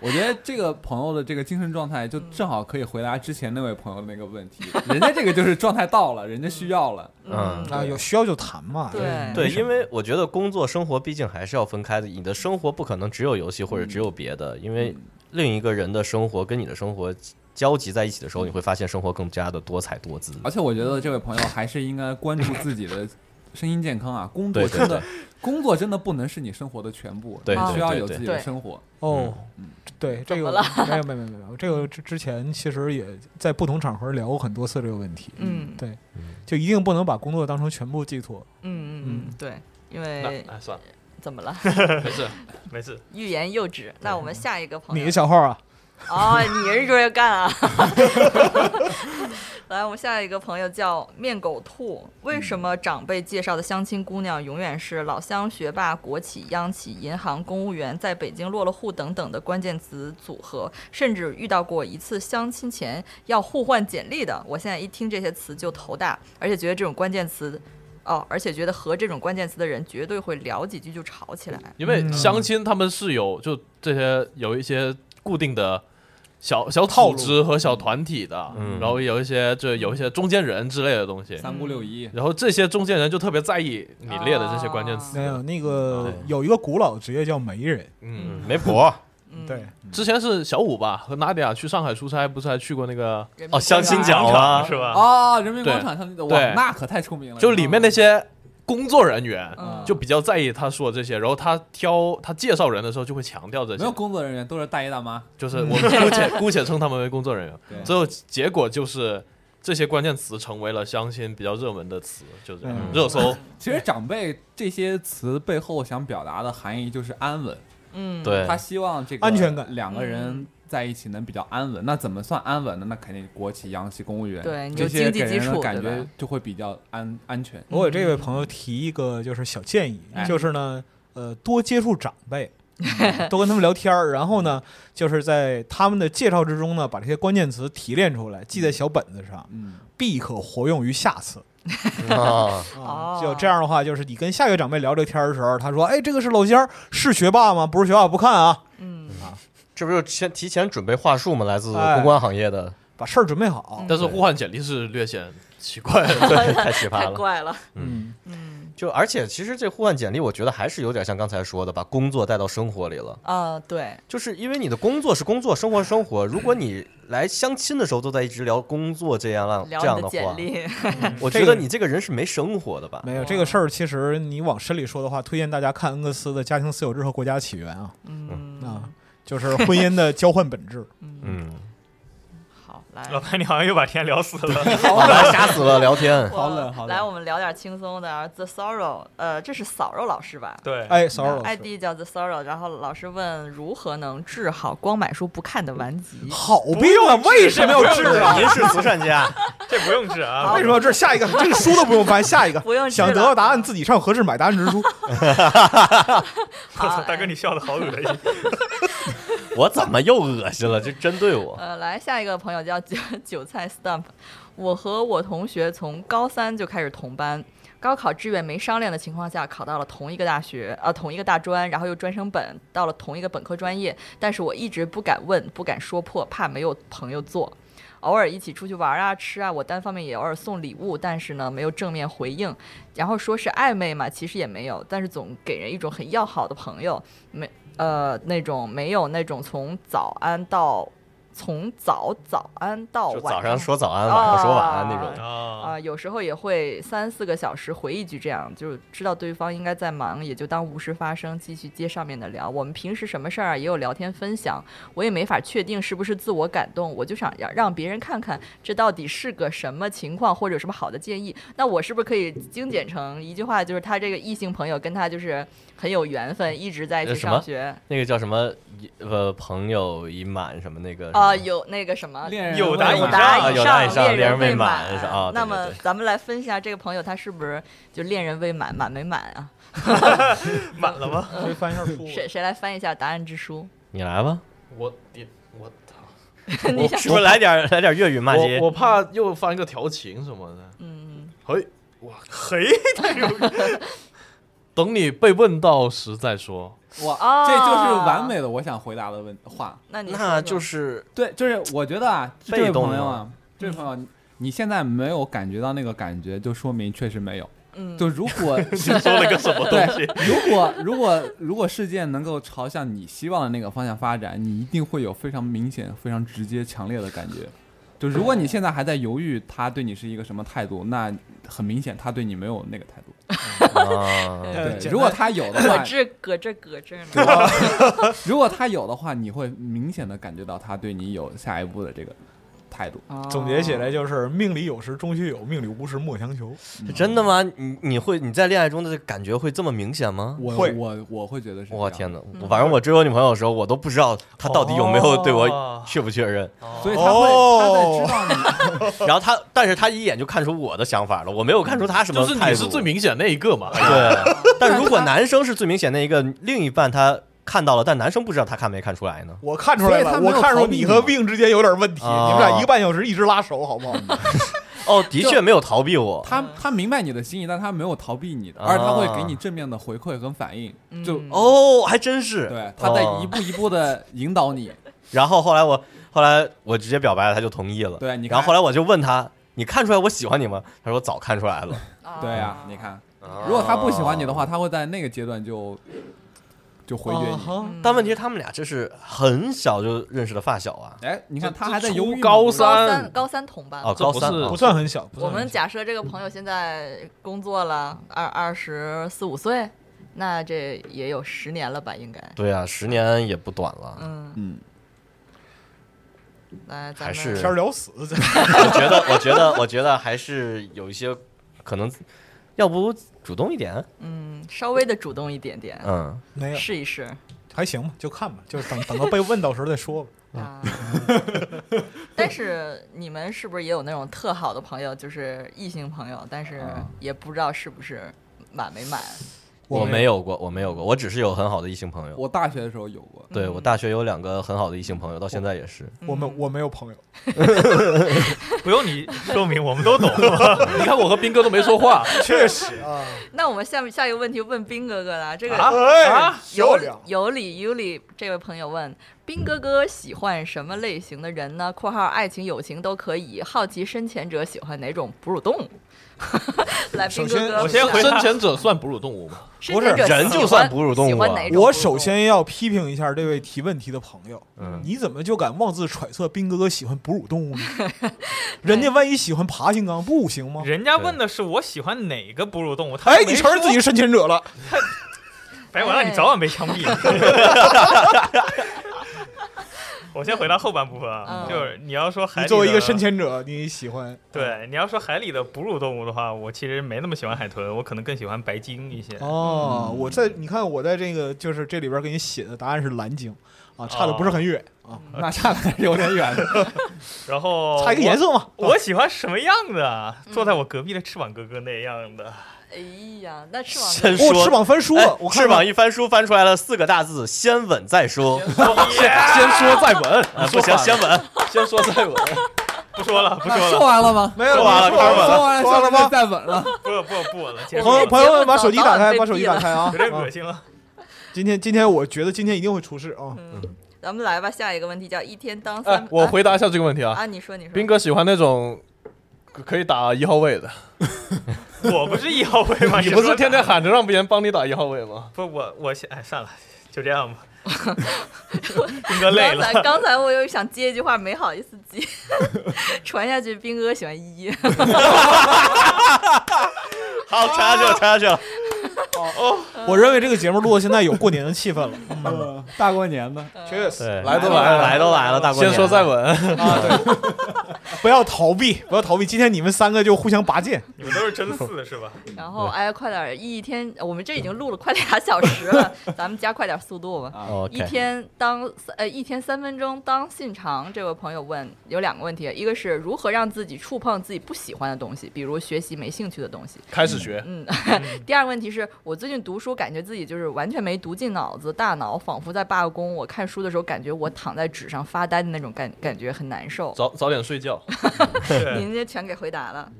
Speaker 7: 我觉得这个朋友的这个精神状态，就正好可以回答之前那位朋友的那个问题。人家这个就是状态到了，人家需要了。
Speaker 4: 嗯，
Speaker 3: 啊，有需要就谈嘛。
Speaker 2: 对
Speaker 4: <laughs> 对，因为我觉得工作生活毕竟还是要分开的，你的生活不可能只有游戏或者只有别的，因为另一个人的生活跟你的生活交集在一起的时候，你会发现生活更加的多彩多姿。
Speaker 7: 而且我觉得这位朋友还是应该关注自己的身心健康啊，工
Speaker 4: 对
Speaker 7: 作
Speaker 4: 对
Speaker 7: 真的，工作真的不能是你生活的全部，
Speaker 4: 对
Speaker 7: 你
Speaker 2: 对
Speaker 7: 需要
Speaker 4: 对
Speaker 7: 有
Speaker 4: 对
Speaker 7: 自己的
Speaker 2: 对
Speaker 7: 生活。
Speaker 3: 哦，
Speaker 2: 嗯
Speaker 3: 对，这
Speaker 2: 么
Speaker 3: 个
Speaker 2: 了
Speaker 3: 没有没有没有没有，这个之之前其实也在不同场合聊过很多次这个问题。
Speaker 2: 嗯
Speaker 3: 对，就一定不能把工作当成全部寄托。
Speaker 2: 嗯嗯嗯，对，因
Speaker 6: 那
Speaker 2: 为
Speaker 6: 哎算了，
Speaker 2: 怎么了？
Speaker 6: 没事没事，
Speaker 2: 欲言又止。那我们下一个朋友，
Speaker 3: 你的小号啊，
Speaker 2: 哦，你是说要干啊？来，我们下一个朋友叫面狗兔。为什么长辈介绍的相亲姑娘永远是老乡、学霸、国企、央企、银行、公务员，在北京落了户等等的关键词组合？甚至遇到过一次相亲前要互换简历的。我现在一听这些词就头大，而且觉得这种关键词，哦，而且觉得和这种关键词的人绝对会聊几句就吵起来。
Speaker 5: 因为
Speaker 3: 嗯
Speaker 5: 相亲他们是有就这些有一些固定的小小组织和小团体的，
Speaker 4: 嗯
Speaker 5: 然后有一些就有一些中间人之类的东西，
Speaker 7: 三姑六姨，
Speaker 5: 然后这些中间人就特别在意你列的这些关键词。
Speaker 3: 没有那个有一个古老职业叫媒人，
Speaker 5: 嗯，
Speaker 4: 媒婆
Speaker 2: 嗯，
Speaker 3: 对，
Speaker 5: 之前是小五吧和娜迪亚去上海出差，不是还去过那个，
Speaker 2: 人民
Speaker 4: 哦，
Speaker 2: 公
Speaker 4: 相亲
Speaker 2: 园
Speaker 4: 角啊，
Speaker 6: 是吧？
Speaker 7: 哦，人民
Speaker 5: 对
Speaker 7: 广场上的哇
Speaker 5: 对，
Speaker 7: 那可太出名了。
Speaker 5: 就里面那些工作人员
Speaker 2: 嗯
Speaker 5: 就比较在意他说的这些，然后他挑他介绍人的时候就会强调这
Speaker 7: 没
Speaker 5: 些
Speaker 7: 有，工作人员都是大爷大妈，
Speaker 5: 就是我们姑且姑且称他们为工作人员。
Speaker 7: 对
Speaker 5: 最后结果就是这些关键词成为了相亲比较热门的词，就这样、
Speaker 3: 嗯
Speaker 5: 热搜。
Speaker 7: 其实长辈这些词背后想表达的含义就是安稳，
Speaker 2: 嗯，
Speaker 4: 对
Speaker 7: 他，希望这个
Speaker 3: 安全感
Speaker 7: 两个人在一起能比较安稳。那怎么算安稳呢？那肯定国企、央企、公务员，
Speaker 2: 对你有
Speaker 7: 这些
Speaker 2: 经济
Speaker 7: 给人
Speaker 2: 基
Speaker 7: 的
Speaker 2: 础
Speaker 7: 感
Speaker 2: 对
Speaker 7: 觉
Speaker 2: 吧
Speaker 7: 就会比较安安全。
Speaker 3: 我给这位朋友提一个就是小建议，
Speaker 7: 哎
Speaker 3: 就是呢，呃，多接触长辈。嗯多跟他们聊天儿，然后呢，就是在他们的介绍之中呢，把这些关键词提炼出来，记在小本子上，
Speaker 7: 嗯，
Speaker 3: 必可活用于下次。
Speaker 4: 啊，
Speaker 3: 啊
Speaker 2: 哦，
Speaker 3: 就这样的话，就是你跟下一个长辈聊这个天儿的时候，他说：“哎，这个是老乡儿，是学霸吗？不是学霸不看啊，
Speaker 2: 嗯，
Speaker 4: 这不就先提前准备话术吗？来自
Speaker 3: 哎
Speaker 4: 公关行业的，
Speaker 3: 把事儿准备好。嗯
Speaker 5: 但是互换简历是略显奇怪的。
Speaker 4: 对，太奇
Speaker 2: 太
Speaker 4: 葩了。
Speaker 2: 怪了，
Speaker 3: 嗯”
Speaker 2: 嗯
Speaker 4: 就而且其实这互换简历，我觉得还是有点像刚才说的，把工作带到生活里了。
Speaker 2: 啊，对，
Speaker 4: 就是因为你的工作是工作，生活是生活。如果你来相亲的时候都在一直聊工作这样啊
Speaker 2: 聊
Speaker 4: 哦这样
Speaker 2: 你的
Speaker 4: 的
Speaker 2: 简
Speaker 4: 话， <laughs>
Speaker 2: 历，
Speaker 4: 我觉得你这个人是没生活的吧？
Speaker 3: 没有这个事儿，其实你往深里说的话，推荐大家看恩格斯的《家庭私有制和国家起源》啊
Speaker 2: 嗯，
Speaker 3: 啊，就是婚姻的交换本质。
Speaker 4: <laughs> 嗯，
Speaker 2: 好，来，
Speaker 6: 老白，你好像又把天聊死了。
Speaker 4: 老白吓死了，聊天
Speaker 2: 我
Speaker 7: 好冷好冷
Speaker 2: 来，我们聊点轻松的啊。The Sorrow，呃，这是扫帚老师吧？
Speaker 6: 对，
Speaker 3: 哎，sorry，老师
Speaker 2: ，ID 叫 The Sorrow，然后老师问如何能治好光买书不看的顽疾。
Speaker 3: 好病啊，为什么要治啊？
Speaker 4: 您是慈善家，
Speaker 6: <laughs> 这不用治啊
Speaker 3: 为。什么要治？下一个这个书都不用翻，下一个
Speaker 2: <laughs> 不用治
Speaker 3: 想得
Speaker 2: 了
Speaker 3: 到答案自己上合适买答案之书。
Speaker 6: <laughs> 我操，大哥，你笑的好恶心。
Speaker 4: <laughs>
Speaker 6: <laughs>
Speaker 4: 我怎么又恶心了？这针对我，
Speaker 2: 呃，来下一个朋友叫韭韭菜 Stump，我和我同学从高三就开始同班，高考志愿没商量的情况下考到了同一个大学，呃，同一个大专，然后又专升本，到了同一个本科专业，但是我一直不敢问，不敢说破，怕没有朋友做。偶尔一起出去玩啊、吃啊，我单方面也偶尔送礼物，但是呢，没有正面回应。然后说是暧昧嘛，其实也没有，但是总给人一种很要好的朋友，没呃那种没有那种从早安到从早早安到
Speaker 4: 就
Speaker 2: 晚
Speaker 4: 早
Speaker 2: 上
Speaker 4: 上说早安，
Speaker 2: 哦
Speaker 4: 晚上说晚安那种。
Speaker 2: 啊、
Speaker 6: 啊，
Speaker 2: 有时候也会三四个小时回一句，这样就知道对方应该在忙，也就当无事发生，继续接上面的聊。我们平时什么事儿啊也有聊天分享，我也没法确定是不是自我感动，我就想让让别人看看这到底是个什么情况，或者有什么好的建议。那我是不是可以精简成一句话，就是他这个异性朋友跟他就是很有缘分，一直在一起
Speaker 4: 呃什么
Speaker 2: 上学
Speaker 4: 那个叫什么？一呃，朋友已满呃什么那个？
Speaker 2: 啊、有那个什么
Speaker 7: <laughs> 恋人
Speaker 6: 有
Speaker 7: 未
Speaker 6: 答
Speaker 7: 满
Speaker 6: 以
Speaker 2: 有
Speaker 6: 上
Speaker 2: <laughs> 答
Speaker 3: 啊
Speaker 4: 有答以上
Speaker 2: 恋
Speaker 4: 恋人
Speaker 2: 未
Speaker 4: 未满是啊
Speaker 2: 那
Speaker 4: 对对
Speaker 2: 么
Speaker 4: 对
Speaker 2: 咱们来分析一下这个朋友他是不是就恋人未满，满没满啊？
Speaker 6: 满了吗？
Speaker 3: 谁翻一下书？
Speaker 2: 谁谁来翻一下答案之书？
Speaker 4: 你来吧，
Speaker 5: 我点我操，
Speaker 2: 你想，
Speaker 4: 我来点来点粤语骂街
Speaker 5: 我。我怕又翻个调情什么的。
Speaker 2: 嗯，
Speaker 5: 嘿，
Speaker 6: 嘿，
Speaker 5: <laughs> 等你被问到时再说。
Speaker 7: 哇，
Speaker 2: 哦
Speaker 7: 这就是完美的我想回答的问话。
Speaker 2: 那你
Speaker 4: 那就
Speaker 2: 说说
Speaker 4: 是
Speaker 7: 对，就是我觉得啊，这位
Speaker 4: 被动
Speaker 7: 朋友啊
Speaker 4: 吗，
Speaker 7: 这位朋友，你现在没有感觉到那个感觉，就说明确实没有。
Speaker 2: 嗯，
Speaker 7: 就如果
Speaker 5: <laughs> 你说了个什么东西？
Speaker 7: 对，如果如果如果事件能够朝向你希望的那个方向发展，你一定会有非常明显、非常直接、强烈的感觉。就如果你现在还在犹豫他对你是一个什么态度，那很明显他对你没有那个态度。
Speaker 4: 啊，
Speaker 3: 呃
Speaker 7: 对，
Speaker 3: 简
Speaker 7: 如果
Speaker 3: 单
Speaker 7: 他
Speaker 5: <laughs>
Speaker 7: 有的
Speaker 2: 搁
Speaker 7: 话，
Speaker 2: 这搁这搁这呢？
Speaker 4: 啊
Speaker 7: 如果他有的话，你会明显的感觉到他对你有下一步的这个态度。
Speaker 3: 总结起来
Speaker 7: 哦
Speaker 3: 就是命里有时终须有，命里无时莫强求。
Speaker 4: 是真的吗？你你会你在恋爱中的感觉会这么明显吗？
Speaker 7: 我
Speaker 3: 会
Speaker 7: 我我会觉得是这样。
Speaker 4: 我天哪！我反正我追我女朋友的时候，我都不知道她到底有没有对我
Speaker 6: 哦
Speaker 4: 确不确认。
Speaker 7: 所以他会，他在知道
Speaker 4: 然后她，但是她一眼就看出我的想法了，我没有看出她什么
Speaker 5: 就是
Speaker 4: 态
Speaker 5: 你
Speaker 4: 度。
Speaker 5: 是最明显那一个嘛？
Speaker 4: 对，但如果男生是最明显那一个，另一半他看到了，但男生不知道他看没看出来呢？
Speaker 3: 我看出来
Speaker 7: 所以
Speaker 3: 了，
Speaker 7: 他没
Speaker 3: 我
Speaker 7: 有
Speaker 3: 看出
Speaker 7: 逃避
Speaker 3: 你
Speaker 7: 你
Speaker 3: 和 Win 之间有点问题，
Speaker 4: 哦
Speaker 3: 你们俩一个半小时一直拉手，好不 <laughs> 好？
Speaker 4: 哦，的确没有逃避我
Speaker 7: 你，。他他明白你的心意，但他没有逃避你的，
Speaker 4: 啊
Speaker 7: 而他会给你正面的回馈跟反应，就
Speaker 2: 嗯
Speaker 4: 哦，还真是。
Speaker 7: 对，他在
Speaker 4: 哦
Speaker 7: 一步一步的引导你。
Speaker 4: 然后后来我后来我直接表白了，他就同意了。
Speaker 7: 对你看
Speaker 4: 然后后来我就问他，你看出来我喜欢你吗？他说早看出来了。
Speaker 2: 哦
Speaker 7: 对
Speaker 4: 啊
Speaker 7: 呀，
Speaker 2: 嗯
Speaker 7: 你，看，
Speaker 3: 哦
Speaker 7: 如果他不喜欢你的话，他会在那个阶段就就回绝
Speaker 8: 哦
Speaker 7: 你。
Speaker 3: 啊
Speaker 4: 哦但问题是他们俩这是很小就认识的发小啊，
Speaker 7: 哎，你看
Speaker 5: 这
Speaker 7: 他还在
Speaker 5: 这
Speaker 7: 犹豫吗
Speaker 5: 高
Speaker 7: 不是
Speaker 5: 三
Speaker 2: 高三高三同班。
Speaker 4: 哦，
Speaker 5: 这
Speaker 4: 高
Speaker 5: 不
Speaker 4: 三
Speaker 5: 是
Speaker 4: 啊
Speaker 3: 不算很小，不
Speaker 2: 我
Speaker 3: 算很
Speaker 2: 们
Speaker 3: 小。
Speaker 2: 假设这个朋友现在工作了，二二十四五岁，那这也有十年了吧？应该，
Speaker 4: 对啊，十年也不短了。
Speaker 2: 嗯，
Speaker 7: 嗯，
Speaker 2: 那咱
Speaker 4: 还
Speaker 2: 们
Speaker 4: 是
Speaker 3: 天儿聊死，
Speaker 4: 我觉得，我觉得，我觉得还是有一些可能，要不主动一点，
Speaker 2: 嗯稍微的主动一点点，
Speaker 4: 嗯，
Speaker 3: <laughs> 没有，
Speaker 2: 试一试。
Speaker 3: 还行吧，就看吧，就是等等到被问到时候再说吧。
Speaker 4: <laughs>
Speaker 2: 啊，但是你们是不是也有那种特好的朋友，就是异性朋友，但是
Speaker 4: 啊
Speaker 2: 也不知道是不是满没满？
Speaker 4: 我没有过，我没有过，我只是有很好的异性朋友。
Speaker 7: 我大学的时候有过，
Speaker 4: 对我大学有两个很好的异性朋友，到现在也是。
Speaker 3: 我
Speaker 2: 嗯
Speaker 3: 们我没有朋友，
Speaker 6: <laughs> 不用你说明，我们 <laughs> 都懂。
Speaker 5: 你看我和斌哥都没说话，
Speaker 3: 确实啊，
Speaker 2: 那我们下面下一个问题问冰哥哥啦，这
Speaker 4: 啊
Speaker 2: 个
Speaker 3: 哎，漂
Speaker 2: 有
Speaker 3: 亮，
Speaker 2: 有理有理，这位朋友问冰哥哥喜欢什么类型的人呢？（括号爱情友情都可以）好奇深潜者喜欢哪种哺乳
Speaker 4: <laughs>
Speaker 2: 动物？来，
Speaker 3: 首
Speaker 2: 冰哥
Speaker 3: 先
Speaker 2: 哥，
Speaker 3: 我
Speaker 6: 先回
Speaker 5: 生前者算哺乳动物吗？
Speaker 2: 深潜者
Speaker 4: 不是人
Speaker 2: 喜欢
Speaker 4: 就算哺乳动物啊
Speaker 2: 喜欢哪种
Speaker 3: 我
Speaker 2: 哺乳
Speaker 3: 首
Speaker 2: 动物
Speaker 3: 先要批评一下这位提问题的朋友，
Speaker 4: 嗯
Speaker 3: 你怎么就敢妄自揣测斌哥哥喜欢哺乳动物呢？人家万一喜欢爬行纲不行吗？
Speaker 6: 人家问的是我喜欢哪个哺乳动物，他
Speaker 3: 哎，
Speaker 6: 又
Speaker 3: 你
Speaker 6: 没
Speaker 3: 承认
Speaker 6: 说
Speaker 3: 自己是申请者了，
Speaker 6: 白哎完了，你早晚被枪毙。 <laughs> 我先回答后半部分啊，
Speaker 2: 嗯
Speaker 6: 就是你要说海
Speaker 3: 你
Speaker 6: 里
Speaker 3: 作为一个
Speaker 6: 的
Speaker 3: 申请者，你喜欢
Speaker 6: 对，你要说海里的哺乳动物的话，我其实没那么喜欢海豚，我可能更喜欢白鲸一些。
Speaker 3: 哦，我在你看我在这个就是这里边给你写的答案是蓝鲸啊，差的不是很远啊，
Speaker 7: 那差的还是有
Speaker 3: <laughs>
Speaker 7: 点远的。
Speaker 6: 然后
Speaker 3: 差一个颜色嘛。
Speaker 6: 哦
Speaker 3: 啊
Speaker 6: 我，我喜欢什么样的啊？坐在我隔壁的翅膀哥哥那样的，
Speaker 2: 哎呀，那翅膀哥
Speaker 4: 先
Speaker 3: 我
Speaker 4: 说
Speaker 3: 哦翅膀翻书
Speaker 4: 哎
Speaker 3: 了，我看
Speaker 4: 翅
Speaker 3: 到
Speaker 4: 膀一翻书，翻出来了四个大字：先吻再说。
Speaker 6: 嗯 <laughs>
Speaker 5: 先说再吻
Speaker 4: 啊，，不行，先吻。
Speaker 5: 先说再吻。
Speaker 6: 不说了，不说
Speaker 7: 那说
Speaker 6: 了，
Speaker 7: 完了吗？
Speaker 3: 没有
Speaker 4: 说完了
Speaker 3: 说完
Speaker 4: 说
Speaker 7: 说
Speaker 3: 了，
Speaker 7: 完
Speaker 3: 说完了
Speaker 7: 了，
Speaker 3: 吗
Speaker 7: 下面就？再
Speaker 3: <laughs>
Speaker 7: 吻了。
Speaker 6: 不不不了，结束
Speaker 3: 朋友
Speaker 6: 了，
Speaker 3: 朋友们，把手机打
Speaker 2: 早早晚
Speaker 3: 开，
Speaker 2: 被
Speaker 3: 把手机
Speaker 2: 毙了
Speaker 3: 打开啊！
Speaker 6: 有点
Speaker 3: 啊
Speaker 6: 恶心了。
Speaker 3: 今天今天我觉得今天一定会出事啊！
Speaker 2: 咱们来吧，下一个问题叫一天当三。
Speaker 5: 哎， <laughs> 我回答一下这个问题
Speaker 2: 啊
Speaker 5: 啊，
Speaker 2: 啊，你说你说，
Speaker 5: 斌哥喜欢那种可以打一号位的，
Speaker 6: 我不是一 <laughs> 号位吗？
Speaker 5: 你不
Speaker 6: 谁说
Speaker 5: 是天天
Speaker 6: 打
Speaker 5: 喊着让别人帮你打一号位吗？
Speaker 2: <laughs>
Speaker 6: 不我我先哎算了，就这样吧。斌哥累
Speaker 2: 刚
Speaker 6: 了，
Speaker 2: 才刚才我又想接一句话，没好意思接， <laughs> 传下去。斌哥喜欢依依，
Speaker 4: 好，沉下去了，沉下去了。
Speaker 3: 我认为这个节目录到现在有过年的气 <laughs> 氛了。嗯
Speaker 7: 大过年的，
Speaker 3: 确实，
Speaker 4: 对，
Speaker 5: 来都来了
Speaker 4: 来都来了，大过
Speaker 5: 先
Speaker 4: 年的
Speaker 5: 说再稳，
Speaker 3: 不要逃避，不要逃避。今天你们三个就互相拔剑，
Speaker 6: 你们都是真
Speaker 2: <laughs>
Speaker 6: 四是吧？
Speaker 2: <laughs> 然后哎，快点儿，一天，我们这已经录了快俩小时了，咱们加快点速度吧。一
Speaker 4: 啊哦 OK，
Speaker 2: 天当呃一天三分钟当信长，这位朋友问有两个问题，一个是如何让自己触碰自己不喜欢的东西，比如学习没兴趣的东西。
Speaker 5: 开始学，
Speaker 2: 嗯，第二个问题是我最近读书，感觉自己就是完全没读进脑子，大脑仿佛在罢工。我看书的时候，感觉我躺在纸上发呆的那种感感觉很难受。
Speaker 5: 早早点睡觉。
Speaker 6: 是
Speaker 2: 您这全给回答了。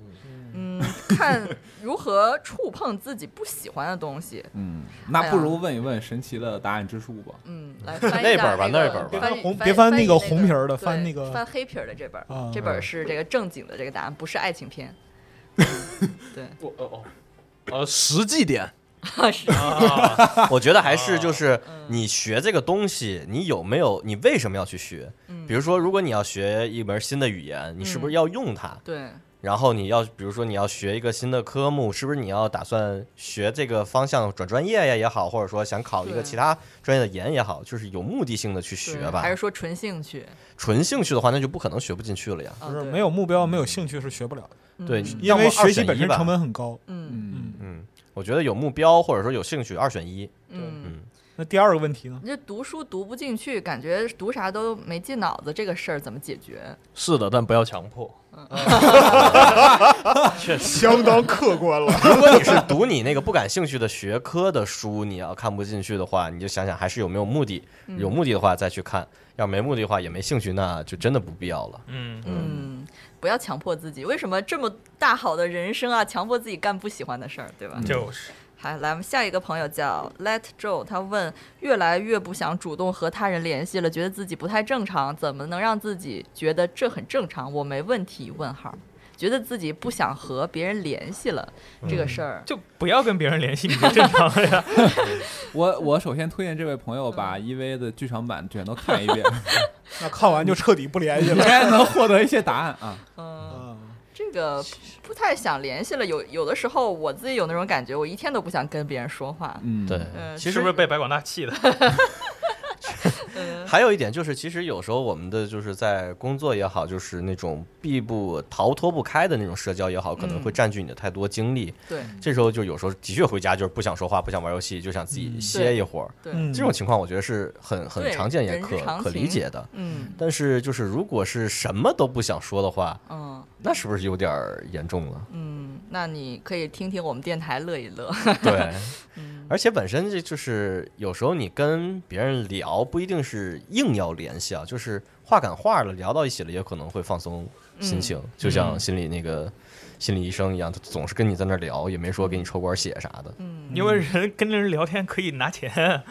Speaker 2: 嗯，看如何触碰自己不喜欢的东西。
Speaker 7: 嗯，那不如问一问神奇的答案之书吧。
Speaker 2: 嗯，来翻一
Speaker 4: 那
Speaker 2: 下
Speaker 4: 本儿吧
Speaker 2: 那个
Speaker 3: 别
Speaker 4: 那本儿吧
Speaker 2: 翻
Speaker 3: 翻红
Speaker 2: 翻
Speaker 3: 别翻
Speaker 2: 翻
Speaker 3: 那
Speaker 2: 译
Speaker 3: 个红皮儿的
Speaker 2: 对
Speaker 3: 翻那个
Speaker 2: 翻黑皮儿的这本儿
Speaker 3: 啊，
Speaker 2: 这本儿是这个正经的这个答案，不是爱情片。对，
Speaker 5: 我哦哦，呃，实际点，
Speaker 2: <laughs>
Speaker 3: 啊
Speaker 2: 是
Speaker 4: 我觉得还是
Speaker 2: 哦
Speaker 4: 就是
Speaker 2: 嗯
Speaker 4: 你学这个东西，你有没有，你为什么要去学？
Speaker 2: 嗯
Speaker 4: 比如说，如果你要学一门新的语言，你是不是要用它？
Speaker 2: 对，
Speaker 4: 然后你要，比如说你要学一个新的科目，是不是你要打算学这个方向转专业呀也好，或者说想考一个
Speaker 2: 对
Speaker 4: 其他专业的研也好，就是有目的性的去学
Speaker 2: 对
Speaker 4: 吧
Speaker 2: 还。是说纯兴趣？
Speaker 4: 纯兴趣的话，那就不可能学不进去了呀。
Speaker 2: 啊
Speaker 3: 不是
Speaker 2: 对
Speaker 3: 没有目标、没有兴趣是学不了的，
Speaker 4: 对，
Speaker 2: 嗯
Speaker 3: 因
Speaker 4: 要么
Speaker 3: 为学
Speaker 4: 二
Speaker 3: 习
Speaker 4: 选
Speaker 3: 本
Speaker 4: 一
Speaker 3: 身
Speaker 4: 吧
Speaker 3: 成。本很高。
Speaker 2: 嗯
Speaker 7: 嗯，
Speaker 4: 嗯，我觉得有目标或者说有兴趣，二选一。
Speaker 2: 嗯。
Speaker 3: 那第二个问题呢？
Speaker 2: 你这读书读不进去，感觉读啥都没进脑子，这个事儿怎么解决？
Speaker 5: 是的，但不要强迫。
Speaker 3: 相当客观了。
Speaker 4: 如果你是读你那个不感兴趣的学科的书，你要看不进去的话，你就想想还是有没有目的。
Speaker 2: 嗯
Speaker 4: 有目的的话再去看，要没目的的话也没兴趣，那就真的不必要了。
Speaker 6: 嗯，
Speaker 2: 嗯，不要强迫自己。为什么这么大好的人生啊，强迫自己干不喜欢的事儿，对吧？
Speaker 6: 就是
Speaker 2: 好，来，我们下一个朋友叫 Let Joe，他问：越来越不想主动和他人联系了，觉得自己不太正常，怎么能让自己觉得这很正常？我没问题？问号，觉得自己不想和别人联系了，这个事儿，
Speaker 6: 就不要跟别人联系，你就正常了呀。
Speaker 7: 我我首先推荐这位朋友把
Speaker 2: 嗯
Speaker 7: EVA 的剧场版全都看一遍，
Speaker 3: 那看完就彻底不联系
Speaker 7: 应
Speaker 3: 了。
Speaker 7: 该能获得一些答案啊。
Speaker 2: 嗯，
Speaker 3: 嗯
Speaker 2: 这个不不太想联系了。有有的时候我自己有那种感觉，我一天都不想跟别人说话。
Speaker 7: 嗯，
Speaker 4: 对，
Speaker 2: 嗯
Speaker 4: 其
Speaker 6: <laughs> 是
Speaker 4: 实
Speaker 6: 不是被白广大气的？
Speaker 4: 还有一点就是，其实有时候我们的就是在工作也好，就是那种避不逃脱不开的那种社交也好，可
Speaker 2: 嗯
Speaker 4: 能会占据你的太多精力。
Speaker 2: 对
Speaker 4: 这时候就有时候的确回家就是不想说话，不想玩游戏，就想自己歇一会儿。
Speaker 2: 对，
Speaker 3: 嗯
Speaker 4: 这种情况我觉得是很很
Speaker 2: 对
Speaker 4: 常见也
Speaker 2: 人之
Speaker 4: 可
Speaker 2: 常
Speaker 4: 可理
Speaker 2: 情
Speaker 4: 解的。
Speaker 2: 嗯
Speaker 4: 但是就是如果是什么都不想说的话，
Speaker 2: 嗯
Speaker 4: 那是不是有点儿严
Speaker 2: <laughs>
Speaker 4: 重了？
Speaker 2: 嗯，那你可以听听我们电台乐一乐。 <laughs> 嗯
Speaker 4: 对，而且本身这就是有时候你跟别人聊不一定是硬要联系啊，就是话赶话了，聊到一起了也可能会放松心情，就像心理那个心理医生一样，他总是跟你在那儿聊，也没说给你抽管血啥的。
Speaker 2: 嗯
Speaker 6: 因为人跟人聊天可以拿钱，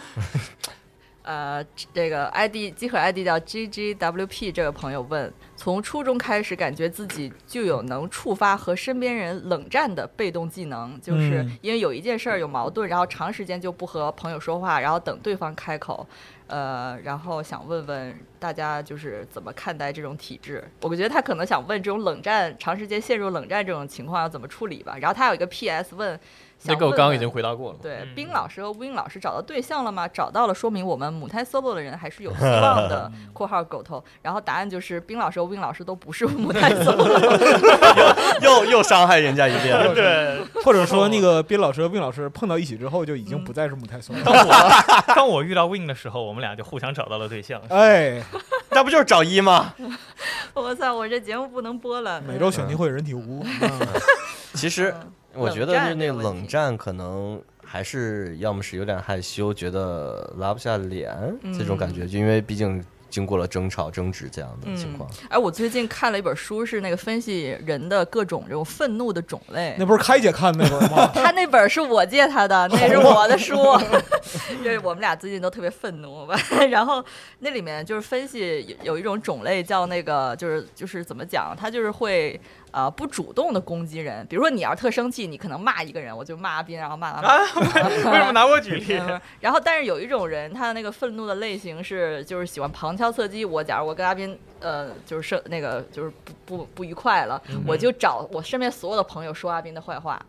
Speaker 2: 呃，这个 ID 机核 ID 叫 GGWP 这位朋友问：从初中开始，感觉自己就有能触发和身边人冷战的被动技能，就是
Speaker 3: 嗯
Speaker 2: 因为有一件事儿有矛盾，然后长时间就不和朋友说话，然后等对方开口。呃，然后想问问大家就是怎么看待这种体制？我觉得他可能想问这种冷战，长时间陷入冷战这种情况要怎么处理吧。然后他有一个 PS 问，
Speaker 5: 那
Speaker 2: 想
Speaker 5: 个我
Speaker 2: 问
Speaker 5: 刚刚
Speaker 2: 问
Speaker 5: 已经回答过了。
Speaker 2: 对，
Speaker 6: 嗯
Speaker 2: 冰老师和 Win 老师找到对象了吗？找到了，说明我们母胎 solo 的人还是有希望的。（括号狗头）然后答案就是冰老师和 Win 老师都不是母胎 solo。
Speaker 4: 又又伤害人家一遍，
Speaker 6: <laughs>
Speaker 4: <laughs>
Speaker 6: 对，
Speaker 3: 嗯或者说，那个边老师和魏老师碰到一起之后，就已经不再是母胎双了。
Speaker 6: 当 <laughs> 我当我遇到 Win 的时候，我们俩就互相找到了对 <laughs> 象。
Speaker 3: 哎，
Speaker 4: 那不就是找一吗？
Speaker 2: 我操，我这节目不能播了。
Speaker 3: 每周
Speaker 4: 嗯
Speaker 3: 选题会人体啊蜈蚣，
Speaker 4: 其实
Speaker 2: 嗯
Speaker 4: 我觉得就是那
Speaker 2: 冷战这个
Speaker 4: 个
Speaker 2: 问
Speaker 4: 冷
Speaker 2: 题
Speaker 4: 战可能。还是要么是有点害羞，觉得拉不下脸
Speaker 2: 嗯
Speaker 4: 这种感觉，就因为毕竟经过了争吵、争执这样的情况。
Speaker 2: 哎，我最近看了一本书，是那个分析人的各种这种愤怒的种类。
Speaker 3: 那不是开姐看那本吗？ <laughs>
Speaker 2: 他那本是我借他的，那是我的书。 <laughs> 对，我们俩最近都特别愤怒吧。 <laughs> 然后那里面就是分析有有一种种类叫那个，就是就是怎么讲，他就是会啊、呃不主动的攻击人。比如说你要是特生气，你可能骂一个人，我就骂阿斌，然后骂阿斌。
Speaker 6: 为什么拿我举例？ <laughs>
Speaker 2: 嗯然后，但是有一种人，他的那个愤怒的类型是，就是喜欢旁敲侧击。我假如我跟阿斌，呃，就是生那个就是不不不愉快了，我就找我身边所有的朋友说阿斌的坏话。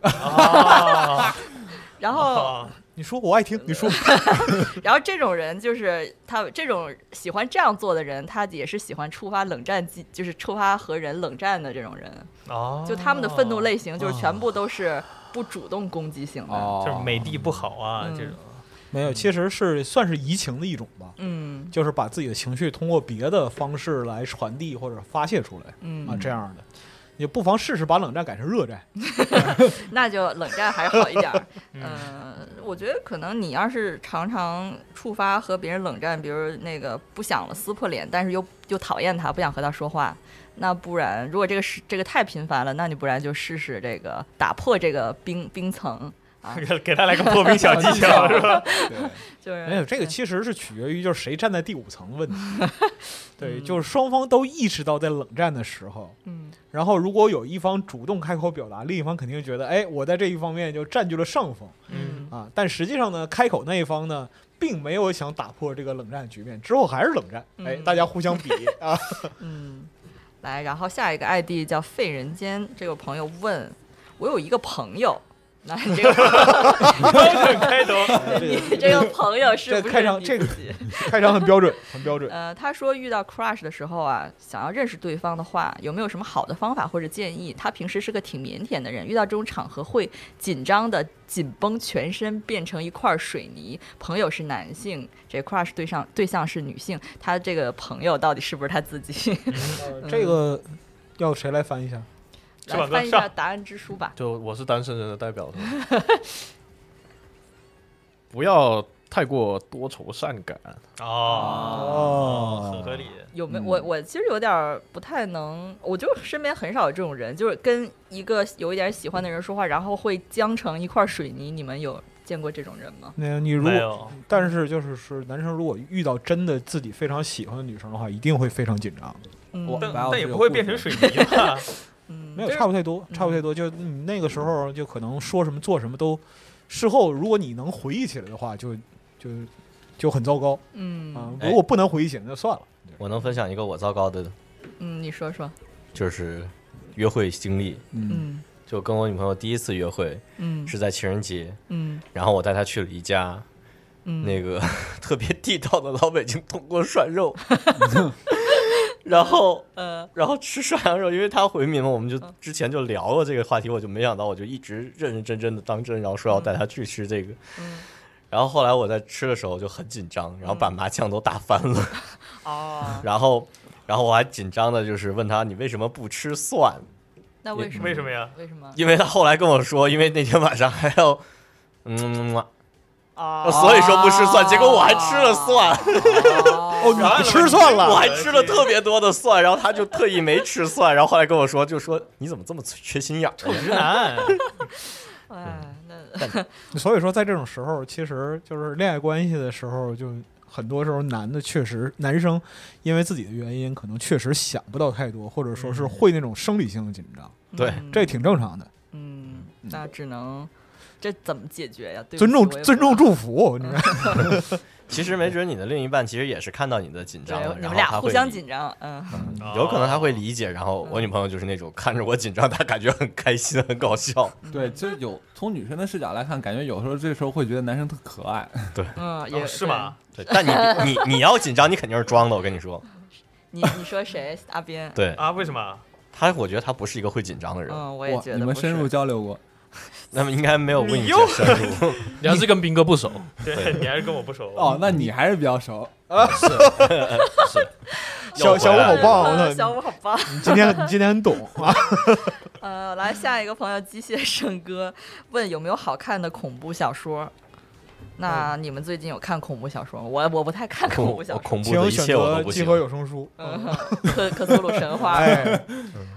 Speaker 2: <laughs> 然后，
Speaker 6: 哦，
Speaker 3: 你说我爱听，你说
Speaker 4: 嗯
Speaker 2: 然后这种人就是他这种喜欢这样做的人，他也是喜欢触发冷战机，就是触发和人冷战的这种人。
Speaker 6: 哦，
Speaker 2: 就他们的愤怒类型，就是全部都是不主动攻击型的。
Speaker 7: 哦，
Speaker 6: 就是美的不好啊，
Speaker 2: 嗯
Speaker 6: 这种。
Speaker 3: 没有，其实是算是移情的一种吧，
Speaker 2: 嗯
Speaker 3: 就是把自己的情绪通过别的方式来传递或者发泄出来
Speaker 2: 嗯
Speaker 3: 啊，这样的。也不妨试试把冷战改成热战，
Speaker 2: 那就冷战还好一点
Speaker 3: <laughs>
Speaker 2: 儿。
Speaker 6: 嗯
Speaker 2: 嗯，我觉得可能你要是常常触发和别人冷战，比如那个不想了撕破脸，但是又又讨厌他，不想和他说话，那不然如果这个是这个太频繁了，那你不然就试试这个打破这个冰冰层，啊
Speaker 6: 给 <laughs> 给他来个破冰小技
Speaker 2: <laughs>
Speaker 6: 巧是吧？
Speaker 7: 对，
Speaker 2: 就是
Speaker 3: 没有哎这个其实是取决于就是谁站在第五层的
Speaker 2: <laughs>
Speaker 3: 问题，对，就是双方都意识到在冷战的时候，
Speaker 2: 嗯
Speaker 3: 然后如果有一方主动开口表达，另一方肯定觉得，哎，我在这一方面就占据了上风
Speaker 6: 嗯， <laughs>
Speaker 3: 啊。但实际上呢，开口那一方呢，并没有想打破这个冷战局面，之后还是冷战，哎，
Speaker 2: 嗯
Speaker 3: 大家互
Speaker 2: <laughs>
Speaker 3: 相比啊。
Speaker 2: 嗯，来，然后下一个 ID 叫废人间，这个朋友问我有一个朋友。那你这个 <laughs>
Speaker 6: 开 <laughs> 头
Speaker 2: 你这个朋友是
Speaker 3: 这
Speaker 2: 不是
Speaker 3: 开场
Speaker 2: 你
Speaker 3: 这个
Speaker 2: 自己
Speaker 3: 开场很标准，很标准。
Speaker 2: 呃，他说遇到 crush 的时候啊，想要认识对方的话，有没有什么好的方法或者建议？他平时是个挺腼腆的人，遇到这种场合会紧张的紧绷全身，变成一块水泥。朋友是男性，这 crush 对象对象是女性，他这个朋友到底是不是他自己？嗯
Speaker 3: 呃这个要谁来翻一下？
Speaker 6: 是
Speaker 2: 来
Speaker 6: 吧
Speaker 2: 翻一
Speaker 6: 上
Speaker 2: 下答案之书吧。
Speaker 5: 就我是单身人的代表，是吧 <laughs> 不要太过多愁善感。
Speaker 6: 哦，
Speaker 3: 哦
Speaker 6: 很合理。
Speaker 2: 有没我我其实有点儿不太能，我就身边很少有这种人，就是跟一个有一点喜欢的人说话，然后会僵成一块水泥。你们有见过这种人吗？
Speaker 3: 那你如
Speaker 6: 没
Speaker 3: 果，
Speaker 6: 有，
Speaker 3: 但是就是是男生，如果遇到真的自己非常喜欢的女生的话，一定会非常紧张。
Speaker 2: 嗯
Speaker 7: 我
Speaker 6: 但
Speaker 7: 白老
Speaker 6: 但
Speaker 7: 师
Speaker 6: 也
Speaker 7: 有
Speaker 6: 不会
Speaker 7: 故
Speaker 6: 变
Speaker 7: 事
Speaker 6: 成水泥吧？
Speaker 2: 嗯
Speaker 3: 没有
Speaker 6: 这
Speaker 3: 差不太多，差不太多。就你那个时候就可能说什么做什么都，事后如果你能回忆起来的话，就就就很糟糕啊
Speaker 2: 嗯。
Speaker 4: 哎
Speaker 3: 如果不能回忆起来，那就算了。
Speaker 4: 我能分享一个我糟糕的，
Speaker 2: 嗯，你说说。
Speaker 4: 就是约会经历。
Speaker 2: 嗯
Speaker 4: 就跟我女朋友第一次约会
Speaker 2: 嗯
Speaker 4: 是在情人节，
Speaker 2: 嗯
Speaker 4: 然后我带她去了一家
Speaker 2: 嗯，
Speaker 4: 那个 <laughs> 特别地道的老北京铜锅涮肉， <laughs> 然后
Speaker 2: 呃
Speaker 4: 然后吃涮羊肉，因为他回民嘛，我们
Speaker 2: 嗯
Speaker 4: 就之前就聊过这个话题，我就没想到，我就一直认认真真的当真，然后说要带他去吃这个。
Speaker 2: 嗯
Speaker 4: 然后后来我在吃的时候就很紧张，然后把麻酱都打翻了，
Speaker 2: 嗯哦，
Speaker 4: <laughs> 然后然后我还紧张的就是问他你为什么不吃蒜？
Speaker 2: 那为什么？
Speaker 6: 为什么呀？
Speaker 2: 为什么？
Speaker 4: 因为他后来跟我说，因为那天晚上还要。嗯，
Speaker 2: 啊
Speaker 6: <laughs>
Speaker 4: 所以说不吃蒜，结果我还吃了蒜，
Speaker 2: 哎
Speaker 3: 哦，你吃蒜
Speaker 4: 我
Speaker 3: 了，
Speaker 4: 还吃了特别多的蒜，然后他就特意没吃蒜，然后后来跟我说，就说你怎么这么缺心眼儿呀？
Speaker 6: 直男，
Speaker 2: 哎，那
Speaker 3: 所以说在这种时候，其实就是恋爱关系的时候，就很多时候男的确实男生因为自己的原因，可能确实想不到太多，或者说是会那种生理性的紧张，
Speaker 4: <laughs> 对
Speaker 2: 嗯
Speaker 3: 这也挺正常的。
Speaker 2: 嗯，那只能这怎么解决呀？对不
Speaker 3: 尊
Speaker 2: 起
Speaker 3: 重
Speaker 2: 我也不
Speaker 3: 尊
Speaker 2: 知道
Speaker 3: 重
Speaker 2: <laughs>
Speaker 3: 祝福，你知道吗
Speaker 4: 其实没准你的另一半其实也是看到你的紧张了，
Speaker 2: 对，你们
Speaker 4: 然后
Speaker 2: 俩
Speaker 4: 他
Speaker 2: 互
Speaker 4: 会
Speaker 2: 相
Speaker 4: 理，
Speaker 2: 紧张，嗯，
Speaker 4: 有可能他会理解。然后我女朋友就是那种看着我紧张，她感觉很开心，很搞笑。
Speaker 7: 对，就是有从女生的视角来看，感觉有时候这时候会觉得男生特可爱。
Speaker 2: 嗯，
Speaker 6: 哦
Speaker 2: 也
Speaker 6: 是？吗？
Speaker 4: 对，
Speaker 2: <laughs>
Speaker 4: 但你你你要紧张，你肯定是装的。我跟你说，
Speaker 2: 对你你说谁？阿斌？
Speaker 4: 对
Speaker 6: 啊，为什么？
Speaker 4: 他，我觉得他不是一个会紧张的人，
Speaker 2: 嗯，我也
Speaker 7: 哇，
Speaker 2: 觉得
Speaker 7: 你们
Speaker 2: 不
Speaker 7: 深
Speaker 2: 是
Speaker 7: 入交流过？
Speaker 4: 那么应该没有为
Speaker 6: 你
Speaker 4: 你
Speaker 6: 又
Speaker 4: 深入。
Speaker 5: 你还是跟斌哥不熟，
Speaker 6: 对你还是跟我不熟
Speaker 7: 哦，那你还是比较熟。
Speaker 3: 小小五好棒，我
Speaker 2: 啊
Speaker 3: 操
Speaker 2: 小五好棒。
Speaker 3: 你今天你今天很懂
Speaker 4: <laughs>
Speaker 3: 啊！
Speaker 2: 呃，来下一个朋友，机械圣哥问有没有好看的恐怖小说？那你们最近有看恐怖小说吗？ <laughs> 我我不太看恐怖小
Speaker 4: 我
Speaker 2: 说，
Speaker 4: 恐怖的
Speaker 3: 请
Speaker 4: 一
Speaker 3: 选
Speaker 4: 切我
Speaker 3: 择
Speaker 4: 都不
Speaker 3: 集
Speaker 4: 行。
Speaker 3: 合有声书。
Speaker 2: 嗯，科科苏鲁神话。
Speaker 3: 哎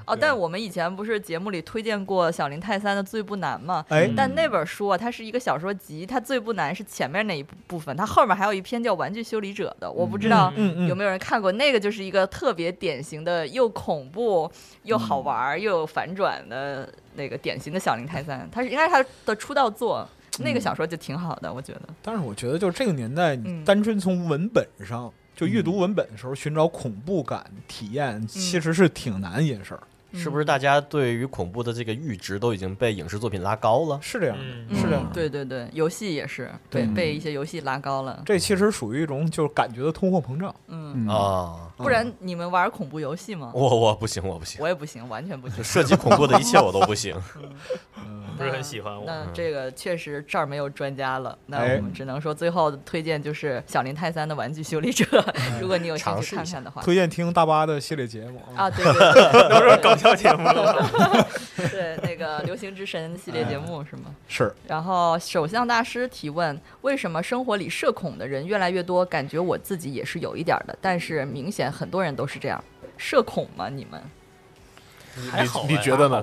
Speaker 2: 哦，
Speaker 3: 对
Speaker 2: 但我们以前不是节目里推荐过小林泰三的《最不难》吗？
Speaker 3: 哎，
Speaker 2: 但那本书啊，它是一个小说集，它最不难是前面那一部分，它后面还有一篇叫《玩具修理者》的，我不知道
Speaker 3: 嗯嗯，
Speaker 2: 有没有人看过。那个就是一个特别典型的又恐怖又好玩儿又有反转的那个典型的小林泰三，它是应该是他的出道作。那个小说就挺好的，我觉得。
Speaker 3: 但是我觉得，就是这个年代，你
Speaker 2: 嗯
Speaker 3: 单纯从文本上就阅读文本的时候寻找恐怖感体验，
Speaker 2: 嗯
Speaker 3: 其实是挺难一件事儿。
Speaker 4: 是不是大家对于恐怖的这个阈值都已经被影视作品拉高了？
Speaker 3: 是这样的，
Speaker 6: 嗯
Speaker 2: 嗯
Speaker 3: 是这样的。
Speaker 2: 对对对，游戏也是被
Speaker 3: 对
Speaker 2: 被一些游戏拉高了，
Speaker 3: 这其实属于一种就是感觉的通货膨胀。
Speaker 2: 嗯。
Speaker 7: 嗯
Speaker 4: 啊，
Speaker 2: 不然你们玩恐怖游戏吗？
Speaker 4: 我我不行，我不行，
Speaker 2: 我也不行，完全不行。
Speaker 4: 涉及恐怖的一切我都不行。
Speaker 6: 不是很喜欢我。
Speaker 2: 那这个确实这儿没有专家了，那
Speaker 3: 哎
Speaker 2: 我们只能说最后推荐就是小林泰三的《玩具修理者》， <laughs> 如果你有兴
Speaker 4: 尝试
Speaker 2: 趣
Speaker 4: 一
Speaker 2: 看
Speaker 4: 下
Speaker 2: 看的话。
Speaker 3: 推荐听大巴的系列节目啊，
Speaker 2: 啊，对对
Speaker 6: 都是搞笑节目了，
Speaker 3: <laughs>
Speaker 2: 对，对那个《流行之神》系列节目是吗？
Speaker 3: 哎是
Speaker 2: 然后首相大师提问：为什么生活里社恐的人越来越多？感觉我自己也是有一点儿的，但是明显很多人都是这样。社恐吗？你们
Speaker 6: 还好
Speaker 5: 你
Speaker 6: 哎
Speaker 5: 觉得呢？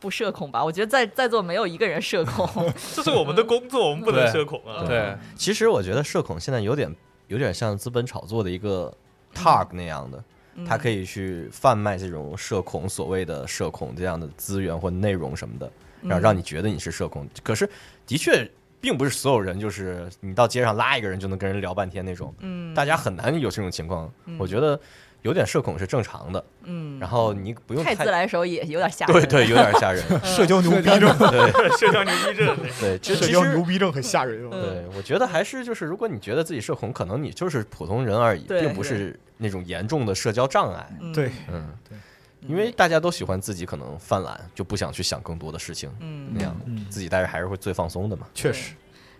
Speaker 2: 不社恐吧？我觉得在在座没有一个人社恐。
Speaker 4: <laughs>
Speaker 6: 这是我们的工作，我们不能社恐啊。
Speaker 5: 对，
Speaker 4: <laughs> 其实我觉得社恐现在有点有点像资本炒作的一个 tag 那样的，
Speaker 2: 嗯
Speaker 4: 它可以去贩卖这种社恐所谓的社恐这样的资源或内容什么的，
Speaker 2: 嗯
Speaker 4: 然后让你觉得你是社恐。可是的确。并不是所有人，就是你到街上拉一个人就能跟人聊半天那种，
Speaker 2: 嗯
Speaker 4: 大家很难有这种情况。我觉得有点社恐是正常的，
Speaker 2: 嗯，
Speaker 4: 然后你不用
Speaker 2: 太
Speaker 4: 太
Speaker 2: 自来熟也有点吓人。
Speaker 4: 对对，有点吓人。
Speaker 2: 啊
Speaker 3: 社交牛逼
Speaker 2: <laughs>
Speaker 3: 症，
Speaker 4: 对
Speaker 6: 社交牛逼症，
Speaker 4: <laughs> 对，这
Speaker 3: 社
Speaker 4: 其
Speaker 3: 交牛
Speaker 4: 实
Speaker 3: 逼症很吓人。哦
Speaker 2: 嗯
Speaker 4: 对，我觉得还是就是，如果你觉得自己社恐，可能你就是普通人而已，
Speaker 2: 对
Speaker 4: 并不是那种严重的社交障碍。
Speaker 2: 嗯
Speaker 3: 对，
Speaker 4: 嗯，
Speaker 3: 对，
Speaker 4: 因为大家都喜欢自己可能犯懒，就不想去想更多的事情，
Speaker 2: 嗯
Speaker 4: 那，样
Speaker 3: 嗯，
Speaker 4: 自己待着还是会最放松的嘛。
Speaker 3: 确实，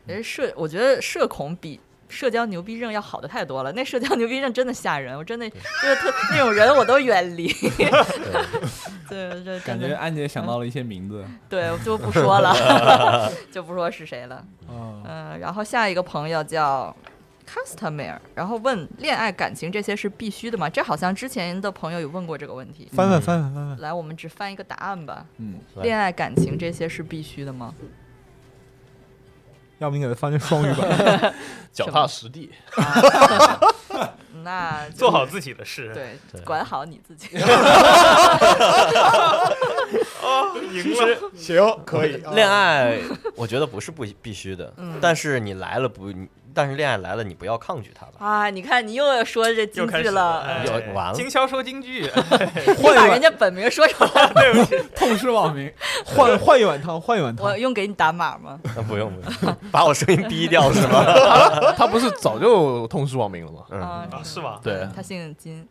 Speaker 2: 人社，我觉得社恐比社交牛逼症要好的太多了。那社交牛逼症真的吓人，我真的就是特那种人我都远离。对，这
Speaker 7: 感
Speaker 2: 真
Speaker 7: 觉
Speaker 2: 的
Speaker 7: 安姐想到了一些名字，
Speaker 2: 对，我就不说了，就不说是谁了。
Speaker 3: 啊，
Speaker 2: 嗯、然后下一个朋友叫 customer，然后问恋爱感情这些是必须的吗？这好像之前的朋友有问过这个问题。
Speaker 3: 翻翻翻翻翻翻，
Speaker 2: 来，我们只翻一个答案吧。
Speaker 7: 嗯，
Speaker 4: 来
Speaker 2: 恋爱感情这些是必须的吗？
Speaker 3: 要不你给他翻成双语版？
Speaker 5: 脚踏实地，
Speaker 2: 那就
Speaker 6: 做好自己的事。
Speaker 2: 对
Speaker 4: 对，
Speaker 2: 管好你自己。
Speaker 6: 赢了，
Speaker 3: 行，可以。啊
Speaker 4: 恋爱，我觉得不是不必须的，但是你来了不，你但是恋爱来了，你不要抗拒它吧。
Speaker 2: 啊，你看你又要说这
Speaker 6: 又
Speaker 2: 京
Speaker 6: 开
Speaker 2: 剧
Speaker 6: 始
Speaker 2: 了，
Speaker 6: 哎
Speaker 4: 又完了
Speaker 6: 经销说京剧，
Speaker 2: <laughs> 你把人家本名说出来，
Speaker 7: 痛失网名，
Speaker 3: 换换一碗汤，换一碗汤
Speaker 2: <laughs> 我。用给你打码吗？
Speaker 4: 那 <laughs> 不用不用，把我声音逼掉是吗？
Speaker 5: 他不是早就通知网名了吗？
Speaker 2: <laughs>
Speaker 4: 嗯，
Speaker 2: 啊，
Speaker 6: 啊是吧？
Speaker 5: 对，
Speaker 2: 他姓 <laughs> 金，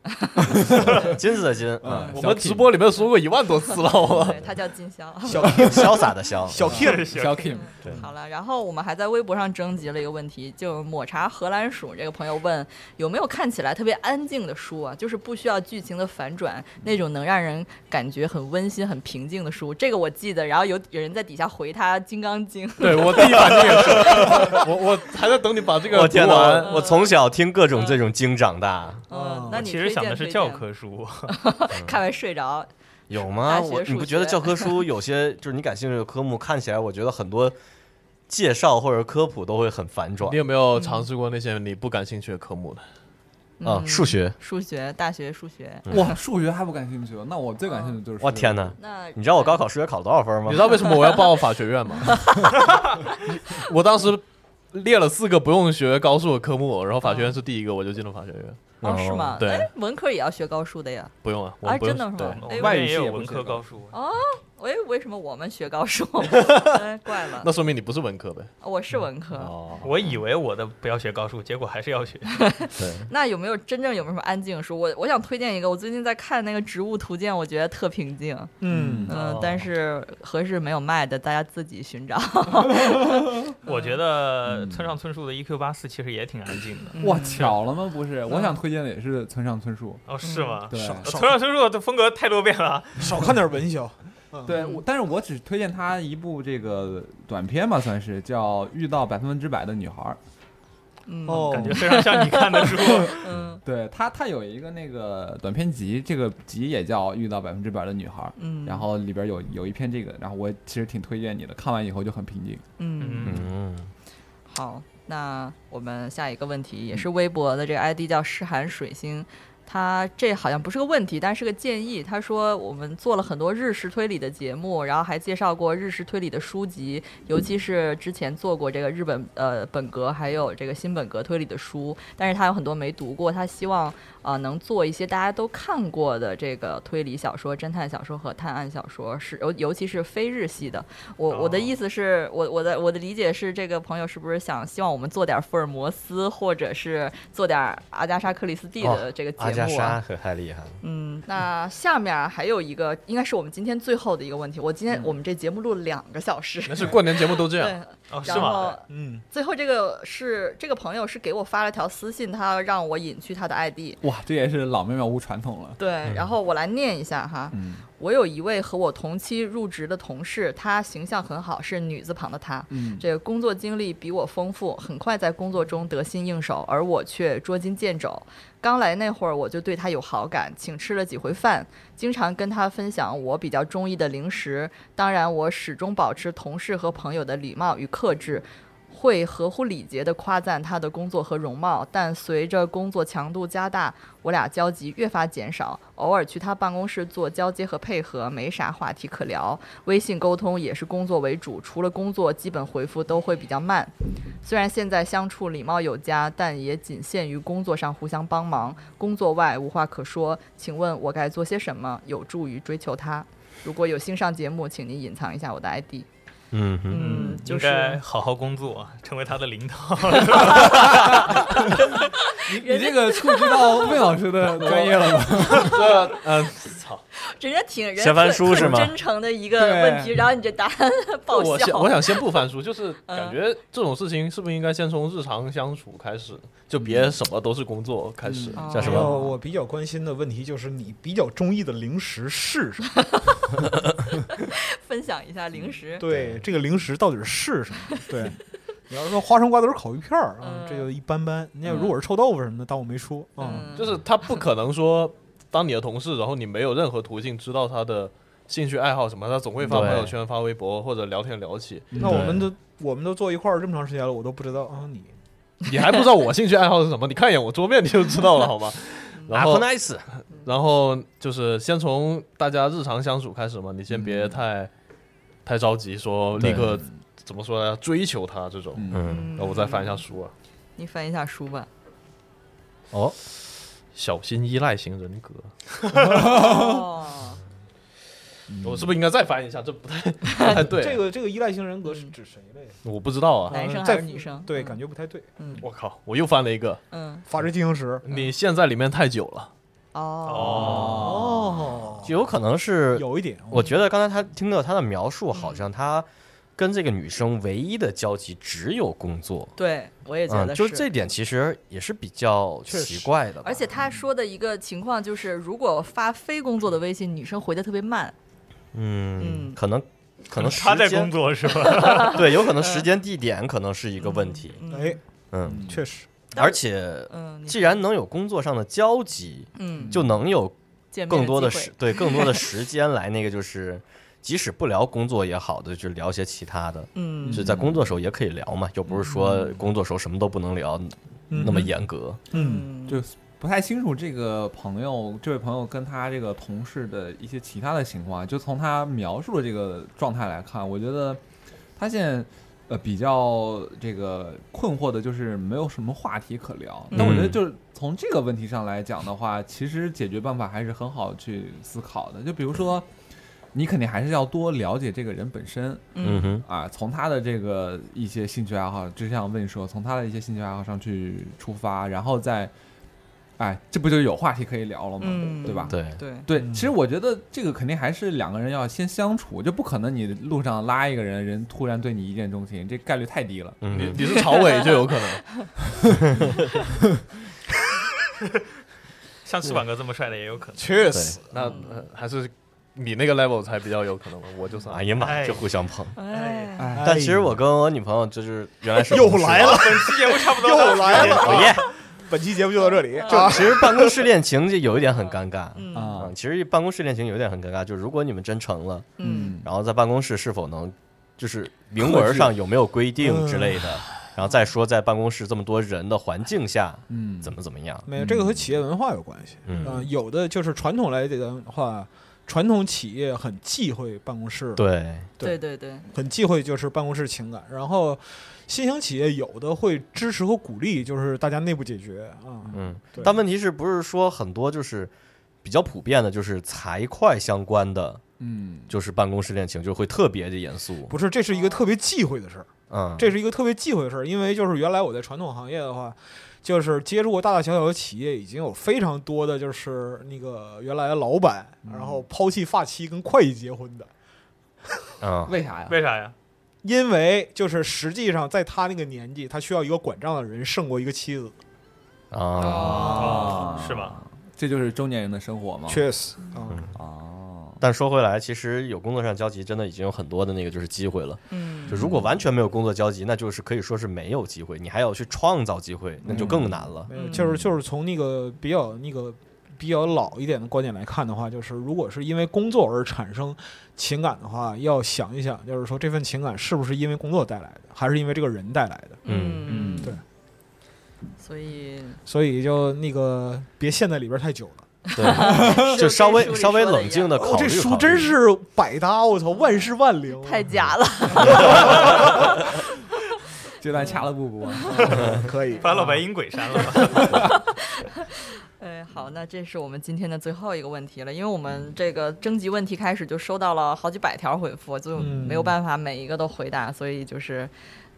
Speaker 4: 金子的金，嗯，
Speaker 5: 我
Speaker 7: 小
Speaker 5: 们
Speaker 7: Kim
Speaker 5: 直播里面说过一万多次了， <laughs> 好吗
Speaker 2: 对，他叫金 <laughs> 霄。
Speaker 3: 小 K
Speaker 4: 潇洒的潇，
Speaker 3: 小 K
Speaker 7: 小 Kim，
Speaker 2: 好了，然后我们还在微博上征集了一个问题，就抹茶荷兰鼠这个朋友问有没有看起来特别安静的书啊，就是不需要剧情的反转，那种能让人感觉很温馨、很平静的书。这个我记得，然后有有人在底下回他《金刚
Speaker 6: <laughs>
Speaker 2: 经》，嗯
Speaker 5: 对我第一反应也是，我我还在等你把这 <laughs> 个
Speaker 4: 我天
Speaker 5: 读完
Speaker 4: 哪！我从小听各种这种经长大，
Speaker 2: 嗯，那你
Speaker 6: 哦其实
Speaker 2: 推
Speaker 6: 想
Speaker 2: 荐
Speaker 6: 的
Speaker 2: 推
Speaker 6: 是
Speaker 2: 荐
Speaker 6: 教，科书，
Speaker 2: 看完睡着，
Speaker 4: 有
Speaker 2: 大
Speaker 4: 吗？
Speaker 2: 学
Speaker 4: 我
Speaker 2: 数
Speaker 4: 你不觉得
Speaker 2: 学 <laughs>
Speaker 4: 教科书有些就是你感兴趣的科目，看起来我觉得很多介绍或者科普都会很反转
Speaker 5: 你有没有尝试过那些你不感兴趣的科目呢？
Speaker 4: 啊？数学，
Speaker 2: 数学，大学数学，
Speaker 7: 哇，数学还不感兴趣吗？那我最感兴趣就是数
Speaker 4: 我
Speaker 7: 学
Speaker 4: 天，哪！
Speaker 2: 那呃
Speaker 4: 你知道我高考数学考了多少分吗
Speaker 5: <laughs> 你知？道为什么我要报法学院吗？ <laughs> 我当时列了四个不用学高数的科目，然后法学院是第一个，我就进了法学院。
Speaker 2: 哦，是吗？
Speaker 5: 对
Speaker 2: 哎，文科也要学高数的呀。
Speaker 5: 不用了，我
Speaker 2: 啊，
Speaker 5: 们不用
Speaker 2: 真的是
Speaker 5: 对
Speaker 2: 吗？哎
Speaker 6: 我
Speaker 7: 外
Speaker 6: 们也
Speaker 7: 语系
Speaker 6: 有
Speaker 7: 也不
Speaker 6: 文
Speaker 7: 是
Speaker 6: 科
Speaker 7: 高
Speaker 6: 高数，
Speaker 2: 哎，为什么我们学高数？哎怪了
Speaker 5: 那，说明你不是文科呗？
Speaker 2: 我是文科。
Speaker 5: 哦，
Speaker 6: 我以为我的不要学高数，结果还是要学。
Speaker 2: 那有没有真正有没有什么安静的书？我我想推荐一个，我最近在看那个《植物图鉴》，我觉得特平静。
Speaker 3: 嗯，
Speaker 2: 嗯
Speaker 6: 哦，
Speaker 2: 但是合适没有卖的，大家自己寻找。嗯
Speaker 6: 我觉得村上春树的 EQ 八四其实也挺安静
Speaker 2: 嗯
Speaker 6: 的。
Speaker 7: 哇，巧了吗？不是，我想推荐的也是村上春树，
Speaker 2: 嗯
Speaker 6: 哦，是吗？
Speaker 7: 对，
Speaker 3: 少
Speaker 2: <laughs>
Speaker 6: 村上春树的风格太多变了。
Speaker 3: 少看点文学。嗯
Speaker 7: 对，我但是我只推荐他一部这个短片吧，算是叫《遇到百分之百的女孩》。
Speaker 2: 嗯，
Speaker 3: 哦，
Speaker 6: 感觉非常像你看的书。
Speaker 2: 嗯
Speaker 7: 对他，他有一个那个短片集，这个集也叫《遇到百分之百的女孩》。
Speaker 2: 嗯，
Speaker 7: 然后里边有有一篇这个，然后我其实挺推荐你的，看完以后就很平静。
Speaker 2: 嗯，
Speaker 6: 嗯，
Speaker 4: 嗯，
Speaker 2: 好，那我们下一个问题也是微博的这个 ID 叫诗涵水星。他这好像不是个问题，但是个建议。他说我们做了很多日式推理的节目，然后还介绍过日式推理的书籍，尤其是之前做过这个日本呃本格还有这个新本格推理的书，但是他有很多没读过，他希望啊、呃能做一些大家都看过的这个推理小说、侦探小说和探案小说，是尤尤其是非日系的。我我的
Speaker 6: 哦
Speaker 2: 意思是我我的我的理解是，这个朋友是不是想希望我们做点福尔摩斯，或者是做点阿加莎·克里斯蒂的这个节目、啊
Speaker 4: 哦阿加莎可太厉害了，
Speaker 2: 嗯，那下面儿还有一个，应该是我们今天最后的一个问题。我今天我们这节目录了两个小时，
Speaker 5: 那是过年节目都这样，
Speaker 2: 对，
Speaker 6: 哦，是
Speaker 2: 然后
Speaker 6: 吗？
Speaker 3: 嗯，
Speaker 2: 最后这个是这个朋友是给我发了条私信，他让我隐去他的 ID。
Speaker 7: 哇，这也是老妙妙屋传统了。
Speaker 2: 对，然后我来念一下哈。
Speaker 7: 嗯
Speaker 2: 我有一位和我同期入职的同事，她形象很好，是女字旁的她。
Speaker 7: 嗯，
Speaker 2: 这个工作经历比我丰富，很快在工作中得心应手，而我却捉襟见肘。刚来那会儿，我就对他有好感，请吃了几回饭，经常跟他分享我比较中意的零食。当然，我始终保持同事和朋友的礼貌与克制。会合乎礼节地夸赞他的工作和容貌，但随着工作强度加大，我俩交集越发减少。偶尔去他办公室做交接和配合，没啥话题可聊。微信沟通也是工作为主，除了工作，基本回复都会比较慢。虽然现在相处礼貌有加，但也仅限于工作上互相帮忙，工作外无话可说。请问我该做些什么，有助于追求他？如果有新上节目，请您隐藏一下我的 ID。
Speaker 4: 嗯哼，
Speaker 2: 嗯，就
Speaker 6: 应该
Speaker 2: 是
Speaker 6: 好好工作，成为他的领导。
Speaker 7: 你你这个触及到魏老师的专业了吧？
Speaker 5: 这嗯，
Speaker 2: 人家挺人家
Speaker 4: 写翻
Speaker 2: 特
Speaker 4: 书是
Speaker 2: 特
Speaker 4: 吗
Speaker 2: 真诚的一个
Speaker 7: 对
Speaker 2: 问题，然后你这答 <laughs> 案爆
Speaker 5: 我
Speaker 2: 笑。
Speaker 5: 想我想先不翻书，就是感觉这种事情是不是应该先从日常相处开始，就别什么都是工作开始。
Speaker 2: 哦
Speaker 4: 叫什
Speaker 3: 然
Speaker 4: 么
Speaker 3: 后我比较关心的问题就是你比较中意的零食是什么？
Speaker 2: 分享一下零食。 <laughs>
Speaker 3: 对，这个零食到底是什么？对，你要是说花生瓜子儿烤鱼片儿啊
Speaker 2: 嗯，
Speaker 3: 这就一般般。你要如果是臭豆腐什么的，当我没说啊。
Speaker 2: 嗯，
Speaker 5: 就是他不可能说当你的同事，然后你没有任何途径知道他的兴趣爱好什么，他总会发
Speaker 4: 对
Speaker 5: 朋友圈、发微博或者聊天聊起。
Speaker 3: 那我们都我们都坐一块儿这么长时间了，我都不知道啊，你
Speaker 5: <laughs> 你还不知道我兴趣爱好是什么，你看一眼我桌面你就知道了，好
Speaker 4: <laughs>
Speaker 5: 吗？然后
Speaker 4: 啊 nice，
Speaker 5: 然后就是先从大家日常相处开始嘛，你先别
Speaker 4: 嗯
Speaker 5: 太、太着急，说立刻怎么说呢？追求他这种。
Speaker 7: 嗯
Speaker 4: 嗯，
Speaker 5: 那哦我再翻一下书啊，
Speaker 2: 你翻一下书吧。
Speaker 4: 哦，
Speaker 5: 小心依赖型人格，
Speaker 2: 哦，
Speaker 4: 嗯
Speaker 5: 我是不是应该再翻一下？这不
Speaker 4: <laughs>
Speaker 5: 太不太对，啊
Speaker 3: 这个这个依赖型人格是
Speaker 2: 嗯
Speaker 3: 指谁嘞？
Speaker 5: 我不知道
Speaker 4: 嗯
Speaker 5: 啊。
Speaker 2: 男生
Speaker 3: 呃
Speaker 2: 还
Speaker 3: 在
Speaker 2: 是女生？
Speaker 3: 对，
Speaker 2: 嗯
Speaker 3: 感觉不太对。
Speaker 2: 嗯
Speaker 5: 我靠，我又翻了一个，
Speaker 2: 嗯
Speaker 3: 法制进行时
Speaker 5: 你现在里面太久了，
Speaker 2: 哦
Speaker 3: 哦，
Speaker 4: 有可能是
Speaker 3: 有一点，
Speaker 4: 我觉得刚才他听到他的描述，
Speaker 2: 嗯
Speaker 4: 好像他跟这个女生唯一的交集只有工作，
Speaker 2: 对我也觉
Speaker 4: 嗯，
Speaker 2: 得
Speaker 4: 就这点其实也是比较
Speaker 3: 确实
Speaker 4: 奇怪的吧，
Speaker 2: 而且他说的一个情况就是，如果发非工作的微信，女生回的特别慢。
Speaker 4: 嗯，
Speaker 2: 嗯
Speaker 4: 可能可能时
Speaker 6: 他在
Speaker 4: 间
Speaker 6: 工作是
Speaker 2: <laughs>
Speaker 6: 吧？
Speaker 4: 对，有可能
Speaker 2: 嗯
Speaker 4: 时间地点可能是一个问题，
Speaker 3: 哎，
Speaker 4: 嗯，
Speaker 3: 确实，
Speaker 4: 而且
Speaker 2: 嗯，你
Speaker 4: 既然能有工作上的交集，
Speaker 2: 嗯
Speaker 4: 就能有
Speaker 2: 见面
Speaker 4: 更多的
Speaker 2: 机会
Speaker 4: 时对更多的时间来那个就是。即使不聊工作也好的，就聊些其他的，
Speaker 2: 嗯
Speaker 4: 就在工作时候也可以聊嘛，又不是说工作时候什么都不能聊
Speaker 3: 嗯
Speaker 4: 那么，严格。
Speaker 3: 嗯，
Speaker 2: 嗯
Speaker 7: 就不太清楚这个朋友，这位朋友跟他这个同事的一些其他的情况，就从他描述的这个状态来看，我觉得他现在呃比较这个困惑的就是没有什么话题可聊。但我觉得
Speaker 4: 嗯
Speaker 7: 就是从这个问题上来讲的话，其实解决办法还是很好去思考的。就比如说，你肯定还是要多了解这个人本身，
Speaker 4: 嗯哼，
Speaker 7: 啊，从他的这个一些兴趣爱好，就像问说，从他的一些兴趣爱好上去出发，然后再，哎，这不就有话题可以聊了吗？
Speaker 2: 嗯
Speaker 7: 对吧？
Speaker 4: 对，
Speaker 2: 对
Speaker 7: 对，其实我觉得这个肯定还是两个人要先相处，就不可能你路上拉一个人，人突然对你一见钟情，这概率太低了。
Speaker 4: 嗯
Speaker 5: 你
Speaker 4: 哼，
Speaker 5: 你是朝伟就有可
Speaker 4: <laughs>
Speaker 5: 能。
Speaker 6: 像翅膀哥这么帅的也有可能。
Speaker 3: 确
Speaker 4: 实
Speaker 3: 实，
Speaker 5: 那、呃还是你那个 level 才比较有可能吧，我就算
Speaker 4: 哎呀妈，
Speaker 6: 哎
Speaker 4: 这互相碰。
Speaker 2: 哎，
Speaker 7: 哎，
Speaker 4: 但其实我跟我女朋友就是原来是
Speaker 3: 又来了，
Speaker 6: 本期节目差不多到
Speaker 3: 又来了，
Speaker 4: 讨厌。
Speaker 3: 本期节目就到这里
Speaker 4: 就
Speaker 3: 啊！
Speaker 4: 其实办公室恋情就有一点很尴尬。
Speaker 2: 嗯
Speaker 7: 啊
Speaker 4: 嗯，其实办公室恋情有一点很尴尬，就是如果你们真成了，
Speaker 2: 嗯，
Speaker 4: 然后在办公室是否能，就是明文上有没有规定之类的，然后再说在办公室这么多人的环境下
Speaker 7: 嗯，
Speaker 4: 怎么怎么样。
Speaker 3: 没有，这个和企业文化有关系。
Speaker 4: 嗯，
Speaker 3: 啊，有的就是传统来讲的话，传统企业很忌讳办公室，
Speaker 4: 对，
Speaker 2: 对对对，
Speaker 3: 很忌讳就是办公室情感。然后新型企业有的会支持和鼓励，就是大家内部解决啊。
Speaker 4: 嗯
Speaker 3: 对，
Speaker 4: 但问题是不是说很多就是比较普遍的，就是财会相关的，
Speaker 7: 嗯，
Speaker 4: 就是办公室恋情就会特别的严肃。
Speaker 3: 不是，这是一个特别忌讳的事儿，
Speaker 4: 嗯，
Speaker 3: 这是一个特别忌讳的事儿，因为就是原来我在传统行业的话，就是接触过大大小小的企业，已经有非常多的就是那个原来的老板，然后抛弃发妻跟会计结婚的，
Speaker 4: 嗯
Speaker 7: 为啥呀？
Speaker 6: 为啥呀？
Speaker 3: 因为就是实际上在他那个年纪，他需要一个管账的人胜过一个妻子。
Speaker 4: 啊，
Speaker 6: 哦是吗？
Speaker 7: 这就是中年人的生活吗？
Speaker 3: 确实，嗯
Speaker 4: 嗯，
Speaker 7: 哦，
Speaker 4: 但说回来，其实有工作上交集，真的已经有很多的那个就是机会了。
Speaker 2: 嗯
Speaker 4: 就如果完全没有工作交集，那就是可以说是没有机会，你还要去创造机会，那就更难了。
Speaker 3: 没有，
Speaker 2: 嗯
Speaker 3: 呃就是就是从那个比较那个比较老一点的观点来看的话，就是如果是因为工作而产生情感的话，要想一想，就是说这份情感是不是因为工作带来的，还是因为这个人带来的？
Speaker 7: 嗯，
Speaker 3: 对
Speaker 2: 所以
Speaker 3: 所以就那个别陷在里边太久了。
Speaker 4: 对，就稍
Speaker 2: 是
Speaker 4: 微
Speaker 2: 跟书里
Speaker 4: 哎稍微
Speaker 2: 说的一
Speaker 4: 冷静的考虑
Speaker 3: 哦，
Speaker 4: 考虑。
Speaker 3: 这书真是百搭，我操，万事万灵啊。
Speaker 2: 太假了。
Speaker 7: 这段掐了啊不播。
Speaker 3: 嗯可以，
Speaker 6: 把老白引鬼删了吧。
Speaker 2: 哎，好，
Speaker 3: 嗯
Speaker 2: 那这是我们今天的最后一个问题了，因为我们这个征集问题开始就收到了好几百条回复，就
Speaker 3: 嗯
Speaker 2: 没有办法每一个都回答，所以就是。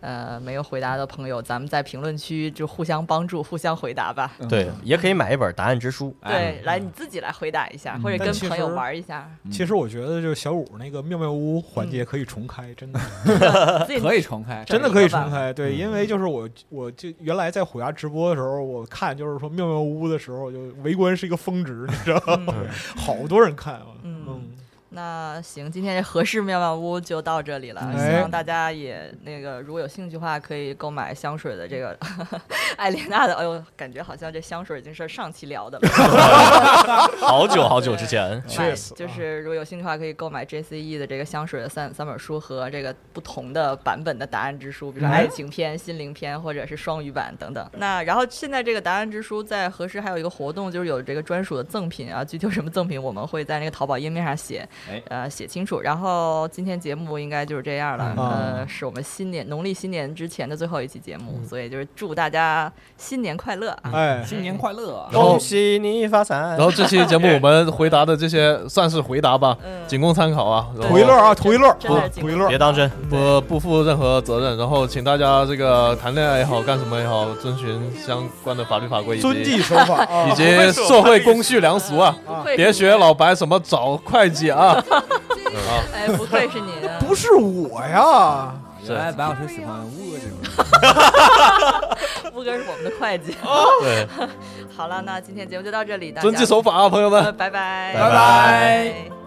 Speaker 2: 呃，没有回答的朋友，咱们在评论区就互相帮助，互相回答吧。
Speaker 3: 嗯
Speaker 4: 对，也可以买一本《答案之书》。
Speaker 2: 对，来你自己来回答一下，或者
Speaker 3: 嗯但
Speaker 2: 跟
Speaker 3: 其
Speaker 2: 朋友
Speaker 3: 实
Speaker 2: 玩一
Speaker 3: <laughs>
Speaker 2: 下，
Speaker 3: 其实我觉得就是小五那个妙妙屋环节可以重开，真的。
Speaker 2: 自己
Speaker 7: 可以重开，
Speaker 3: 真的
Speaker 2: 整
Speaker 3: 可
Speaker 2: 一嗯
Speaker 3: 以
Speaker 2: 个吧
Speaker 3: 重开，对，因为就是我我就原来在虎牙直播的时候，我看就是说妙妙屋的时候，就围观是一个峰值，你知道吗？ <laughs> 好多人看啊，
Speaker 2: 嗯那行，今天这合适妙妙屋就到这里了。
Speaker 3: 哎
Speaker 2: 希望大家也那个，如果有兴趣的话，可以购买香水的这个 <laughs> 艾莲娜的。哎呦，感觉好像这香水已经是上期聊的了。
Speaker 4: 好久好久之前，
Speaker 3: 确
Speaker 2: 买
Speaker 3: 实啊
Speaker 2: 就是如果有兴趣的话，可以购买 JCE 的这个香水的三三本书和这个不同的版本的答案之书，比
Speaker 3: 嗯
Speaker 2: 如说爱情篇、心灵篇或者是双语版等等。那然后现在这个答案之书在合适还有一个活动，就是有这个专属的赠品啊，具体有什么赠品我们会在那个淘宝页面上写
Speaker 7: 哎，
Speaker 2: 呃写清楚。然后今天节目应该就是这样了，
Speaker 3: 嗯嗯
Speaker 2: 呃，是我们新年农历新年之前的最后一期节目，所以就是祝大家新年快乐啊！
Speaker 3: 哎，
Speaker 7: 新年快乐啊！
Speaker 4: 恭喜你发财
Speaker 5: 哦 <laughs> 然。后这期节目我们回答的这些算是回答吧，
Speaker 2: 嗯
Speaker 5: 仅供参考啊。然后
Speaker 3: 图一乐啊，图一乐，
Speaker 2: 真的
Speaker 3: 图一乐
Speaker 4: 别，当真，
Speaker 5: 不不负任何责任，然后请大家这个谈恋爱也好，干什么也好，遵循相关的法律法规以
Speaker 3: 遵纪
Speaker 5: 及
Speaker 3: 守法啊
Speaker 5: <laughs>
Speaker 3: <laughs>
Speaker 5: 以，及社会公序良俗啊，
Speaker 2: 会
Speaker 5: 别学老白什么找会计啊。
Speaker 2: <laughs> 哎，不愧是您啊。
Speaker 3: 不是我呀，
Speaker 7: 原来白老师喜欢乌哥这种人。
Speaker 2: 富哥是我们的会计。
Speaker 3: 哦
Speaker 2: <laughs>
Speaker 4: 对，
Speaker 2: 好了，那今天节目就到这里，大家
Speaker 5: 遵纪守法啊，朋友们。
Speaker 2: 呃拜拜，
Speaker 4: 拜拜
Speaker 2: 拜
Speaker 1: Oh,